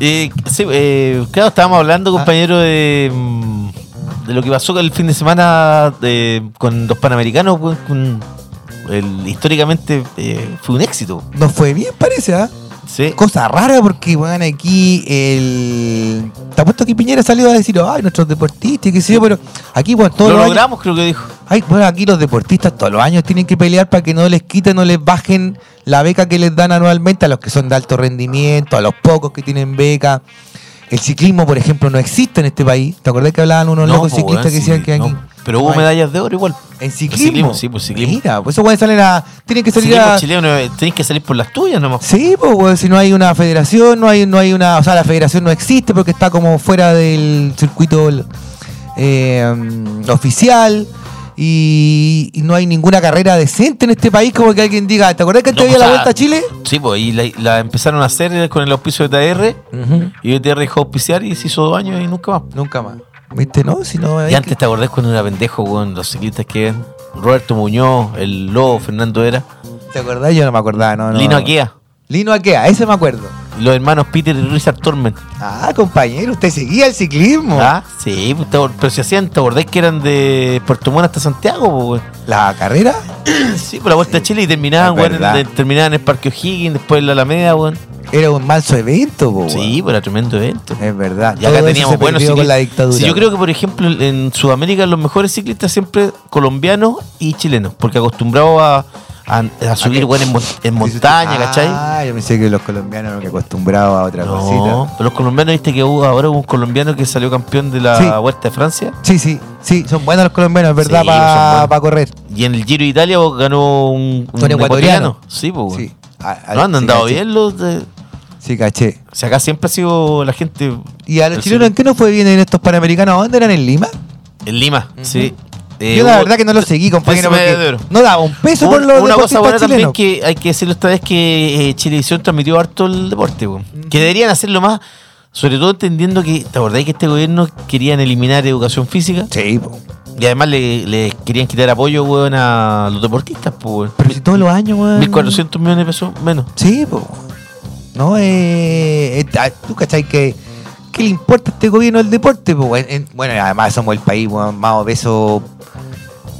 Speaker 2: Eh, sí, eh, claro, estábamos hablando,
Speaker 3: Ah.
Speaker 2: compañero, de, mm, de lo que pasó el fin de semana de- con los panamericanos. pues, con el- históricamente eh, fue un éxito.
Speaker 3: Nos fue bien, parece, ¿ah?
Speaker 2: Sí.
Speaker 3: Cosa rara porque, weón, aquí el. Te apuesto que Piñera salió a decir, ay, nuestros deportistas, y qué sé yo, pero aquí, weón, todos
Speaker 2: Lo
Speaker 3: los años-
Speaker 2: logramos, creo que dijo.
Speaker 3: Ay, bueno, aquí los deportistas todos los años tienen que pelear para que no les quiten, no les bajen la beca que les dan anualmente a los que son de alto rendimiento, a los pocos que tienen beca. El ciclismo, por ejemplo, no existe en este país. ¿Te acordás que hablaban unos locos
Speaker 2: pues,
Speaker 3: ciclistas
Speaker 2: weón,
Speaker 3: que decían
Speaker 2: sí,
Speaker 3: que aquí.
Speaker 2: no. Pero hubo
Speaker 3: Ay,
Speaker 2: medallas de oro igual.
Speaker 3: En ciclismo.
Speaker 2: ciclismo, sí, pues, ciclismo.
Speaker 3: Mira, pues esos güeyes salen a. Tienen que salir
Speaker 2: Ciclismo
Speaker 3: a.
Speaker 2: chileno, eh, tenés que salir por las tuyas nomás.
Speaker 3: Sí, pues weón, si no hay una federación, no hay, no hay una. O sea, la federación no existe porque está como fuera del circuito eh, mm, oficial. Y, y no hay ninguna carrera decente en este país como que alguien diga, ¿te acordás que antes
Speaker 2: No,
Speaker 3: había
Speaker 2: o
Speaker 3: la
Speaker 2: sea,
Speaker 3: vuelta a Chile?
Speaker 2: Sí, pues, y la, la empezaron a hacer eh, con el auspicio de TR. Y ETR dejó auspiciar y se hizo dos años y nunca más.
Speaker 3: Nunca más. ¿Viste? No, si no. hay
Speaker 2: Y
Speaker 3: que-
Speaker 2: antes te acordás cuando era pendejo, weón, los ciclistas que eran Roberto Muñoz, el Lobo, Fernando Era,
Speaker 3: ¿Te acordás? Yo no me acordaba, Ah, no, no.
Speaker 2: Lino Aquea,
Speaker 3: Lino Aquea, ese me acuerdo.
Speaker 2: los hermanos Peter y Richard Torment.
Speaker 3: Ah, compañero, usted seguía el ciclismo.
Speaker 2: Ah, sí, pues, te acor- pero si hacían, te acordás que eran de Puerto Montt hasta Santiago, po, weón.
Speaker 3: ¿La carrera?
Speaker 2: Sí, por la vuelta a Chile y terminaban,
Speaker 3: es
Speaker 2: weón, en-
Speaker 3: verdad.
Speaker 2: de- terminaban en el Parque O'Higgins, después en la Alameda, weón.
Speaker 3: Era un manso evento, po,
Speaker 2: Sí, pues era tremendo evento.
Speaker 3: weón. Es verdad.
Speaker 2: Y acá
Speaker 3: Todo eso
Speaker 2: teníamos
Speaker 3: se
Speaker 2: buenos
Speaker 3: perdió
Speaker 2: ciclistas.
Speaker 3: con la dictadura.
Speaker 2: Sí, yo creo que, por ejemplo, en Sudamérica los mejores ciclistas siempre colombianos y chilenos, porque acostumbrados a, a- a subir bueno, en, mon- en montaña, ¿cachai?
Speaker 3: Ah, yo pensé que los colombianos eran acostumbrados a otra
Speaker 2: No,
Speaker 3: cosita.
Speaker 2: pero los colombianos, viste que hubo, ahora hubo un colombiano que salió campeón de la
Speaker 3: Sí.
Speaker 2: Vuelta de Francia
Speaker 3: Sí, sí, sí, son buenos los colombianos, es verdad,
Speaker 2: Sí, son
Speaker 3: para
Speaker 2: buenos.
Speaker 3: correr.
Speaker 2: y en el Giro de Italia ganó un,
Speaker 3: Un ecuatoriano.
Speaker 2: Sí, pues.
Speaker 3: Sí. A- a-
Speaker 2: No han
Speaker 3: sí,
Speaker 2: andado
Speaker 3: caché.
Speaker 2: bien los. De...
Speaker 3: Sí, caché.
Speaker 2: Si acá siempre ha sido la gente.
Speaker 3: ¿Y a los
Speaker 2: El
Speaker 3: chilenos en
Speaker 2: sur-
Speaker 3: qué no fue bien en estos panamericanos? ¿A ¿Dónde eran? ¿En Lima?
Speaker 2: En Lima, sí. Eh,
Speaker 3: Yo la
Speaker 2: hubo-
Speaker 3: verdad que no lo seguí, compañero.
Speaker 2: Trece
Speaker 3: porque
Speaker 2: medallas de oro.
Speaker 3: No daba un peso por
Speaker 2: Un-
Speaker 3: los
Speaker 2: una cosa
Speaker 3: deportistas
Speaker 2: buena también
Speaker 3: chilenos.
Speaker 2: que hay que decirlo esta vez que eh, Chilevisión transmitió harto el deporte, weón. que deberían hacerlo más, sobre todo entendiendo que, ¿te acordáis que este gobierno querían eliminar educación física?
Speaker 3: Sí, po.
Speaker 2: Y además le, le querían quitar apoyo, weón, a los deportistas, pues, weón.
Speaker 3: pero si todos los años, weón.
Speaker 2: 1.400 millones de pesos menos.
Speaker 3: Sí, pues. No, eh, eh, ah, tú cachai que. ¿Qué le importa a este gobierno el deporte? po? En- en- bueno, además somos el país weón, más obeso.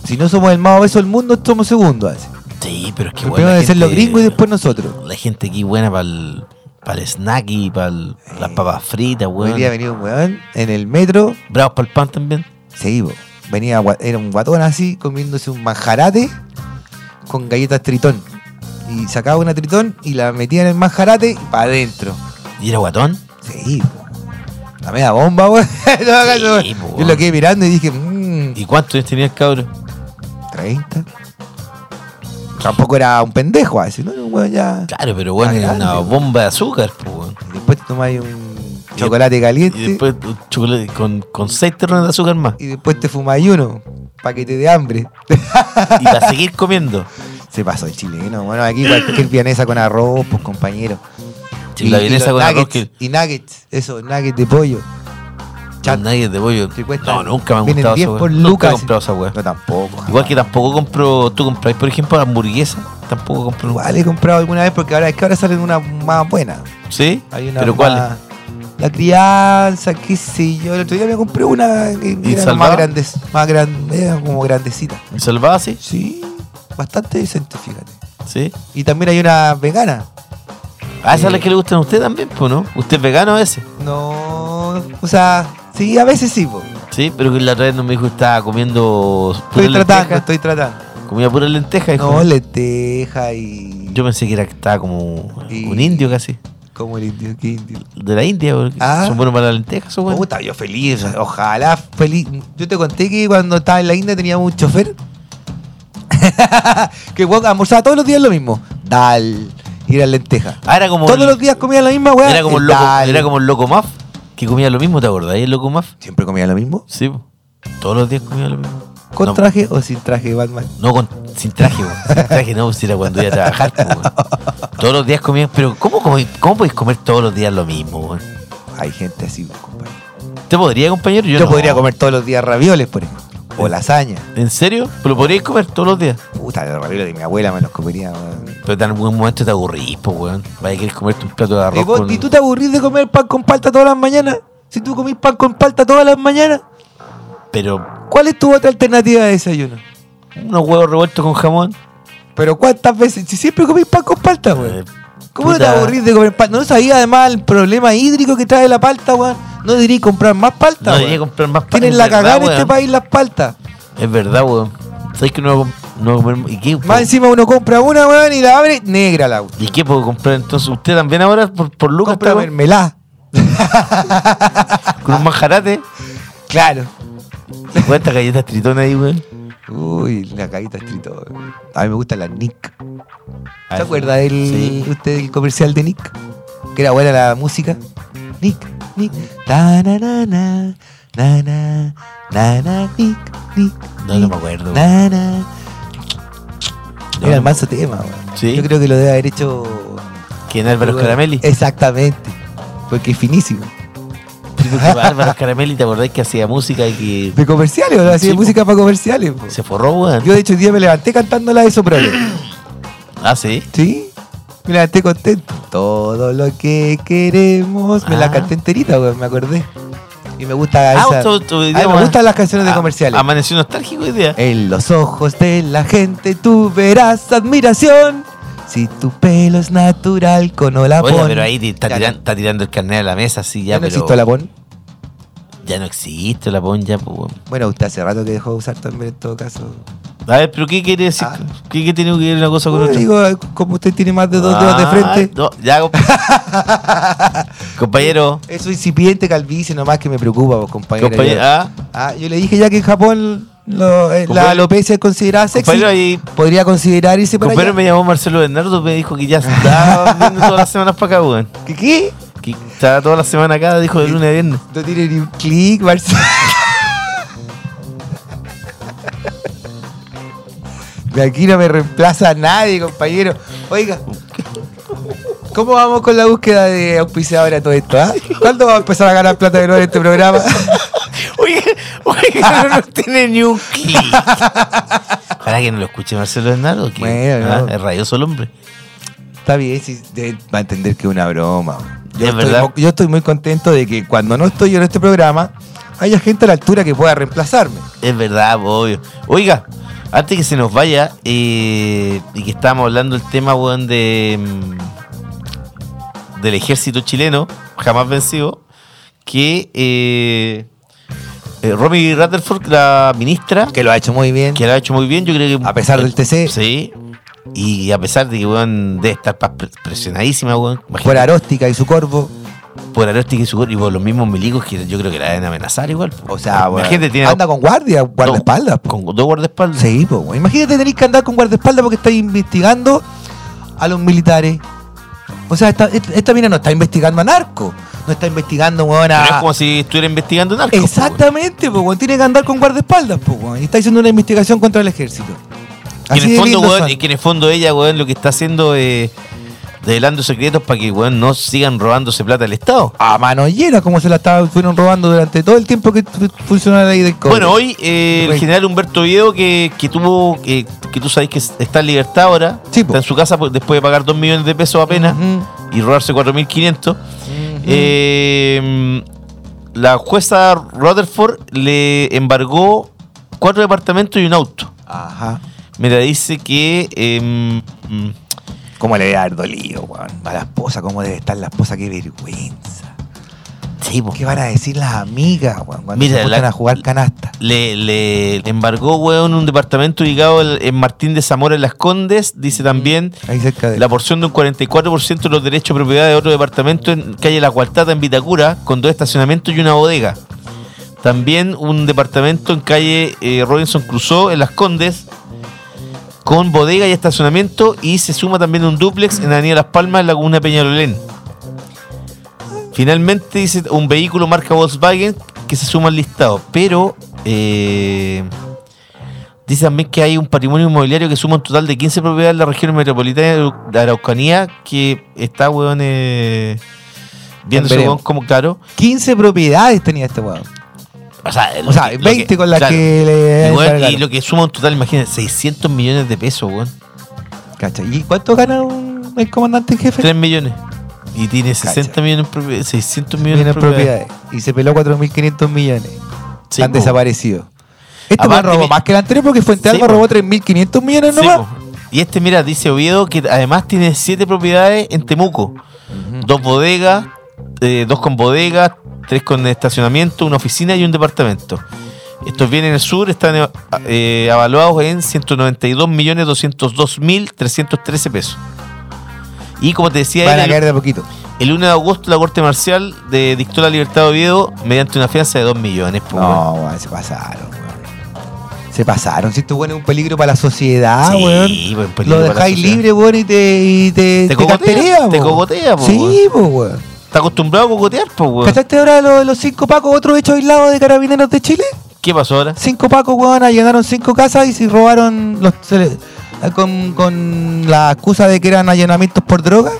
Speaker 3: Si no somos el más obeso del mundo, somos segundos. así.
Speaker 2: Sí, pero es que,
Speaker 3: Primero
Speaker 2: weón, la
Speaker 3: deben ser los
Speaker 2: gente-
Speaker 3: gringos y después nosotros.
Speaker 2: La gente aquí buena para el, snack y para las papas fritas,
Speaker 3: Hoy día
Speaker 2: weón.
Speaker 3: venía un weón en el metro,
Speaker 2: Bravos para el pan también.
Speaker 3: sí, po. venía, gua- era un guatón así, comiéndose un manjarate con galletas tritón. Y sacaba una tritón y la metía en el manjarate y para adentro.
Speaker 2: ¿Y era guatón?
Speaker 3: Sí, po. la media bomba, weón. No hagas eso,
Speaker 2: Sí, po,
Speaker 3: Yo lo
Speaker 2: weón.
Speaker 3: quedé mirando y dije, mmm,
Speaker 2: ¿Y cuántos años tenía el cabrón?
Speaker 3: 30. Tampoco era un pendejo así, ¿no? Era Un weón ya.
Speaker 2: Claro, pero bueno,
Speaker 3: Ah,
Speaker 2: era
Speaker 3: grande,
Speaker 2: una
Speaker 3: weón.
Speaker 2: bomba de azúcar, pues, weón.
Speaker 3: Y después te tomáis un chocolate caliente
Speaker 2: Y después un chocolate con, con seis terrones de azúcar más.
Speaker 3: te fumáis uno para que te dé hambre.
Speaker 2: Y para seguir comiendo.
Speaker 3: Se pasó el chileno. Bueno, aquí cualquier vienesa con arroz, pues compañero.
Speaker 2: Sí, la vienesa
Speaker 3: los
Speaker 2: con arroz
Speaker 3: nuggets,
Speaker 2: que-
Speaker 3: Y nuggets, eso, nuggets de pollo. Chat.
Speaker 2: Con nuggets de pollo.
Speaker 3: Sí, cuesta.
Speaker 2: No, nunca me han
Speaker 3: Vienen
Speaker 2: gustado
Speaker 3: 10
Speaker 2: esa weón.
Speaker 3: por
Speaker 2: Nunca he
Speaker 3: lucas.
Speaker 2: comprado esa weón.
Speaker 3: No, tampoco. jamás.
Speaker 2: Igual que tampoco compro. ¿Tú compráis, por ejemplo, hamburguesa? Tampoco compro.
Speaker 3: Igual he comprado alguna vez porque ahora es que ahora salen una más buena.
Speaker 2: ¿Sí?
Speaker 3: Hay una
Speaker 2: ¿Pero
Speaker 3: más-
Speaker 2: cuál?
Speaker 3: La crianza, qué sé yo. El otro día me compré una que
Speaker 2: ¿Y
Speaker 3: era más
Speaker 2: salvaba?
Speaker 3: grande, más grande, era como grandecita.
Speaker 2: ¿Me salvaba, sí?
Speaker 3: Sí, bastante decente, fíjate.
Speaker 2: Sí.
Speaker 3: Y también hay una vegana.
Speaker 2: Ah, esa es
Speaker 3: Eh.
Speaker 2: la que le gustan a usted también, pues, ¿no? Usted es vegano a veces.
Speaker 3: No, o sea, sí, a veces sí, po.
Speaker 2: Sí, pero que la otra vez no me dijo que estaba comiendo pura
Speaker 3: Estoy tratando,
Speaker 2: lenteja.
Speaker 3: estoy tratando.
Speaker 2: Comía pura lenteja, hijo.
Speaker 3: No, lenteja y.
Speaker 2: Yo pensé que era que estaba como
Speaker 3: Y-
Speaker 2: un indio casi.
Speaker 3: Como el indio, qué indio.
Speaker 2: De la India, porque
Speaker 3: Ah.
Speaker 2: son buenos para las lentejas, son buenos.
Speaker 3: Puta, yo feliz, ojalá feliz. Yo te conté que cuando estaba en la India teníamos un chofer que weón, almorzaba todos los días lo mismo. Dal, y era lenteja.
Speaker 2: Ah, era como.
Speaker 3: Todos
Speaker 2: el-
Speaker 3: los días comía la misma weá.
Speaker 2: Era como, el
Speaker 3: el
Speaker 2: loco,
Speaker 3: dal.
Speaker 2: era como el loco Maf, que comía lo mismo, ¿te acordás? ¿El loco Maf?
Speaker 3: Siempre comía lo mismo.
Speaker 2: Sí, po. todos los días comía lo mismo.
Speaker 3: ¿Con
Speaker 2: no,
Speaker 3: traje o sin traje Batman?
Speaker 2: No, con, sin traje, po. sin traje no, si era cuando iba a trabajar. po, weón. todos los días comía, pero ¿cómo, comí- cómo podéis comer todos los días lo mismo? weón?
Speaker 3: Hay gente así, compadre.
Speaker 2: ¿Te podría, compañero? Yo,
Speaker 3: Yo,
Speaker 2: no.
Speaker 3: podría comer todos los días ravioles, por ejemplo. O lasaña.
Speaker 2: ¿En serio? ¿Lo podrías comer todos los días?
Speaker 3: Puta, los ravioles de mi abuela me los comería. weón.
Speaker 2: Pero en algún momento te aburrís, po, weón. Vaya a querer comerte un plato de
Speaker 3: ¿Y,
Speaker 2: arroz
Speaker 3: vos-
Speaker 2: con...
Speaker 3: y tú te aburrís de comer pan con palta todas las mañanas? Si tú comís pan con palta todas las mañanas,
Speaker 2: Pero
Speaker 3: ¿cuál es tu otra alternativa de desayuno?
Speaker 2: unos huevos revueltos con jamón.
Speaker 3: Pero ¿cuántas veces? Si siempre comís pan con palta, weón.
Speaker 2: Eh,
Speaker 3: ¿Cómo no te
Speaker 2: puta.
Speaker 3: aburrís de comer palta? ¿No sabía además el problema hídrico que trae la palta, weón? ¿No diría comprar más palta,
Speaker 2: No
Speaker 3: weón?
Speaker 2: debería comprar más palta,
Speaker 3: Tienen
Speaker 2: es
Speaker 3: la
Speaker 2: verdad,
Speaker 3: cagada en
Speaker 2: weón.
Speaker 3: este país las paltas.
Speaker 2: Es verdad, weón. ¿Sabes que no voy a com- no voy a comer... ¿Y qué, po?
Speaker 3: Más encima uno compra una, weón, y la abre, negra la weón.
Speaker 2: ¿Y qué puedo comprar entonces? ¿Usted también ahora por, por Lucas
Speaker 3: Compra
Speaker 2: está con,
Speaker 3: mermelada.
Speaker 2: con un manjarate?
Speaker 3: Claro.
Speaker 2: Weón, estas galletas tritón ahí, weón.
Speaker 3: Uy, la caguita estrito. A mí me gustan las Nick.
Speaker 2: Ah,
Speaker 3: ¿Se acuerda del,
Speaker 2: sí.
Speaker 3: usted del comercial de Nick? Que era buena la música. Nick, Nick. Ta na na na. Na na. Na na. Nick, Nick.
Speaker 2: No,
Speaker 3: Nick,
Speaker 2: no me acuerdo.
Speaker 3: Na na.
Speaker 2: No,
Speaker 3: Era el
Speaker 2: no.
Speaker 3: manso tema, weón.
Speaker 2: Sí.
Speaker 3: Yo creo que lo debe haber hecho.
Speaker 2: ¿Quién Álvaro Caramelli?
Speaker 3: Eh, Exactamente. Porque es finísimo.
Speaker 2: pues, Álvaro Caramelli, ¿te acordás que hacía música y
Speaker 3: De comerciales, ¿no? Así
Speaker 2: Sí,
Speaker 3: de
Speaker 2: po.
Speaker 3: música para comerciales. po.
Speaker 2: que se forró, weón?
Speaker 3: Yo de hecho hoy día me levanté cantando la de Soprano.
Speaker 2: Ah, sí.
Speaker 3: ¿Sí? Me levanté contento. Todo lo que queremos. Me la
Speaker 2: Ah.
Speaker 3: canté enterita, weón, me acordé. Y me gusta
Speaker 2: Ah,
Speaker 3: esa.
Speaker 2: tú- tú-
Speaker 3: Ay,
Speaker 2: digamos,
Speaker 3: me gustan las canciones de
Speaker 2: Ah,
Speaker 3: comerciales. Eh,
Speaker 2: Amaneció nostálgico hoy día.
Speaker 3: En los ojos de la gente tú verás admiración. Si tu pelo es natural con Olapón.
Speaker 2: Oye, pero ahí te- está,
Speaker 3: ah, pues, Ya
Speaker 2: tiran-
Speaker 3: no-
Speaker 2: está tirando el carnet a la mesa, sí,
Speaker 3: Ya,
Speaker 2: ya,
Speaker 3: no
Speaker 2: pero.
Speaker 3: existe Olapón.
Speaker 2: Ya no existe la pon, ya, pues, weón.
Speaker 3: Bueno, usted hace rato que dejó de usar también en todo caso.
Speaker 2: A ver, pero ¿qué quiere decir?
Speaker 3: Ah.
Speaker 2: ¿Qué, qué tiene que ver una cosa con
Speaker 3: No,
Speaker 2: otra?
Speaker 3: digo, como usted tiene más de dos dedos de
Speaker 2: Ah,
Speaker 3: frente.
Speaker 2: no, ya, compa- compañero.
Speaker 3: Es su incipiente calvicie nomás que me preocupa, vos, compañero.
Speaker 2: Compañero,
Speaker 3: Yo-
Speaker 2: ah,
Speaker 3: Ah, yo le dije ya que en Japón lo- eh,
Speaker 2: Compañero-
Speaker 3: la alopecia es considerada sexy.
Speaker 2: compañero, ahí-
Speaker 3: Podría considerar irse para
Speaker 2: compañero
Speaker 3: allá.
Speaker 2: me llamó Marcelo Bernardo, me dijo que ya estaba viendo todas las semanas para acá, weón.
Speaker 3: ¿Qué? qué?
Speaker 2: Que estaba toda la semana acá, dijo de lunes a viernes.
Speaker 3: No tiene ni un clic, Marcelo. De aquí no me reemplaza nadie, compañero. Oiga, ¿cómo vamos con la búsqueda de auspiciador a todo esto? ah? ¿Cuándo vamos a empezar a ganar plata de nuevo en este programa?
Speaker 2: Oye, oye, no, no tiene ni un clic. Para que no lo escuche Marcelo Bernardo, que
Speaker 3: Bueno,
Speaker 2: ah,
Speaker 3: no.
Speaker 2: es radioso el hombre.
Speaker 3: Está bien, si de- va a entender que es una broma.
Speaker 2: Es
Speaker 3: Yo estoy,
Speaker 2: verdad.
Speaker 3: mo- yo estoy muy contento de que cuando no estoy yo en este programa, haya gente a la altura que pueda reemplazarme.
Speaker 2: Es verdad, po, obvio. Oiga, antes que se nos vaya, eh, y que estábamos hablando del tema, weón, de, mm, del ejército chileno, jamás vencido, que eh, eh, Romy Rutherford, la ministra,
Speaker 3: Que lo ha hecho muy bien.
Speaker 2: que la ha hecho muy bien, yo creo que...
Speaker 3: A pesar del TC.
Speaker 2: Sí. Y a pesar de que, weón, debe estar pas- pre- presionadísima, weón. imagínate,
Speaker 3: Por Aróstica y su corvo.
Speaker 2: Por Aróstica y su y por los mismos milicos que yo creo que la deben amenazar igual. po.
Speaker 3: O sea, bueno,
Speaker 2: Imagínate, tiene
Speaker 3: anda con guardia, guardaespaldas. po.
Speaker 2: con dos guardaespaldas.
Speaker 3: Sí, po, bueno. Imagínate tener que andar con guardaespaldas porque está investigando a los militares. O sea, esta, esta, esta mina no está investigando a narco. No está investigando, weón, a-
Speaker 2: Pero es como si estuviera investigando narcos.
Speaker 3: Exactamente, pues, tiene que andar con guardaespaldas, pues, weón. Y está haciendo una investigación contra el ejército.
Speaker 2: po, weón. Que en,
Speaker 3: de
Speaker 2: el fondo,
Speaker 3: lindos
Speaker 2: weón,
Speaker 3: son.
Speaker 2: y que en el fondo ella, weón, lo que está haciendo es develando secretos para que, weón, no sigan robándose plata al Estado.
Speaker 3: A mano llena, como se la estaban, fueron robando durante todo el tiempo que fu- funcionó la ley del cobre.
Speaker 2: Bueno, hoy eh, el
Speaker 3: Correcto.
Speaker 2: general Humberto Viedo, que, que tuvo, que, que tú sabes que está en libertad ahora,
Speaker 3: Sí, po.
Speaker 2: está en su casa por- después de pagar 2 millones de pesos apenas
Speaker 3: Ujú,
Speaker 2: y robarse 4.500.
Speaker 3: ujú.
Speaker 2: Eh, la jueza Rutherford le embargó cuatro departamentos y un auto.
Speaker 3: Ajá.
Speaker 2: Mira, dice que. em, mm,
Speaker 3: ¿Cómo le debe haber dolido, weón? A la esposa, ¿cómo debe estar la esposa? ¡Qué vergüenza!
Speaker 2: sí, po.
Speaker 3: ¿Qué van a decir las amigas, weón? Cuando
Speaker 2: Mira,
Speaker 3: se juntan
Speaker 2: la-
Speaker 3: a jugar canasta.
Speaker 2: Le, le- le embargó, weón, un departamento ubicado en en Martín de Zamora, en Las Condes. Dice también
Speaker 3: Ahí cerca de.
Speaker 2: la porción de un 44% de los derechos de propiedad de otro departamento en calle La Cuartata, en Vitacura, con dos estacionamientos y una bodega. También un departamento en calle eh, Robinson Crusoe, en Las Condes, con bodega y estacionamiento. Y se suma también un dúplex en la Avenida Las Palmas, en Laguna Peñalolén. Finalmente dice un vehículo marca Volkswagen que se suma al listado, pero eh, dice también que hay un patrimonio inmobiliario que suma un total de 15 propiedades en la región metropolitana de Arau- de Araucanía que está, weón, eh, viéndose,
Speaker 3: Veremos.
Speaker 2: weón, como claro.
Speaker 3: 15 propiedades tenía este weón.
Speaker 2: O sea, lo
Speaker 3: O sea,
Speaker 2: que- lo
Speaker 3: 20 con las que le-
Speaker 2: Y, weón,
Speaker 3: le
Speaker 2: y lo que suma en total, imagínate, 600 millones de pesos, weón.
Speaker 3: Cacha. ¿Y cuánto gana un, el comandante en jefe?
Speaker 2: 3 millones. Y tiene 60
Speaker 3: Cacha.
Speaker 2: millones en propiedades. 600 millones
Speaker 3: Tiene
Speaker 2: en propiedades.
Speaker 3: propiedades. Y se peló 4.500 millones.
Speaker 2: Sí,
Speaker 3: Han
Speaker 2: po.
Speaker 3: desaparecido. Este weón
Speaker 2: Aparte,
Speaker 3: robó
Speaker 2: mi-
Speaker 3: más que el anterior porque Fuente
Speaker 2: Sí,
Speaker 3: Alba
Speaker 2: po.
Speaker 3: robó 3.500 millones
Speaker 2: Sí,
Speaker 3: nomás.
Speaker 2: po. y este, mira, dice Oviedo que además tiene 7 propiedades en Temuco. Dos bodegas, eh, dos con bodegas, tres con estacionamiento, una oficina y un departamento. Estos bienes en el sur están eh, eh, avaluados en 192.202.313 pesos. Y como te decía,
Speaker 3: Van
Speaker 2: él,
Speaker 3: a
Speaker 2: el-
Speaker 3: caer de a poquito.
Speaker 2: El 1 de agosto la Corte Marcial de- dictó la libertad de Oviedo mediante una fianza de 2 millones. po, weón.
Speaker 3: No, weón, se pasaron, weón. Se pasaron. Si esto, weón, es un peligro para la sociedad,
Speaker 2: Sí,
Speaker 3: Ah, weón.
Speaker 2: weón, pues, peligro para
Speaker 3: Lo
Speaker 2: la
Speaker 3: dejáis
Speaker 2: sociedad.
Speaker 3: libre, weón, y te, y te,
Speaker 2: Te cogotea,
Speaker 3: carterea,
Speaker 2: te
Speaker 3: po.
Speaker 2: cogotea, po,
Speaker 3: Sí, po, weón.
Speaker 2: Está acostumbrado a cocotear, po, weón.
Speaker 3: ¿Cachaste ahora lo de los cinco pacos, otro hecho aislado de carabineros de Chile?
Speaker 2: ¿Qué pasó ahora?
Speaker 3: Cinco pacos, weón, allanaron cinco casas y se robaron los se le- eh, con, con la excusa de que eran allanamientos por droga.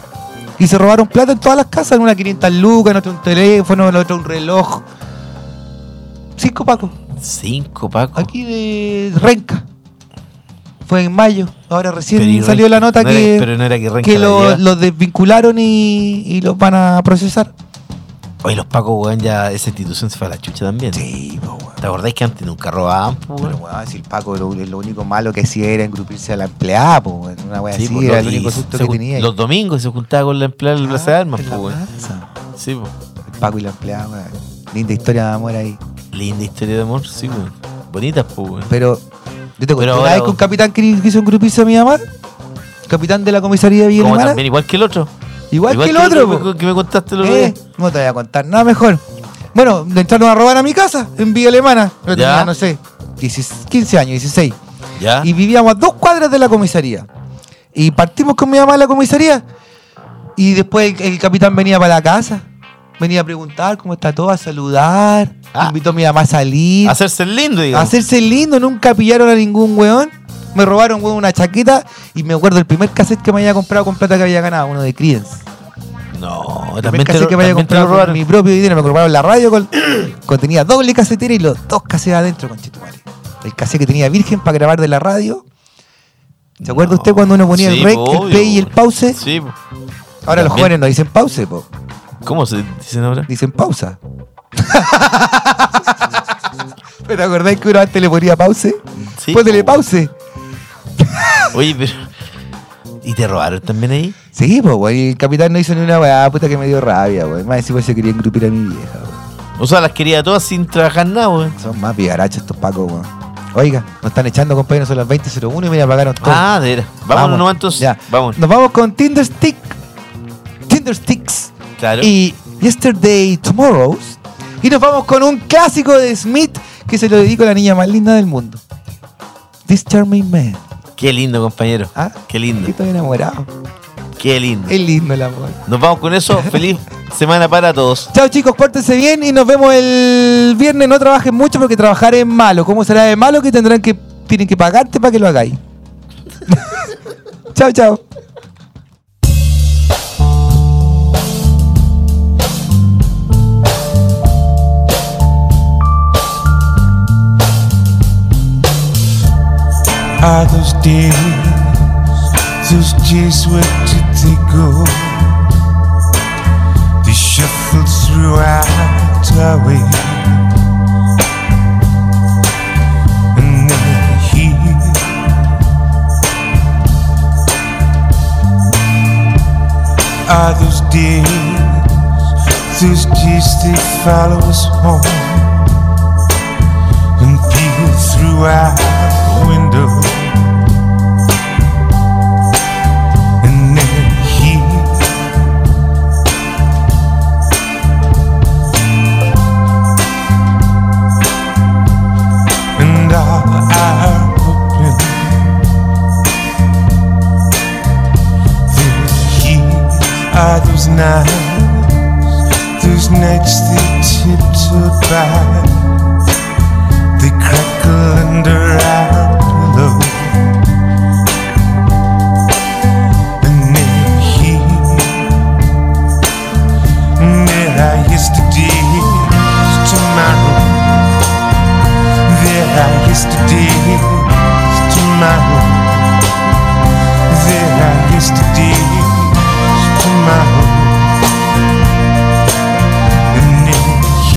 Speaker 3: Y se robaron plata en todas las casas, en una 500 lucas, en otra un teléfono, en otra un reloj. Cinco pacos,
Speaker 2: Cinco, Paco.
Speaker 3: aquí de Renca. Fue en mayo, ahora recién
Speaker 2: Pero y
Speaker 3: salió
Speaker 2: Renca-
Speaker 3: la nota
Speaker 2: no era-
Speaker 3: que,
Speaker 2: pero no era que Renca
Speaker 3: que
Speaker 2: la
Speaker 3: lo-
Speaker 2: lleva.
Speaker 3: los desvincularon y, y los van a procesar.
Speaker 2: Oye, los Pacos, weón, ya esa institución se fue a la chucha también.
Speaker 3: Sí, po, weón.
Speaker 2: ¿Te acordáis que antes nunca robaban, po,
Speaker 3: Pero,
Speaker 2: weón?
Speaker 3: weón, si el Paco lo, lo único malo que hacía era engrupirse a la empleada, po, weón. Una weá
Speaker 2: Sí, po,
Speaker 3: así, era el
Speaker 2: los-
Speaker 3: único
Speaker 2: y
Speaker 3: susto
Speaker 2: se
Speaker 3: que
Speaker 2: jun-
Speaker 3: tenía. Ah,
Speaker 2: Los domingos se juntaba con la empleada en la plaza de armas,
Speaker 3: en
Speaker 2: po,
Speaker 3: la
Speaker 2: weón.
Speaker 3: plaza.
Speaker 2: Sí, po.
Speaker 3: El Paco y la empleada, weón. Linda historia de amor ahí.
Speaker 2: Linda historia de amor, sí, weón. Bonitas, po, weón.
Speaker 3: Pero, yo te conté
Speaker 2: Pero
Speaker 3: una
Speaker 2: ahora
Speaker 3: vez
Speaker 2: vos-
Speaker 3: que un capitán que quiso engrupirse a mi mamá. Capitán de la comisaría de Villa
Speaker 2: Como
Speaker 3: Alemana.
Speaker 2: también, igual que el otro.
Speaker 3: Igual, que el otro,
Speaker 2: que,
Speaker 3: po.
Speaker 2: me- que me contaste el otro
Speaker 3: Eh,
Speaker 2: día.
Speaker 3: No te voy a contar nada mejor. Bueno, me entraron a robar a mi casa en Villa Alemana. Yo
Speaker 2: Ya.
Speaker 3: tenía, no sé, 16 15 años, 16.
Speaker 2: ¿Ya?
Speaker 3: y vivíamos a dos cuadras de la comisaría. Y partimos con mi mamá a la comisaría. Y después el, el capitán venía para la casa. Venía a preguntar cómo está todo, a saludar.
Speaker 2: Ah.
Speaker 3: Invitó a mi mamá a salir.
Speaker 2: Hacerse el lindo,
Speaker 3: a
Speaker 2: digamos.
Speaker 3: hacerse lindo. Nunca pillaron a ningún weón. Me robaron weón, una chaqueta. Y me acuerdo el primer cassette que me había comprado con plata que había ganado, uno de Creedence.
Speaker 2: No,
Speaker 3: El
Speaker 2: también
Speaker 3: primer
Speaker 2: te,
Speaker 3: cassette que me había
Speaker 2: también te lo
Speaker 3: comprado con
Speaker 2: robaron.
Speaker 3: mi propio dinero. Me compraron la radio con, con- tenía doble casetera y los dos cassettes adentro, con El cassette que tenía virgen para grabar de la radio. ¿Se acuerda usted cuando uno ponía
Speaker 2: Sí,
Speaker 3: el rec,
Speaker 2: po,
Speaker 3: el play y el
Speaker 2: obvio.
Speaker 3: pause?
Speaker 2: Sí. po.
Speaker 3: Ahora los
Speaker 2: También.
Speaker 3: jóvenes no dicen pause, po,
Speaker 2: ¿Cómo se dicen ahora?
Speaker 3: dicen pausa. ¿Pero ¿Te acordáis que uno antes le ponía pause?
Speaker 2: Sí,
Speaker 3: Póntele
Speaker 2: po.
Speaker 3: pause.
Speaker 2: Oye, pero. ¿Y te robaron también ahí?
Speaker 3: Sí, pues, el capitán no hizo ni una weá, puta que me dio rabia, wey. Más encima se quería engrupir a mi vieja, wey.
Speaker 2: O sea, las quería todas sin trabajar nada, weón.
Speaker 3: Son más pigarachos estos pacos, weón. Oiga, nos están echando, compañeros, son las 20.01 y me apagaron todo.
Speaker 2: Ah, de veras. Vámonos nomás entonces.
Speaker 3: Ya.
Speaker 2: Vamos.
Speaker 3: Nos vamos con Tinder Stick. Tinder Sticks.
Speaker 2: Claro.
Speaker 3: Y Yesterday Tomorrows. Y nos vamos con un clásico de Smith que se lo dedico a la niña más linda del mundo. This Charming Man.
Speaker 2: Qué lindo, compañero.
Speaker 3: ¿Ah?
Speaker 2: Qué lindo.
Speaker 3: Yo estoy enamorado.
Speaker 2: Qué lindo.
Speaker 3: Es lindo el amor.
Speaker 2: Nos vamos con eso. Feliz semana para todos.
Speaker 3: Chao chicos, pórtense bien y nos vemos el viernes. No trabajen mucho porque trabajar es malo. ¿Cómo será de malo que tendrán que tienen que pagarte para que lo hagáis? chao, chao.
Speaker 6: Are those days, those days where did they go? They shuffled throughout our way. And then he Are those days, those days they follow us home? and peer through our window. And then he and all our open. Then he are those nights, those nights they tiptoed by. They crackle under our pillow. And then he, there I yesterday